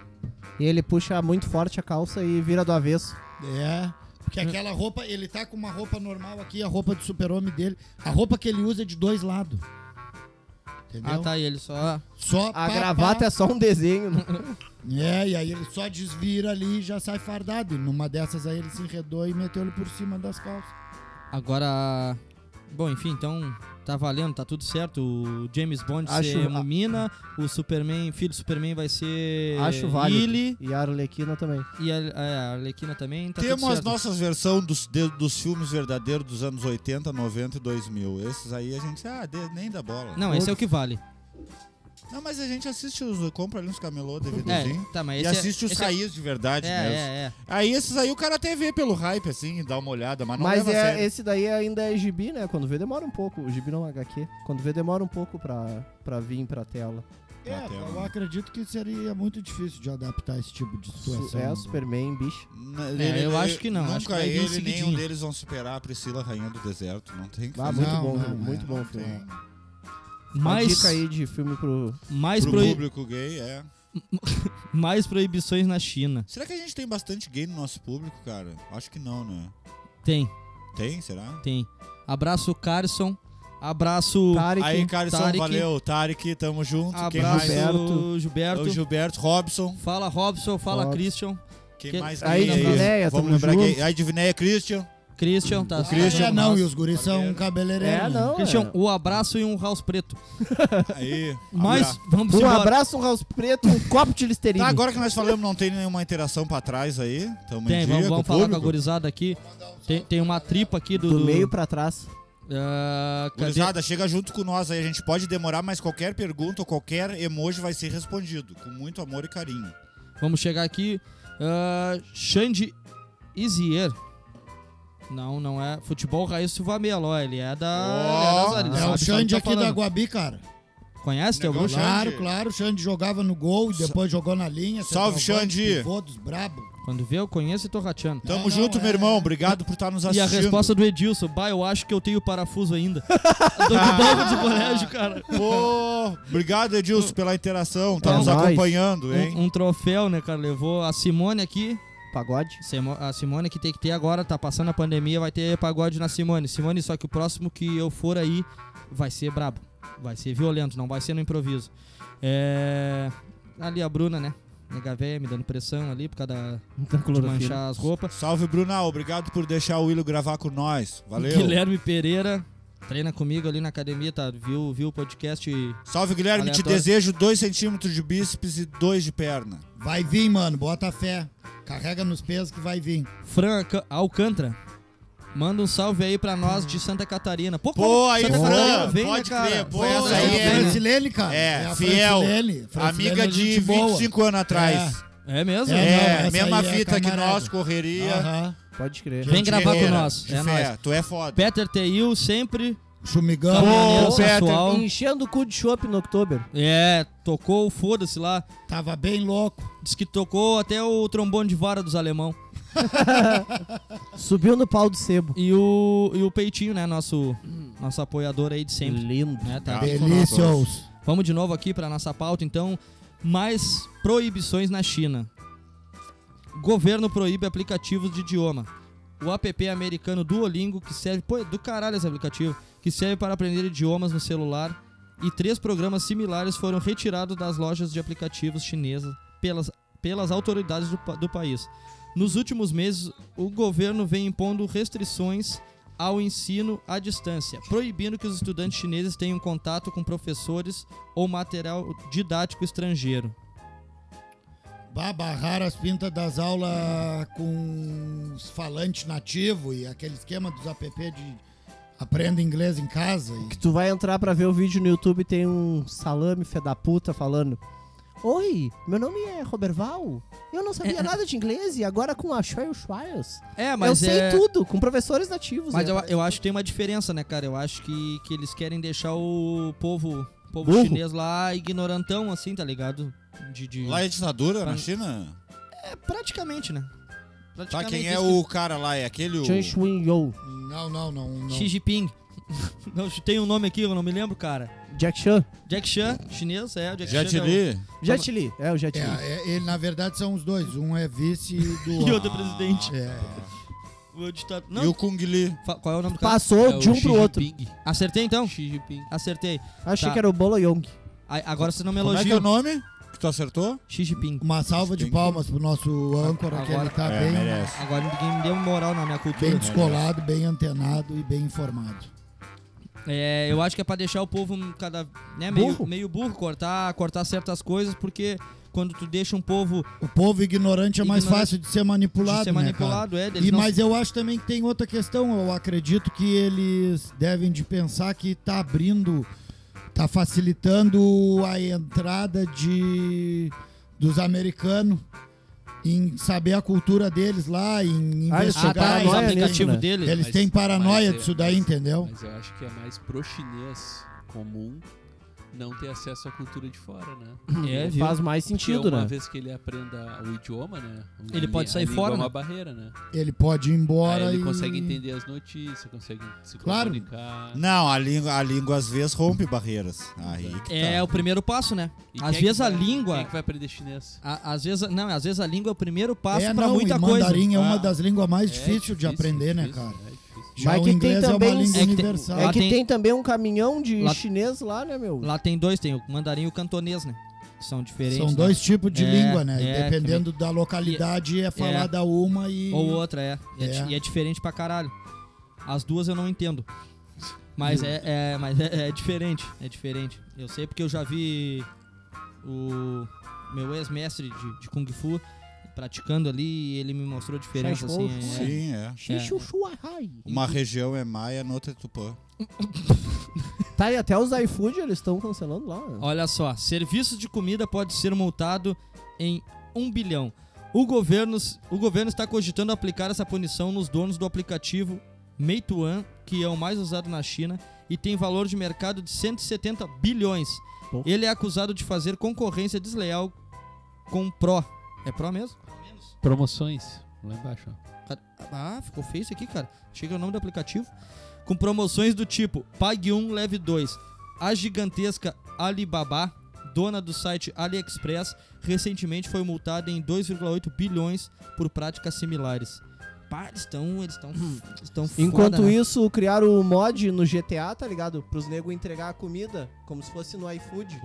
E ele puxa muito forte a calça e vira do avesso. É... Porque aquela roupa, ele tá com uma roupa normal aqui, a roupa do super-homem dele. A roupa que ele usa é de dois lados. Entendeu? Ah, tá, e ele só. Só A pá, gravata é só um desenho. né? É, e aí ele só desvira ali e já sai fardado. E numa dessas aí ele se enredou e meteu ele por cima das calças. Agora. Bom, enfim, então tá valendo, tá tudo certo. O James Bond Acho- ser uma mina, o Superman, filho do Superman vai ser. Acho válido. Lily, E a Arlequina também. e a, é, a Arlequina também. Tá tudo Temos as certo. nossas versões dos, de- dos filmes verdadeiros dos anos 80, 90 e 2000. Esses aí a gente ah, de- nem dá bola. Não, esse é o que vale. Não, mas a gente assiste os. Compra ali uns camelô, DVDzinho. É, tá, mas E esse é- assiste os esse é- caídos de verdade É, mesmo. é, é. Aí esses aí o cara até vê pelo hype, assim, e dá uma olhada, mas não Mas leva a é, sério. esse daí ainda é gibi, né? Quando vê demora um pouco. O gibi não é HQ. Quando vê demora um pouco pra, pra vir pra tela. É, Até um- eu uma- acredito que seria muito difícil de adaptar esse tipo de Su situação. é Superman, bicho. N- É, eu acho que não, Nunca acho que vai vir ele nem seguidinho. um deles vão superar a Priscila Rainha do Deserto. Não tem o que Ah, fazer. muito Não, bom, não, filme, é, muito bom não o filme. tem. Uma Mais, dica aí de filme pro. mais, Pro proib- público gay, é. mais proibições na China. Será que a gente tem bastante gay no nosso público, cara? Acho que não, né? Tem, Tem, será? tem. Abraço, Carson. Abraço. Tarek. Aí, Carlson, Tarek. valeu. Tarek, tamo junto. Quem mais? Abraço, Gilberto. Gilberto. O Gilberto, Robson. Fala, Robson. Fala, Robson. Christian. Quem Que- mais? Aí, gay aí? Divinéia, Vamos tamo lembrar junto. gay. Aí, Divinéia, Christian. Christian, tá certo. Christian, é não, e Nossa. os guris são cabeleireiros. né? É, não. Christian, é. o abraço e um house preto. Aí. Mas abraço. vamos Um embora. abraço, um house preto, um copo de listerine. Tá, agora que nós falamos, não tem nenhuma interação pra trás aí. Tamo em Tem, dia vamos, vamos com falar o com a público. gurizada aqui. Tem, tem uma tripa aqui do. Do meio pra trás. Ah, cadê? Gurizada, chega junto com nós aí. A gente pode demorar, mas qualquer pergunta ou qualquer emoji vai ser respondido. Com muito amor e carinho. Vamos chegar aqui. ah, Xande Izier. Não, não é. Futebol Raiz Silva Melo, ó, ele é da. Ó, ele é da- ele É sabe o do que Xande tá aqui falando. da Guabi, cara. Conhece? Tem algum Negão, Xande? Claro, Xande. claro. O Xande jogava no gol, depois jogou na linha. Salve, centroavante, Xande. pivô dos brabo. Quando vê, eu conheço e tô rateando. Tamo não, junto, é- meu irmão. Obrigado por estar nos E a assistindo. resposta do Edilson, bah, eu acho que eu tenho parafuso ainda. do do banco de colégio, cara. Pô, obrigado, Edilson, pela interação. Tá É nos nóis. acompanhando, hein? Um, um troféu, né, cara? Levou a Simone aqui. Pagode. Simo- A Simone que tem que ter agora, tá passando a pandemia, vai ter pagode na Simone. Simone, só que o próximo que eu for aí vai ser brabo. Vai ser violento, não vai ser no improviso. É. Ali a Bruna, né? Nega véia me dando pressão ali por causa da- Então, de manchar as roupas. Salve, Brunal. Obrigado por deixar o Willo gravar com nós. Valeu. Guilherme Pereira. Treina comigo ali na academia, tá? Viu, viu o podcast. Salve, Guilherme. Te Aleatório. desejo 2 centímetros de bíceps e 2 de perna. Vai vir, mano. Bota fé. Carrega nos pesos que vai vir. Fran Alca- Alcântara. Manda um salve aí pra nós de Santa Catarina. Pô, Pô, como aí, Santa Fran. Catarina vem, pode né, cara? crer. Pô, Foi essa essa aí aí, é. né? Francilene, cara. É, Ah, a fiel. Francilene. Francilene Amiga é de gente boa. 25 anos atrás. É mesmo? É, É, não, essa mesma aí é fita que camarada. nós, correria. Aham. Pode crer. Vem Gente gravar com guerreira, nós. de É fé, nóis. Tu é foda. Peter Teil sempre. Chumigão. caminhoneiro Peter. sensual. Enchendo o cu de chopp no outubro. É, tocou, o foda-se lá. Tava bem louco. Diz que tocou até o trombone de vara dos alemão. Subiu no pau do sebo. E o, e o Peitinho, né? Nosso, nosso apoiador aí de sempre. Lindo. né, Ah, tá? Delicious. Vamos de novo aqui para nossa pauta, então. Mais proibições na China. Governo proíbe aplicativos de idioma. O app americano Duolingo, que serve. Pô, é do caralho esse aplicativo. Que serve para aprender idiomas no celular. E três programas similares foram retirados das lojas de aplicativos chinesas pelas, pelas autoridades do, pa- do país. Nos últimos meses, o governo vem impondo restrições ao ensino à distância, proibindo que os estudantes chineses tenham contato com professores ou material didático estrangeiro. Bah, barraram as pintas das aulas com os falantes nativos e aquele esquema dos app de aprenda inglês em casa. Que E... tu vai entrar pra ver o vídeo no YouTube tem um salame fé da puta falando. Oi, meu nome é Roberval. Eu não sabia nada de inglês e agora com a Shire Shires. É, Eu mas sei é... tudo, com professores nativos. Mas né, eu, cara? eu acho que tem uma diferença, né, cara? Eu acho que, que eles querem deixar o povo, povo Burro. chinês lá ignorantão, assim, tá ligado? De, de- Lá é ditadura na Ah. China? É, praticamente, né? Tá, Praticamente quem é isso o cara lá? É aquele. o- Chen Shui Yo, Não, não, não, que- não. Xi Jinping. não, tem um nome aqui, eu não me lembro, cara. Jack Chan. Jack Chan, chinês, é. o Jack Chan Jet é o- Li? Jet Li, é o Jet É, Li. é, ele, na verdade, são os dois. Um é vice do. E outro é presidente. É, O ditado- E Não, o Kung Li? fa- qual é o nome do cara? Passou É de o um pro outro. Xi Jinping. Acertei, então? Xi Jinping. Acertei. Achei Tá. que era o Bolo Yong. Aí, agora você não me Como é que é elogia. o nome que tu acertou? Xi Jinping. uma salva de palmas pro nosso âncora, que ele tá é, bem, merece. Agora ninguém me deu moral na minha cultura. bem descolado, bem antenado e bem informado. É, eu acho que é pra deixar o povo um cada, né, meio, Burro? meio burro, cortar, cortar certas coisas, porque quando tu deixa um povo O povo ignorante é mais Ignorante. fácil de ser manipulado. de ser né, cara? manipulado, é, eles E, não... mas eu acho também que tem outra questão. Eu acredito que eles devem de pensar que tá abrindo, tá facilitando a entrada de dos americanos em saber a cultura deles lá, em Ah, eles ah, investigar. tá, Chegar os e- aplicativos né? dele. eles Mas- é têm paranoia mas- disso daí, entendeu? Mas eu acho que é mais pro chinês comum não ter acesso à cultura de fora, né? É, viu? Faz mais Porque sentido, uma né? vez que ele aprenda o idioma, né? Ele A pode li- sair a língua fora, É uma né? barreira, né? Ele pode ir Aí embora Ah, ele e consegue entender as notícias, consegue se Claro. comunicar. Não, a língua, a língua às vezes rompe barreiras. Aí que tá. É o primeiro passo, né? E quem é Às que vezes a vai- Quem é língua... que vai aprender chinês? a- às vezes, não, às vezes a língua é o primeiro passo é, pra não, muita e coisa. mandarim é Ah. uma das línguas mais É difíceis de difícil, aprender, né, difícil, cara? é difícil. Já Mas o que tem inglês é uma também um- língua É que tem- universal. É Lá que tem- tem... também um caminhão de Lá- chinês lá, né, meu? Lá tem dois, tem o mandarim e o cantonês, né? Que são diferentes. São né? dois tipos de É, língua, né? E é, Dependendo da localidade, é falada uma e. Ou outra, é. E é, É. di- e é diferente pra caralho. As duas eu não entendo. Mas é, é- mas é, é diferente. É diferente. Eu sei porque eu já vi o meu ex-mestre de, de Kung Fu praticando ali e ele me mostrou a diferença, Faz gol. assim. é- né? é. Sim, é. Xixuxuahai. Uma região é maia, noutra é tupã. Tá, e até os iFood eles estão cancelando lá. né? Olha só, serviço de comida pode ser multado em um bilhão. O governo, o governo está cogitando aplicar essa punição nos donos do aplicativo Meituan, que é o mais usado na China e tem valor de mercado de 170 bilhões. Pô. Ele é acusado de fazer concorrência desleal com Pro. É Pro mesmo? Promoções. Lá embaixo, ó. Cara, Ah, ficou feio isso aqui, cara. Chega o nome do aplicativo. Com promoções do tipo Pague 1, Leve 2. A gigantesca Alibaba, dona do site AliExpress, recentemente foi multada em 2,8 bilhões por práticas similares. Pá, eles estão. Eles estão. estão Hum. Enquanto foda, né? isso, criaram o mod no GTA, tá ligado? Pros nego entregar a comida, como se fosse no iFood.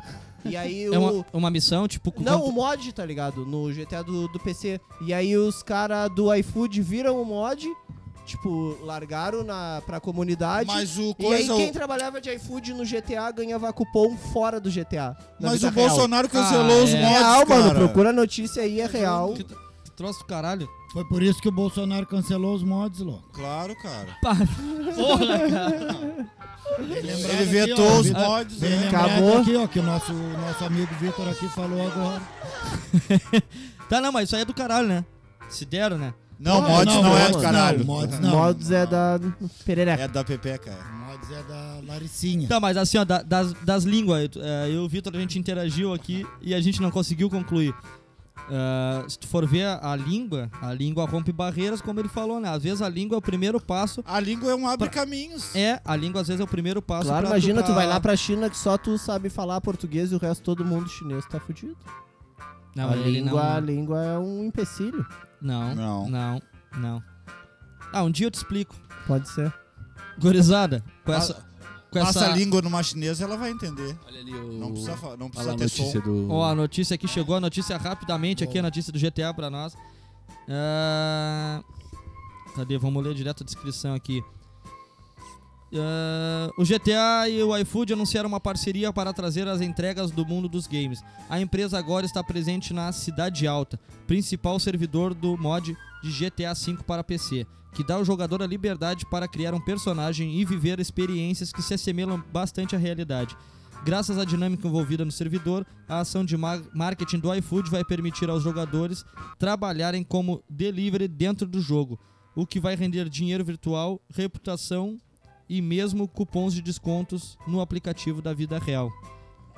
E aí o. É uma, uma missão, tipo. com Não, quanto- o mod, tá ligado? No GTA do, do PC. E aí os caras do iFood viram o mod Tipo, largaram na, pra comunidade. Mas o e aí coisa. quem trabalhava de iFood no GTA ganhava cupom fora do GTA. na Mas vida o real. Bolsonaro cancelou Ah, os é. mods, Real, cara. mano, procura a notícia aí, é real. Que, que troço do caralho. Foi por isso que o Bolsonaro cancelou os mods, louco. Claro, cara. Porra, cara. Ele vetou os mods. Bem né? lembrado Acabou. aqui, ó, que o nosso, o nosso amigo Vitor aqui falou agora. Tá, não, mas isso aí é do caralho, né? Se deram, né? Não, mods não, é do mods caralho. Não, mods não. Mods é da Perereca. É da Pepeca. é. Mods é da Laricinha. Tá, mas assim, ó, da- das, das línguas, eh, eu e o Vitor, a gente interagiu aqui e a gente não conseguiu concluir. Ah, se tu for ver a, a língua, a língua rompe barreiras, como ele falou, né? Às vezes a língua é o primeiro passo. A língua é um abre caminhos. É, a língua às vezes é o primeiro passo. Claro, pra tá imagina, tu vai lá pra China que só tu sabe falar português e o resto todo mundo chinês tá fudido. Não, a, ele língua, a não, língua é um empecilho. não, Não. não, não, não. Ah, um dia eu te explico. Pode ser. Gorizada, com Passa- essa... Com Passa essa a língua numa chinesa, ela vai entender. Olha ali o... Não precisa, fa- não Olha precisa lá a ter som. notícia do... Ó, a notícia aqui chegou, a notícia rapidamente aqui, a notícia do GTA pra nós. Ah, cadê? Vamos ler direto a descrição aqui. Ah, o GTA e o iFood anunciaram uma parceria para trazer as entregas do mundo dos games. A empresa agora está presente na Cidade Alta, principal servidor do mod de GTA V para PC, que dá ao jogador a liberdade para criar um personagem e viver experiências que se assemelham bastante à realidade. Graças à dinâmica envolvida no servidor, a ação de ma- marketing do iFood vai permitir aos jogadores trabalharem como delivery dentro do jogo, o que vai render dinheiro virtual, reputação e mesmo cupons de descontos no aplicativo da vida real.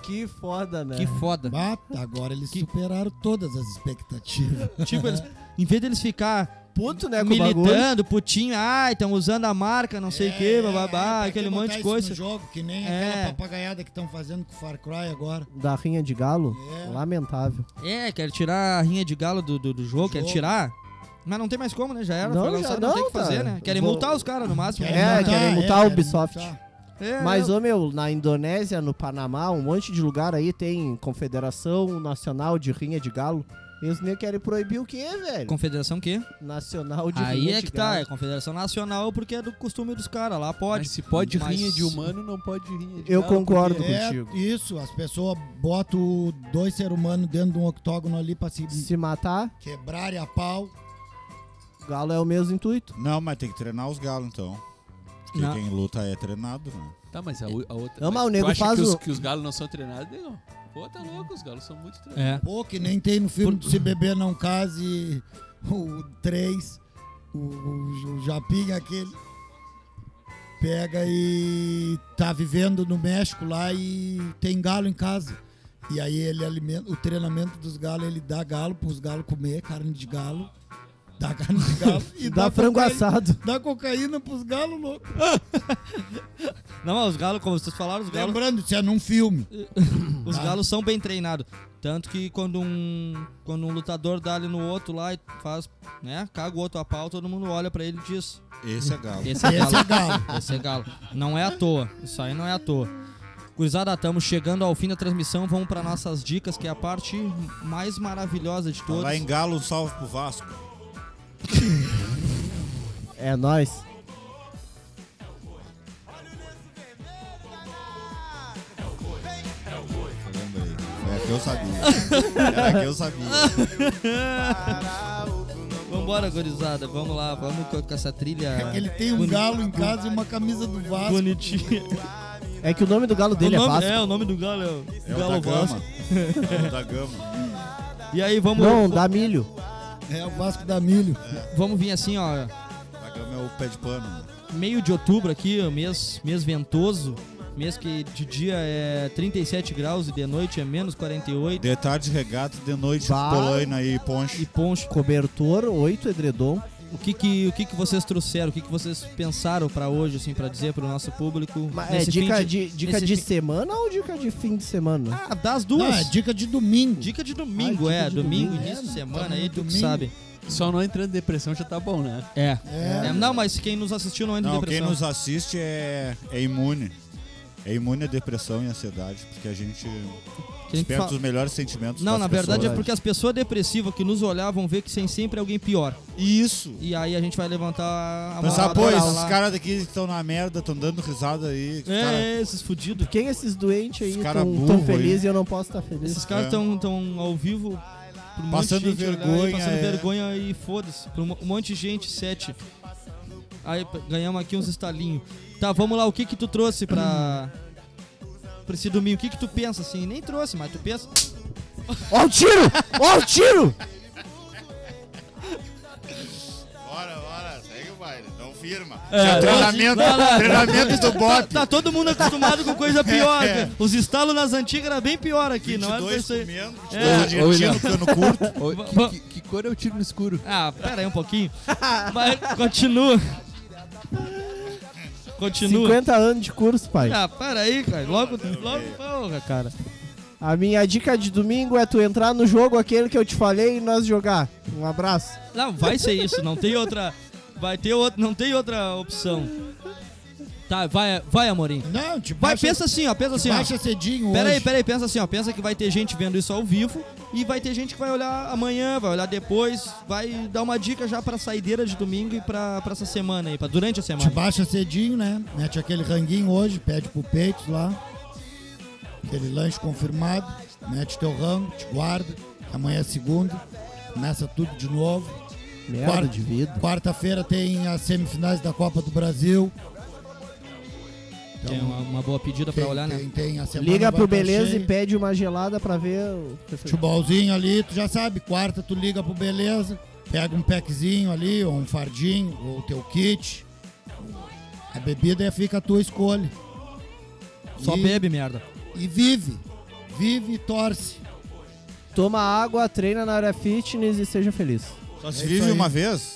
Que foda, né? Que foda. Bata, agora eles Que- superaram todas as expectativas. tipo, eles, em vez deles ficar Puto, né, com o bagulho. militando, putinho, ai, estão usando a marca, não sei o que, bababá, pra É, que aquele botar monte de isso coisa. No jogo, que nem É. aquela papagaiada que estão fazendo com o Far Cry agora. Da rinha de galo? É. Lamentável. É, quer tirar a rinha de galo do, do, do jogo, quer Jogo. tirar. Mas não tem mais como, né? Já era, Não, foi já lançado, não, tem não, o que fazer, cara. né? Querem Vou- multar os caras no máximo. né? É, querem multar o querem Ubisoft. multar. É, Mas, não. ô meu, na Indonésia, no Panamá, um monte de lugar aí tem Confederação Nacional de Rinha de Galo. E os nem querem proibir o quê, velho? Confederação o quê? Nacional de Aí Rinha é de que tá, é Galo. Confederação Nacional porque é do costume dos caras, lá Mas pode. se pode Mas- rinha de humano, não pode rinha de Eu galo, concordo porque- É, contigo. isso, as pessoas botam dois seres humanos dentro de um octógono ali pra se Se matar, quebrarem a pau. galo é o mesmo intuito. Não, mas tem que treinar os galos, então. Porque Não. quem luta é treinado, né? Tá, mas a, o- a outra... Não, mas o tu nego acha faz que os, o- que os galos não são treinados? Não. Pô, tá louco, os galos são muito treinados. É. Pô, que nem tem no filme do Se Beber Não Case o 3, o, o, o Japinha aquele. Pega e tá vivendo no México lá e tem galo em casa. E aí ele alimenta, o treinamento dos galos, ele dá galo pros galos comer, carne de galo. Dá carne de galo e Dá frango cocaína- assado. Dá cocaína pros galos, louco. Não, os galos, como vocês falaram, os galos, Lembrando, isso é num filme. os Tá. galos são bem treinados. Tanto que quando um, quando um lutador dá ali no outro lá e faz, né, caga o outro a pau, todo mundo olha pra ele e diz: Esse é galo. Esse é Esse é galo. galo. Esse é galo. Não é à toa. Isso aí não é à toa. Cruzada, estamos chegando ao fim da transmissão. Vamos pra nossas dicas, que é a parte mais maravilhosa de todas. Lá em galo, um salve pro Vasco. É nóis. Eu lembrei. É que eu sabia. Era que eu sabia. Vambora, gurizada. Vamos lá, vamos com com essa trilha. Ele tem um boni- galo em casa e uma camisa do Vasco. Bonitinha. É que o nome do galo dele o é nome, Vasco. é, o nome do galo é o É o da Galo Gama. Vasco. É o da Gama. E aí, vamos, Não, dá milho. É o Vasco da Milho. vamos vir assim, ó. Da Gama é o pé de pano. né? Meio de outubro aqui, ó, mês, mês ventoso. Mês que de dia é 37 graus e de noite é menos 48. De tarde, regata, de noite, Bah. polaina e ponche. E poncho. Cobertor, oito edredom. O que que, o que que vocês trouxeram? O que que vocês pensaram pra hoje, assim, pra dizer pro nosso público? Mas é nesse dica fim de, dica nesse de fim- semana ou dica de fim de semana? Ah, das Não, duas. é dica de domingo. Dica de domingo, Ah, dica é. de domingo, domingo, início é, de mano. semana Tamo aí, no tu que domingo. sabe. Só não entrando em depressão já tá bom, né? É. É. É, Não, mas quem nos assistiu não entra em Não, quem depressão. nos assiste é, é imune. É imune à depressão e ansiedade, porque a gente Que nem tu Desperta fala- os melhores sentimentos Não, das na verdade pessoas. é porque as pessoas depressivas que nos olhar vão ver que tem sempre é alguém pior. Isso. E aí a gente vai levantar a Pensar, moral pô, pra esses lá. caras daqui estão na merda, estão dando risada aí. que os É, cara- é, esses fudidos. Quem é esses doentes aí Os cara tão, burro tão aí. felizes e eu não posso estar feliz? Esses caras É. estão tão ao vivo. pra um monte de Passando gente olhar aí, vergonha, passando é. vergonha e foda-se. Pra um monte de gente, sete. Aí p- ganhamos aqui uns estalinhos. Tá, vamos lá, o que que tu trouxe pra. pra esse domingo? O que que tu pensa assim? Nem trouxe, mas tu pensa. Ó o tiro! Ó o tiro! Bora, bora, segue o baile, não firma. É, Já treinamento, não, não, não. treinamento do Tá, bote. tá todo mundo acostumado com coisa pior. cara. Os estalos nas antigas era bem pior aqui, não era 22 isso aí. comendo, É. 22 argentino, cano curto. Ô, que, que- que cor é o tiro no escuro? Ah, pera aí um pouquinho. Mas continua. Continua. 50 anos de curso, pai. Ah, para aí, cara. Logo, logo, porra, cara. A minha dica de domingo é tu entrar no jogo aquele que eu te falei e nós jogar. Um abraço. Não, vai ser isso, não tem outra. Vai ter outra, não tem outra opção. Tá, vai, vai, Amorim. Não, tipo, Vai, baixa, pensa assim, ó, pensa assim, ó. baixa cedinho Pera aí, hoje. pera aí, pensa assim, ó. Pensa que vai ter gente vendo isso ao vivo e vai ter gente que vai olhar amanhã, vai olhar depois, vai dar uma dica já pra saideira de domingo e pra, pra essa semana aí, pra durante a Te semana. baixa cedinho, né? Mete aquele ranguinho hoje, pede pro peito lá. Aquele lanche confirmado. Mete teu rango, te guarda. Amanhã é segunda. Começa tudo de novo. Merda Quarto. de vida. Quarta-feira tem as semifinais da Copa do Brasil. Que é uma, uma boa pedida pra Tem, olhar, né? tem, tem a semana Liga vai pro tá Beleza cheia. e pede uma gelada pra ver o... Futebolzinho ali, tu já sabe, quarta tu liga pro Beleza, pega um packzinho ali, ou um fardinho, ou o teu kit. A bebida é- fica a tua escolha. Só e, bebe, merda. E vive. Vive e torce. Toma água, treina na área fitness e seja feliz. Só se É isso vive aí. uma vez.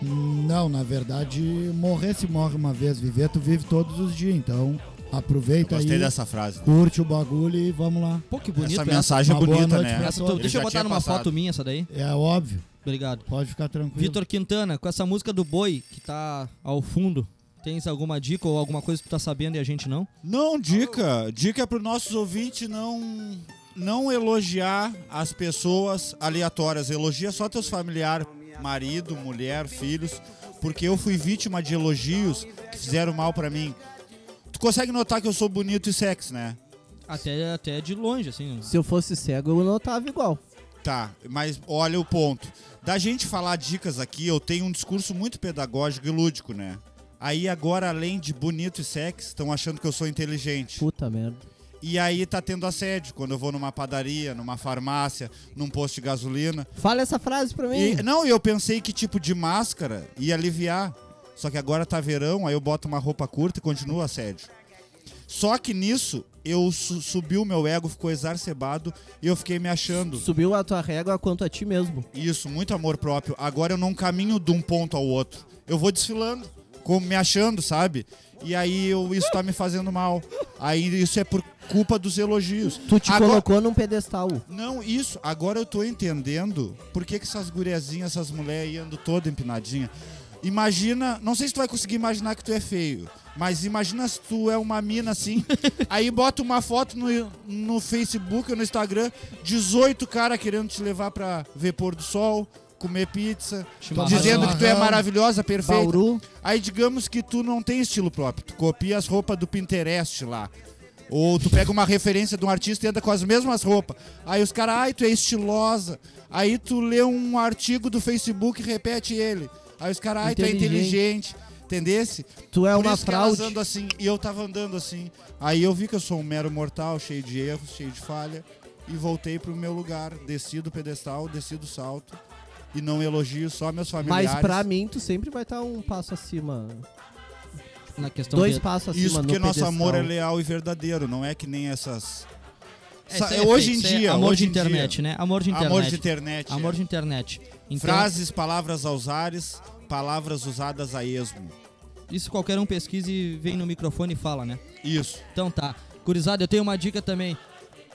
Hum, Não, na verdade, morrer se morre uma vez, viver tu vive todos os dias. Então, Eu aproveita aí, gostei dessa frase. curte o bagulho e vamos lá. Pô, que bonito essa essa. mensagem é Uma boa bonita, noite né? pra Essa tu- todos. deixa já eu botar tinha numa passado. foto minha essa daí. É óbvio, Obrigado. pode ficar tranquilo. Vitor Quintana, com essa música do Boi, que tá ao fundo, tens alguma dica ou alguma coisa que tu tá sabendo e a gente não? Não, dica. Dica é para nossos ouvintes não não elogiar as pessoas aleatórias. Elogia só teus familiares, marido, mulher, filhos, porque eu fui vítima de elogios que fizeram mal pra mim. Tu consegue notar que eu sou bonito e sexy, né? Até, até de longe, assim. Se eu fosse cego, eu notava igual. Tá, mas olha o ponto. Da gente falar dicas aqui, eu tenho um discurso muito pedagógico e lúdico, né? Aí agora, além de bonito e sexy, estão achando que eu sou inteligente. Puta merda. E aí tá tendo assédio quando eu vou numa padaria, numa farmácia, num posto de gasolina. Fala essa frase pra mim. E, não, eu pensei que tipo de máscara ia aliviar. Só que agora tá verão, aí eu boto uma roupa curta e continuo o assédio. Só que nisso, eu su subi o meu ego, ficou exacerbado e eu fiquei me achando. Subiu a tua régua quanto a ti mesmo. Isso, muito amor próprio. Agora eu não caminho de um ponto ao outro. Eu vou desfilando, como me achando, sabe? E aí eu, isso tá me fazendo mal. Aí isso é por culpa dos elogios. Tu te Agora- colocou num pedestal. Não, isso. Agora eu tô entendendo por que, que essas guriazinhas, essas mulheres aí andam toda empinadinha. Imagina, não sei se tu vai conseguir imaginar que tu é feio, mas imagina se tu é uma mina assim, aí bota uma foto no, no Facebook ou no Instagram, 18 cara querendo te levar pra ver pôr do sol, comer pizza, Chimarrão. dizendo que tu é maravilhosa, perfeita. Bauru. Aí digamos que tu não tem estilo próprio, tu copia as roupas do Pinterest lá. Ou tu pega uma referência de um artista e anda com as mesmas roupas. Aí os caras, ai, tu é estilosa. Aí tu lê um artigo do Facebook e repete ele. Aí os caras, ai, tu é inteligente. Entendesse? Tu é Por uma isso que elas fraude. andam assim. E eu tava andando assim. Aí eu vi que eu sou um mero mortal, cheio de erros, cheio de falha. E voltei pro meu lugar. Desci do pedestal, desci do salto. E não elogio só meus familiares. Mas pra mim, tu sempre vai estar um passo acima. Na questão Dois de- passos acima Isso porque assim, no nosso pedestal. amor é leal e verdadeiro, não é que nem essas. É, isso Sa- aí é hoje fake, em isso aí é dia. Amor hoje de em dia. internet, né? Amor de internet. Amor de internet. Amor é. de internet. Então, Frases, palavras aos ares, palavras usadas a esmo. isso qualquer um pesquisa e vem no microfone e fala, né? Isso. Então tá. Curizada, eu tenho uma dica também.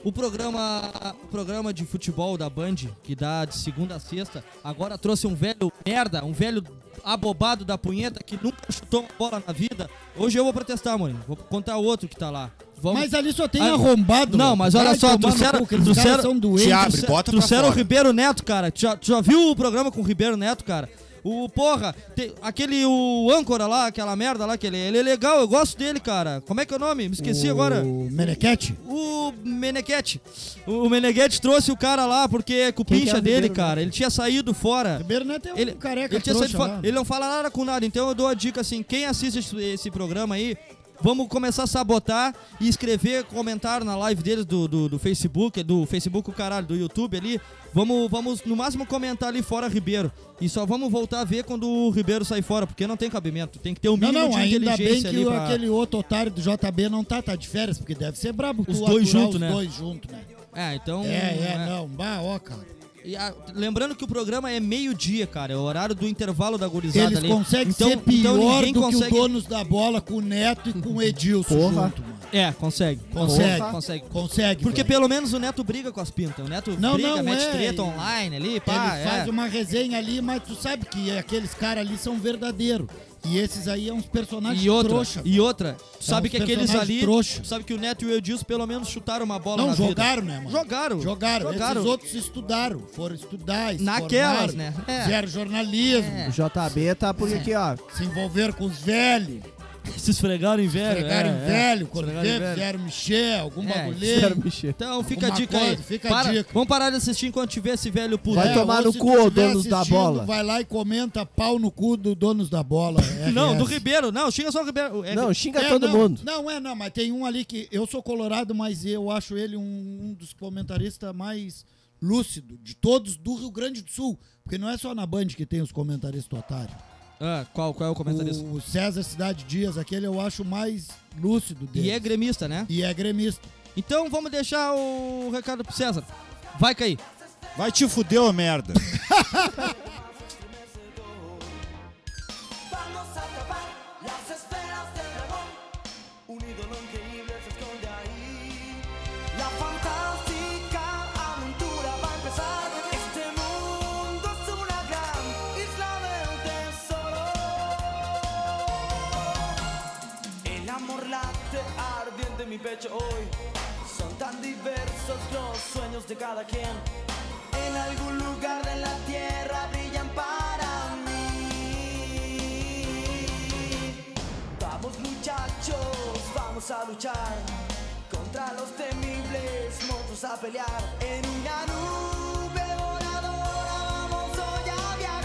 O programa, o programa de futebol da Band, que dá de segunda a sexta, agora trouxe um velho merda, um velho abobado da punheta que nunca chutou uma bola na vida. Hoje eu vou protestar, mano. Vou contar outro que tá lá. Vamos... Mas ali só tem Ah, arrombado. Não, meu. mas olha Vai só, tomar no trouxeram. cu, que eles caras Trouxeram. são doentes. trouxeram- abre, bota pra Trouxeram o fora. Ribeiro Neto, cara. Tu já, tu já viu o programa com o Ribeiro Neto, cara? O porra, te- aquele o âncora lá, aquela merda lá, que ele, ele é legal, eu gosto dele, cara. Como é que é o nome? Me esqueci agora. O Menequete? O Meneghete. O Meneghete trouxe o cara lá porque é que é cupincha o dele, Ribeiro cara. Ele tinha saído fora. Ribeiro Neto é um Ele- careca Ele, tinha trouxa saído fora. lá. né? Ele é não fala nada com nada, então eu dou a dica assim: quem assiste esse- esse programa aí, vamos começar a sabotar e escrever comentário na live deles do, do, do Facebook, do Facebook, o caralho, do YouTube ali. Vamos, vamos no máximo comentar ali fora Ribeiro. E só vamos voltar a ver quando o Ribeiro sai fora, porque não tem cabimento. Tem que ter o Não, um mínimo não, de ainda bem inteligência que ali. o- pra- aquele outro otário do JB não tá, tá de férias, porque deve ser brabo Os tu dois aturar junto, os né? dois juntos, né? É, então. É, é, né? não, bah, ó, cara. E a- lembrando que o programa é meio-dia, cara. É o horário do intervalo da gurizada Eles ali. conseguem então, ser pior então do ninguém que o donos da bola com o Neto e com o Edilson Porra. junto, mano. É, consegue. Consegue. Consegue. Consegue, Porque velho. pelo menos o Neto briga com as pintas. O Neto Não, briga, não, mete é, treta ele- online ali, pá. Eles fazem é. uma resenha ali, mas tu sabe que aqueles caras ali são verdadeiros. E esses aí é uns personagens E outra, trouxa. e outra, tu sabe uns que aqueles personagens ali, trouxa. tu sabe que o Neto e o Edilson pelo menos chutaram uma bola Não, na jogaram, vida. né, mano? Jogaram. Jogaram. Jogaram. Esses outros estudaram, foram estudar, se Naquelas, formaram, né? É. Fizeram jornalismo, É. O JB tá por aqui, ó. se envolveram com os velhos, Se esfregaram em velho. pegaram é, em é. velho, quando Esfregaram em vê, velho. fizeram Michel, algum É, bagulheiro. Então fica a Alguma dica aí. coisa, fica a Para- dica. Vamos parar de assistir enquanto tiver esse velho puto. Vai É, tomar ou no se cu, tu estiver donos da assistindo, bola. Vai lá e comenta pau no cu do donos da bola. Não, RS. do Ribeiro. Não, xinga só o Ribeiro. É, Não, xinga É, todo não, mundo. Não, é, não, mas tem um ali que eu sou colorado, mas eu acho ele um, um dos comentaristas mais lúcido de todos do Rio Grande do Sul. Porque não é só na Band que tem os comentaristas otários. Ah, qual, qual é o comentarista? O, o César Cidade Dias, aquele eu acho mais lúcido dele. E é gremista, né? gremista. Então vamos deixar o recado pro César. Vai cair. Vai te fuder, ô merda. Vamos a atrapar las esferas del dragón. Un ídolo increíble se esconde ahí. La fantástica aventura va a empezar. Este mundo es una gran isla del tesoro. El amor late ardiente en mi pecho hoy. Son tan diversos los sueños de cada quien. En algún lugar de la tierra brillan para mí. Vamos muchachos, vamos a luchar contra los temibles monstruos a pelear.